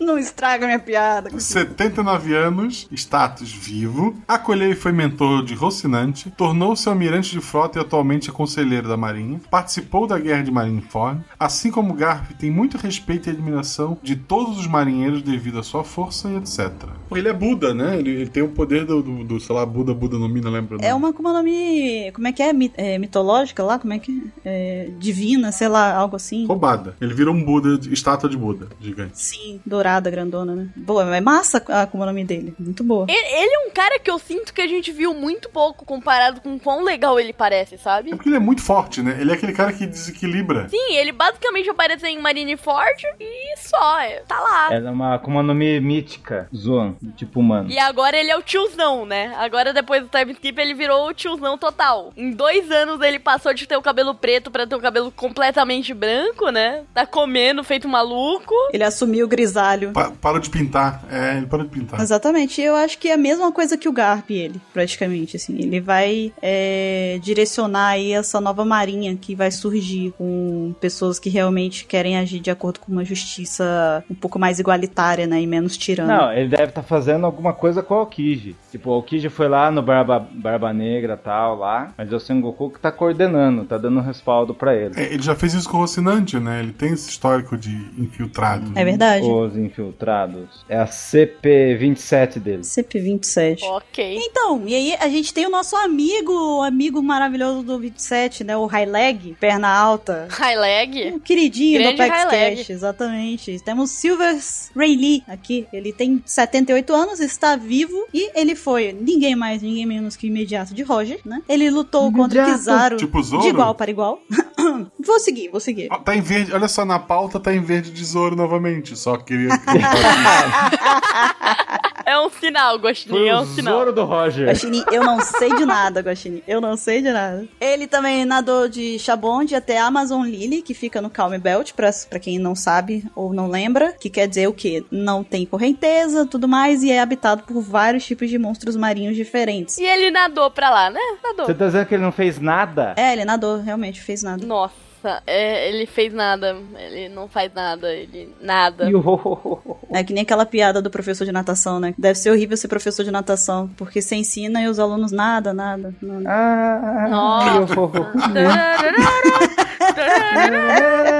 [SPEAKER 1] Não estraga minha piada.
[SPEAKER 3] 79 anos, status vivo. Acolheu e foi mentor de Rocinante. Tornou-se almirante de frota e atualmente é conselheiro da Marinha. Participou da Guerra de Marineford. Assim como Garp, tem muito respeito e admiração de todos os marinheiros devido à sua força e etc. Pô, Ele é Buda, né? Ele, ele tem o poder do, do, do, sei lá, Buda, Buda no Mina, lembra? do-
[SPEAKER 1] É uma Akuma no Mi. Como é que é? Mi- é, mitológica lá? Como é que é? É, Divina, sei lá, algo assim.
[SPEAKER 3] Roubada. Ele vira um Buda, de- estátua de Buda, gigante.
[SPEAKER 1] Sim, dourada, grandona, né? Boa, é massa a Akuma no Mi dele. Muito boa.
[SPEAKER 2] Ele, ele é um cara que eu sinto que a gente viu muito pouco comparado com quão legal ele parece, sabe?
[SPEAKER 3] É porque ele é muito forte, né? Ele é aquele cara que desequilibra.
[SPEAKER 2] Sim, ele basicamente aparece em Marineford e só, é- tá lá.
[SPEAKER 4] Era uma Akuma no Mi mítica, Zoan, tipo humano.
[SPEAKER 2] E agora ele é o tiozão, né? Agora, depois do time skip, ele virou o tiozão total. Em dois anos, ele passou de ter o cabelo preto pra ter o cabelo completamente branco, né? Tá comendo, feito maluco.
[SPEAKER 1] Ele assumiu o grisalho.
[SPEAKER 3] Pa- parou de pintar. É, ele parou de pintar.
[SPEAKER 1] Exatamente, eu acho que é a mesma coisa que o Garp, ele, praticamente, assim, ele vai é, direcionar aí essa nova marinha que vai surgir com pessoas que realmente querem agir de acordo com uma justiça um pouco mais igualitária, né, e menos tirana.
[SPEAKER 4] Não, ele deve estar fazendo alguma coisa com o Aokiji. Tipo, o Aokiji foi lá no Barba, Barba Negra tal, lá. Mas é o Sengoku que tá coordenando, tá dando respaldo pra ele.
[SPEAKER 3] É, ele já fez isso com o Rocinante, né? Ele tem esse histórico de infiltrado.
[SPEAKER 1] É verdade?
[SPEAKER 4] Os infiltrados. É a CP27 dele.
[SPEAKER 1] CP27.
[SPEAKER 2] Ok.
[SPEAKER 1] Então, e aí a gente tem o nosso amigo, o amigo maravilhoso do 27, né, o Highleg, perna alta,
[SPEAKER 2] High leg.
[SPEAKER 1] O um queridinho
[SPEAKER 2] Grande
[SPEAKER 1] do Apex
[SPEAKER 2] Highleg.
[SPEAKER 1] Cash, exatamente. Temos Silver Rayleigh aqui. Ele tem 78 anos, está vivo e ele foi ninguém mais, ninguém menos que o imediato de Roger, né? Ele lutou contra
[SPEAKER 4] Imediato.
[SPEAKER 1] Kizaru
[SPEAKER 3] Tipo o Zoro?
[SPEAKER 1] de igual para igual. vou seguir, vou seguir.
[SPEAKER 3] Ó, Tá em verde, olha só, na pauta tá em verde tesouro novamente. Só queria.
[SPEAKER 2] É um sinal,
[SPEAKER 4] Foi
[SPEAKER 2] Gostinho, é
[SPEAKER 4] o
[SPEAKER 2] um sinal.
[SPEAKER 4] Zoro do Roger.
[SPEAKER 1] Guaxinim, eu não sei de nada, Guaxinim. Eu não sei de nada. Ele também nadou de Chabonde até a Amazon Lily, que fica no Calm Belt, pra, pra quem não sabe ou não lembra, que quer dizer o quê? Não tem correnteza, tudo mais, e é habitado por vários tipos de monstros marinhos diferentes.
[SPEAKER 2] E ele nadou pra lá, né? Nadou.
[SPEAKER 4] Você tá dizendo que ele não fez nada?
[SPEAKER 1] É, ele nadou, realmente, fez nada.
[SPEAKER 2] Nossa, é, ele fez nada. Ele não faz nada, ele. Nada.
[SPEAKER 4] E o ho, ho, ho, ho.
[SPEAKER 1] É que nem aquela piada do professor de natação, né? Deve ser horrível ser professor de natação, porque você ensina e os alunos nada, nada, nada.
[SPEAKER 4] Ah,
[SPEAKER 2] Nossa.
[SPEAKER 4] e o ho, ho, ho. É.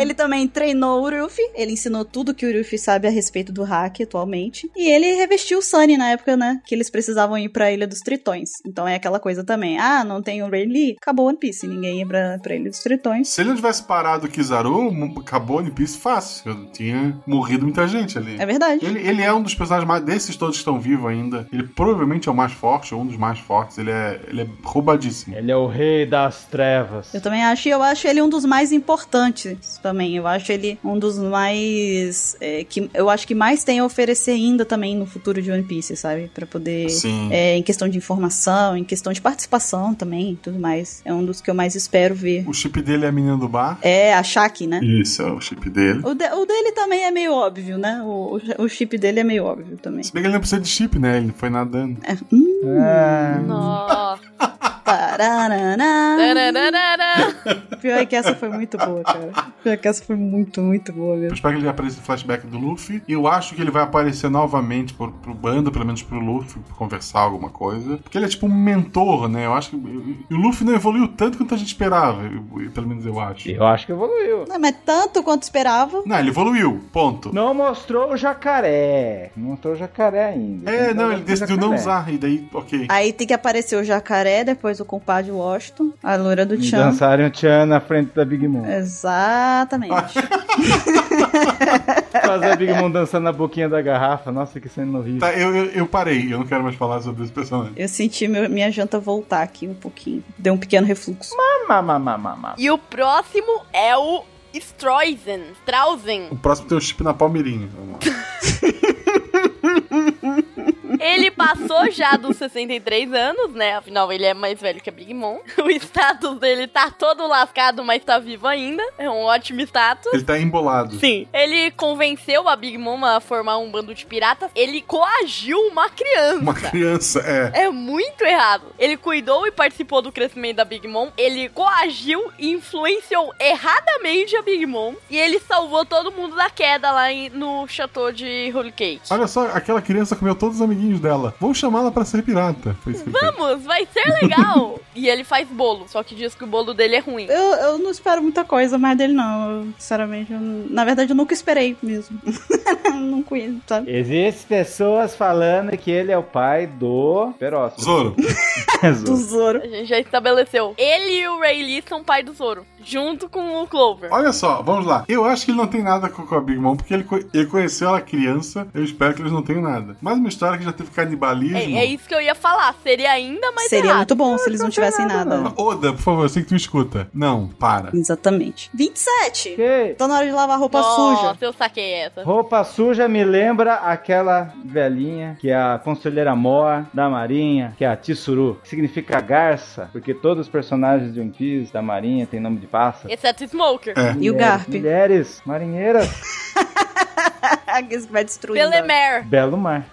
[SPEAKER 1] Ele também treinou o Ruffy, ele ensinou tudo que o Ruffy sabe a respeito do hack atualmente. E ele revestiu o Sunny na época, né? Que eles precisavam ir pra Ilha dos Tritões. Então é aquela coisa também. Ah, não tem o Rayleigh? Acabou One Piece, ninguém ia pra, pra Ilha dos Tritões.
[SPEAKER 3] Se ele não tivesse parado o Kizaru, mu- acabou One Piece fácil. Tinha morrido muita gente ali.
[SPEAKER 1] É verdade.
[SPEAKER 3] Ele, ele é um dos personagens mais. Desses todos que estão vivos ainda. Ele provavelmente é o mais forte, ou um dos mais fortes. Ele é, ele é roubadíssimo.
[SPEAKER 4] Ele é o rei das trevas.
[SPEAKER 1] Eu também acho, e eu acho ele um dos mais importantes também. Eu acho ele um dos mais. é, que eu acho que mais tem a oferecer ainda também no futuro de One Piece, sabe? Pra poder.
[SPEAKER 3] Sim.
[SPEAKER 1] é, em questão de informação, em questão de participação também, tudo mais. É um dos que eu mais espero ver.
[SPEAKER 3] O chip dele é a menina do bar.
[SPEAKER 1] É, a Shaki, né?
[SPEAKER 3] Isso, é o chip dele.
[SPEAKER 1] O, de- o dele também é meio óbvio, né? O, o- o chip dele é meio óbvio também.
[SPEAKER 3] Se bem que ele não precisa de chip, né? Ele foi nadando.
[SPEAKER 1] É, hum,
[SPEAKER 4] Ah,
[SPEAKER 2] Nossa.
[SPEAKER 1] tararará.
[SPEAKER 2] Tarararara.
[SPEAKER 1] Pior é que essa foi muito boa, cara. Pior é que essa foi muito, muito boa
[SPEAKER 3] Eu
[SPEAKER 1] mesmo.
[SPEAKER 3] espero que ele apareça no flashback do Luffy. E eu acho que ele vai aparecer novamente pro, pro bando, pelo menos pro Luffy, pra conversar alguma coisa. Porque ele é tipo um mentor, né? Eu acho que. E o Luffy não evoluiu tanto quanto a gente esperava. eu- eu- pelo menos eu acho.
[SPEAKER 4] eu acho que evoluiu.
[SPEAKER 1] Não, mas tanto quanto esperava.
[SPEAKER 3] Não, ele evoluiu. Ponto.
[SPEAKER 4] Não mostrou o jacaré. Não mostrou o jacaré ainda.
[SPEAKER 3] É,
[SPEAKER 4] Tem
[SPEAKER 3] não,
[SPEAKER 4] que
[SPEAKER 3] ele
[SPEAKER 4] o
[SPEAKER 3] decidiu não
[SPEAKER 4] jacaré.
[SPEAKER 3] usar. E daí, ok.
[SPEAKER 1] Aí tem que aparecer o jacaré, depois o compadre Washington, a loira do
[SPEAKER 4] E
[SPEAKER 1] Chan.
[SPEAKER 4] dançaram o Tchan na frente da Big
[SPEAKER 1] É.
[SPEAKER 4] Mom.
[SPEAKER 1] Exatamente.
[SPEAKER 4] Fazer a Big Mom dançando na boquinha da garrafa. Nossa, que cena horrível.
[SPEAKER 3] Tá, eu, eu, eu parei. Eu não quero mais falar sobre esse personagem.
[SPEAKER 1] Eu senti meu- minha janta voltar aqui um pouquinho. Deu um pequeno refluxo.
[SPEAKER 4] Má, má, má, má, má.
[SPEAKER 2] E o próximo é o Stroizen. Strauzen.
[SPEAKER 3] O próximo tem o chip na Palmeirinha. Vamos lá.
[SPEAKER 2] Ele passou já dos 63 anos, né? Afinal, ele é mais velho que a Big Mom. O status dele tá todo lascado, mas tá vivo ainda. É um ótimo status.
[SPEAKER 3] Ele tá embolado.
[SPEAKER 2] Sim. Ele convenceu a Big Mom a formar um bando de piratas. Ele coagiu uma criança.
[SPEAKER 3] Uma criança, é.
[SPEAKER 2] tá. É muito errado. Ele cuidou e participou do crescimento da Big Mom. Ele coagiu e influenciou erradamente a Big Mom. E ele salvou todo mundo da queda lá em- no chateau de Holy Cake.
[SPEAKER 3] Olha só, aquela criança comeu todos os amiguinhos dela. Vamos chamá-la pra ser pirata. Foi isso que ele fez.
[SPEAKER 2] Vamos, vai ser legal! e ele faz bolo, só que diz que o bolo dele é ruim.
[SPEAKER 1] Eu, eu não espero muita coisa mais dele, não. Eu, sinceramente, eu não- na verdade, eu nunca esperei mesmo. não conheço, tá? sabe?
[SPEAKER 4] Existem pessoas falando que ele é o pai do Perócio.
[SPEAKER 3] Zoro.
[SPEAKER 1] Do Zoro.
[SPEAKER 2] A gente já estabeleceu. Ele e o Ray Lee são pai do Zoro, junto com o Clover.
[SPEAKER 3] Olha só, vamos lá. Eu acho que ele não tem nada com com a Big Mom, porque ele, co- ele conheceu ela criança. Eu espero que eles não tenham nada. Mais uma história que já teve canibalismo.
[SPEAKER 2] É, é isso que eu ia falar. Seria ainda mais
[SPEAKER 1] Seria
[SPEAKER 2] errado.
[SPEAKER 1] muito bom se eles não tivessem nada.
[SPEAKER 3] Oda, por favor, eu sei que tu me escuta. Não, para.
[SPEAKER 1] Exatamente. 27!
[SPEAKER 4] Ok.
[SPEAKER 1] Tá na hora de lavar roupa
[SPEAKER 2] Nossa,
[SPEAKER 1] suja.
[SPEAKER 2] eu saquei essa.
[SPEAKER 4] Roupa suja me lembra aquela velhinha que é a conselheira Mor da Marinha, que é a Tsuru, que significa garça, porque todos os personagens de One Piece da Marinha têm nome de pássaro.
[SPEAKER 2] Exceto Smoker.
[SPEAKER 3] É.
[SPEAKER 1] E o
[SPEAKER 4] Mulheres-
[SPEAKER 1] Garp?
[SPEAKER 4] Mulheres, marinheiras,
[SPEAKER 1] Que isso vai destruir.
[SPEAKER 2] Belemere.
[SPEAKER 4] belo mar.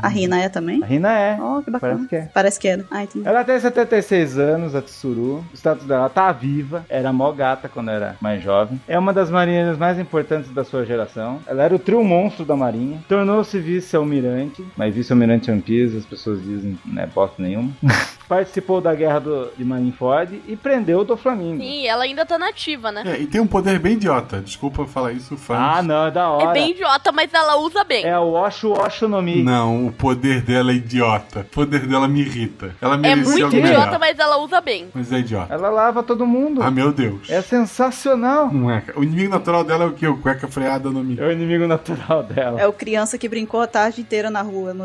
[SPEAKER 1] A Rina é também?
[SPEAKER 4] A Rina é.
[SPEAKER 1] Oh, que bacana.
[SPEAKER 4] Parece que é.
[SPEAKER 1] Parece que é. né? Ah, entendi.
[SPEAKER 4] Ela tem 76 anos, a Tsuru. O status dela tá viva. Era mó gata quando era mais jovem. É uma das marinheiras mais importantes da sua geração. Ela era o trio monstro da marinha. Tornou-se vice-almirante. Mas vice-almirante One Piece, as pessoas dizem, né, bosta nenhuma. Participou da guerra do, de Marineford e prendeu o do Flamengo.
[SPEAKER 2] Sim, ela ainda tá nativa, né?
[SPEAKER 3] É, e tem um poder bem idiota. Desculpa falar isso, fãs.
[SPEAKER 4] Ah, não, é da
[SPEAKER 2] É
[SPEAKER 4] hora.
[SPEAKER 2] bem idiota, mas ela usa bem.
[SPEAKER 4] É o Osho Osho no Mi.
[SPEAKER 3] Não, o poder dela é idiota. O poder dela me irrita. Ela
[SPEAKER 2] É
[SPEAKER 3] merecia
[SPEAKER 2] muito
[SPEAKER 3] algo
[SPEAKER 2] idiota,
[SPEAKER 3] melhor.
[SPEAKER 2] mas ela usa bem.
[SPEAKER 3] Mas é idiota.
[SPEAKER 4] Ela lava todo mundo.
[SPEAKER 3] Ah, meu Deus.
[SPEAKER 4] É sensacional.
[SPEAKER 3] Não é, cara. O inimigo natural dela é o quê? O cueca freada no
[SPEAKER 4] É
[SPEAKER 3] milho.
[SPEAKER 4] o inimigo natural dela.
[SPEAKER 1] É o criança que brincou a tarde inteira na rua, no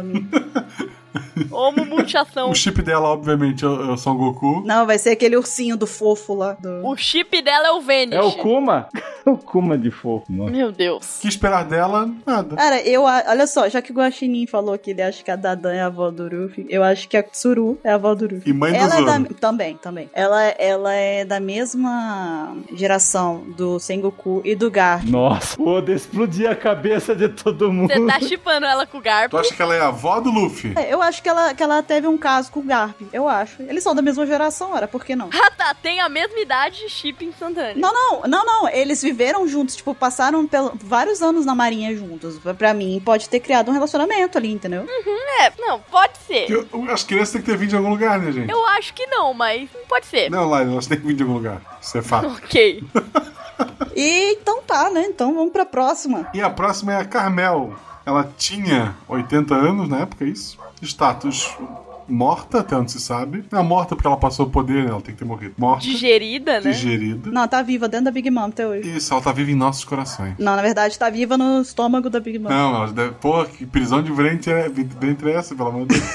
[SPEAKER 2] Homo murchação.
[SPEAKER 3] O chip dela, obviamente, é o é o Son Goku.
[SPEAKER 1] Não, vai ser aquele ursinho do fofo lá. do-
[SPEAKER 2] O chip dela é o Venice.
[SPEAKER 4] É o Kuma. o Kuma de fofo. Nossa.
[SPEAKER 2] Meu Deus.
[SPEAKER 3] que esperar dela? Nada.
[SPEAKER 1] Cara, eu. a- Olha só, já que o Guaxinim falou que ele acha que a Dadan é a avó do Ruffy, eu acho que a Tsuru é a avó do Ruffy.
[SPEAKER 3] E mãe do
[SPEAKER 1] Ela é
[SPEAKER 3] Zoro.
[SPEAKER 1] da, também, também. Ela, ela é da mesma geração do Sengoku e do Gar.
[SPEAKER 4] Nossa, o Oda explodia a cabeça de todo mundo.
[SPEAKER 2] Você tá chipando ela com o Garp.
[SPEAKER 3] Tu acha que ela é a avó do Luffy?
[SPEAKER 1] É, Eu acho que ela, que ela teve um caso com o Garp, eu acho. Eles são da mesma geração, ora, por que não?
[SPEAKER 2] Ah tá, tem a mesma idade chip instantâneo.
[SPEAKER 1] Não, não, não, não. Eles viveram juntos, tipo, passaram pelo- vários anos na marinha juntos. Pra- Pra mim, pode ter criado um relacionamento ali, entendeu?
[SPEAKER 2] É, não, pode ser.
[SPEAKER 3] Que eu- As crianças têm que ter vindo de algum lugar, né, gente?
[SPEAKER 2] Eu acho que não, mas pode ser.
[SPEAKER 3] Não, Lyle, elas têm que vir de algum lugar. Isso é fato.
[SPEAKER 2] Ok.
[SPEAKER 1] E então tá, né? Então vamos pra próxima.
[SPEAKER 3] E a próxima é a Carmel. Ela tinha 80 anos na época, é isso? Status morta, até onde se sabe. Não, morta porque ela passou o poder, né? Ela tem que ter morrido. Morta,
[SPEAKER 2] Digerida, né?
[SPEAKER 3] digerida.
[SPEAKER 1] Não, tá viva dentro da Big Mom até hoje.
[SPEAKER 3] Isso, ela tá viva em nossos corações.
[SPEAKER 1] Não, na verdade, tá viva no estômago da Big Mom.
[SPEAKER 3] Não, ela deve... Porra, que prisão de ventre é, ventre é essa, pelo amor de Deus.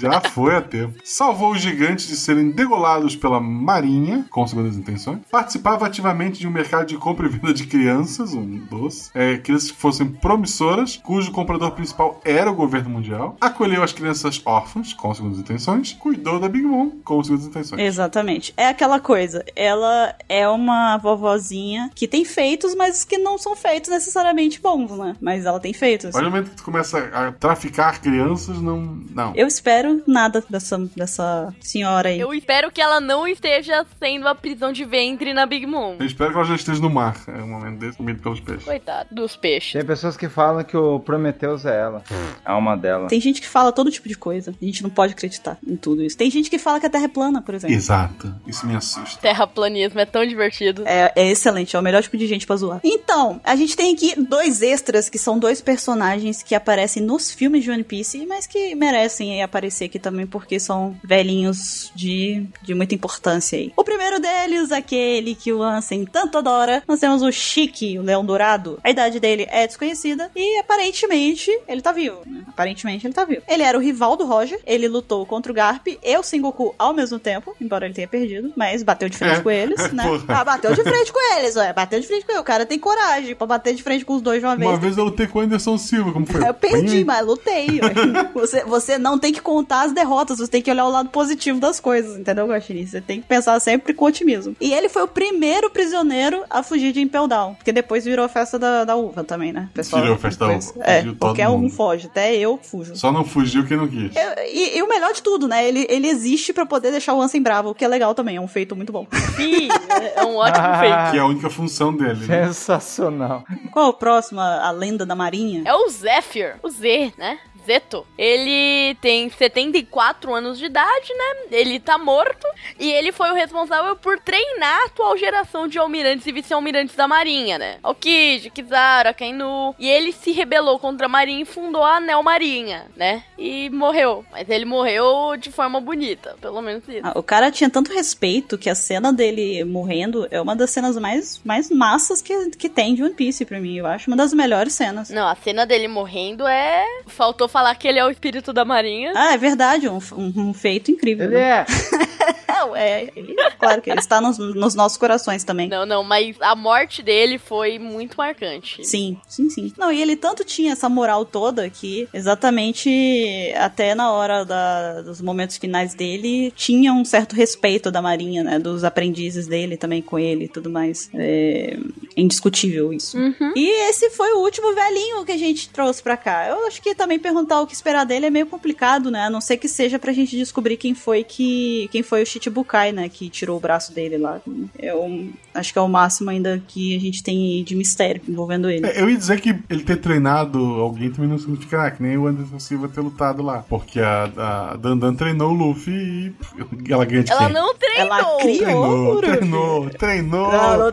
[SPEAKER 3] Já foi a tempo. Salvou os gigantes de serem degolados pela marinha, com segundas intenções. Participava ativamente de um mercado de compra e venda de crianças, um doce. É, crianças que fossem promissoras, cujo comprador principal era o governo mundial. Acolheu as crianças órfãs, com segundas intenções. Cuidou da Big Mom, com segundas intenções.
[SPEAKER 1] Exatamente. É aquela coisa. Ela é uma vovozinha que tem feitos, mas que não são feitos necessariamente bons, né? Mas ela tem feitos.
[SPEAKER 3] Olha o momento que tu começa a traficar crianças, não. Não.
[SPEAKER 1] Eu espero nada dessa, dessa senhora aí.
[SPEAKER 2] Eu espero que ela não esteja sendo a prisão de ventre na Big Mom.
[SPEAKER 3] Eu espero que ela já esteja no mar. É um momento desse, comido pelos peixes.
[SPEAKER 2] Coitado dos peixes.
[SPEAKER 4] Tem pessoas que falam que o Prometheus é ela. É uma dela.
[SPEAKER 1] Tem gente que fala todo tipo de coisa. A gente não pode acreditar em tudo isso. Tem gente que fala que a Terra é plana, por exemplo.
[SPEAKER 3] Exato. Isso me assusta.
[SPEAKER 2] Terraplanismo é tão divertido.
[SPEAKER 1] É, é excelente, é o melhor tipo de gente pra zoar. Então, a gente tem aqui dois extras, que são dois personagens que aparecem nos filmes de One Piece, mas que merecem aí, aparecer aqui também porque são velhinhos de, de muita importância aí. O primeiro deles, aquele que o Ansem tanto adora, nós temos o Chique, o Leão Dourado. A idade dele é desconhecida e aparentemente ele tá vivo. né? Aparentemente ele tá vivo. Ele era o rival do Roger, ele lutou contra o Garp e o Sengoku ao mesmo tempo, embora ele tenha perdido, mas bateu de frente
[SPEAKER 3] É.
[SPEAKER 1] com eles, né?
[SPEAKER 3] Porra.
[SPEAKER 1] Ah, bateu de frente com eles, ué. Bateu de frente com eles. O cara tem coragem pra bater de frente com os dois de uma vez.
[SPEAKER 3] Uma vez eu lutei com o Anderson Silva, como foi?
[SPEAKER 1] Eu perdi,
[SPEAKER 3] Bem-
[SPEAKER 1] mas lutei. ué. Você, você não tem que contar as derrotas, você tem que olhar o lado positivo das coisas, entendeu, Guaxinim? Você tem que pensar sempre com otimismo. E ele foi o primeiro prisioneiro a fugir de Impel Down, porque depois virou a festa da, da uva também, né? Pessoal,
[SPEAKER 3] Virou a festa da
[SPEAKER 1] depois-
[SPEAKER 3] uva.
[SPEAKER 1] É,
[SPEAKER 3] Fugiu todo
[SPEAKER 1] qualquer um
[SPEAKER 3] mundo.
[SPEAKER 1] foge, até eu fujo.
[SPEAKER 3] Só não fugiu quem não quis.
[SPEAKER 1] Eu- E, e o melhor de tudo, né? Ele, ele existe pra poder deixar o Ansem bravo, o que é legal também, é um feito muito bom.
[SPEAKER 2] Sim, é- é um ótimo feito.
[SPEAKER 3] Que é a única função dele. né?
[SPEAKER 4] Sensacional.
[SPEAKER 1] Qual é o próximo? A lenda da marinha?
[SPEAKER 2] É o Zephyr, o Z, né? Zeto. Ele tem 74 anos de idade, né? Ele tá morto e ele foi o responsável por treinar a atual geração de almirantes e vice-almirantes da Marinha, né? Aokiji, Kizaru, Kainu. E ele se rebelou contra a Marinha e fundou a Anel Marinha, né? E morreu. Mas ele morreu de forma bonita, pelo menos isso.
[SPEAKER 1] Ah, o cara tinha tanto respeito que a cena dele morrendo é uma das cenas mais, mais massas que, que tem de One Piece pra mim, eu acho. Uma das melhores cenas.
[SPEAKER 2] Não, a cena dele morrendo é. Faltou falar que ele é o espírito da Marinha.
[SPEAKER 1] Ah, é verdade, um, f- um- um feito incrível.
[SPEAKER 4] Ele é.
[SPEAKER 1] Não, é, ele- claro que ele está nos, nos nossos corações também.
[SPEAKER 2] Não, não, mas a morte dele foi muito marcante.
[SPEAKER 1] Sim, sim, sim. Não, e ele tanto tinha essa moral toda que exatamente até na hora da- dos momentos finais dele tinha um certo respeito da marinha, né? Dos aprendizes dele também com ele e tudo mais. É indiscutível isso. E esse foi o último velhinho que a gente trouxe pra cá. Eu acho que também perguntar o que esperar dele é meio complicado, né? A não ser que seja pra gente descobrir quem foi que. quem foi o Shichibukai, né? Que tirou o braço dele lá. É um, acho que é o máximo ainda que a gente tem de mistério envolvendo ele.
[SPEAKER 3] É, Eu ia dizer que ele ter treinado alguém também não significa ah, que nem o Anderson Silva ter lutado lá. Porque a, a Dandan treinou o Luffy e pff, ela ganha de
[SPEAKER 2] Ela
[SPEAKER 3] quem?
[SPEAKER 2] não treinou.
[SPEAKER 1] Ela cria-
[SPEAKER 3] Treinou,
[SPEAKER 1] Ô,
[SPEAKER 3] treinou, treinou,
[SPEAKER 1] treinou, não.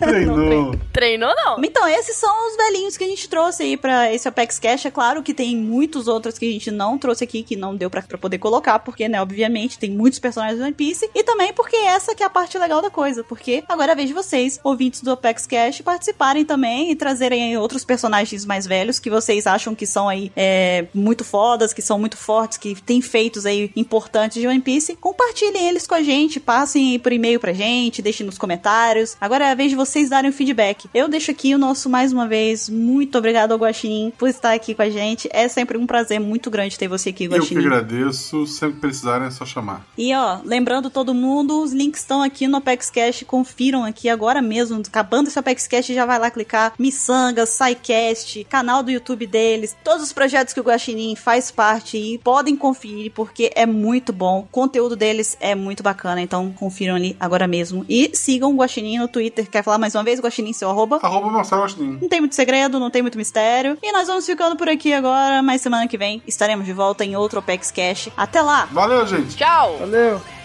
[SPEAKER 3] treinou.
[SPEAKER 2] Treinou não.
[SPEAKER 1] Então, esses são os velhinhos que a gente trouxe aí pra esse Apex Cash. É claro que tem muitos outros que a gente não trouxe aqui, que não deu pra, pra poder colocar, porque, né, obviamente, tem muitos personagens do One Piece. E também porque essa que é a parte legal da coisa, porque agora é a vez de vocês, ouvintes do Apex Cash, participarem também e trazerem aí outros personagens mais velhos que vocês acham que são aí é, muito fodas, que são muito fortes, que têm feitos aí importantes de One Piece. Compartilhem eles com a gente, passem aí por e-mail pra gente, deixem nos comentários. Agora é a vez de vocês darem o feedback. Eu deixo aqui o nosso, mais uma vez, muito obrigado ao Guaxinim por estar aqui com a gente. É sempre um prazer muito grande ter você aqui,
[SPEAKER 3] Eu que
[SPEAKER 1] Guaxinim.
[SPEAKER 3] agradeço, sempre que precisarem é só chamar.
[SPEAKER 1] E ó, lembrando todo mundo, os links estão aqui no Apex Cash, confiram aqui agora mesmo, acabando esse Apex Cash, já vai lá clicar, Missangas, SciCast, canal do YouTube deles, todos os projetos que o Guaxinim faz parte e podem conferir porque é muito bom, o conteúdo deles é muito bacana, então confiram ali agora mesmo e sigam o Guaxinim no Twitter, quer falar mais uma vez, Guaxinim, seu arroba?
[SPEAKER 3] Arroba Marcelo Agostinho.
[SPEAKER 1] Não tem muito segredo, não tem muito mistério. E nós vamos ficando por aqui agora, mas semana que vem estaremos de volta em outro Apex Cash. Até lá!
[SPEAKER 3] Valeu, gente!
[SPEAKER 2] Tchau.
[SPEAKER 4] Valeu.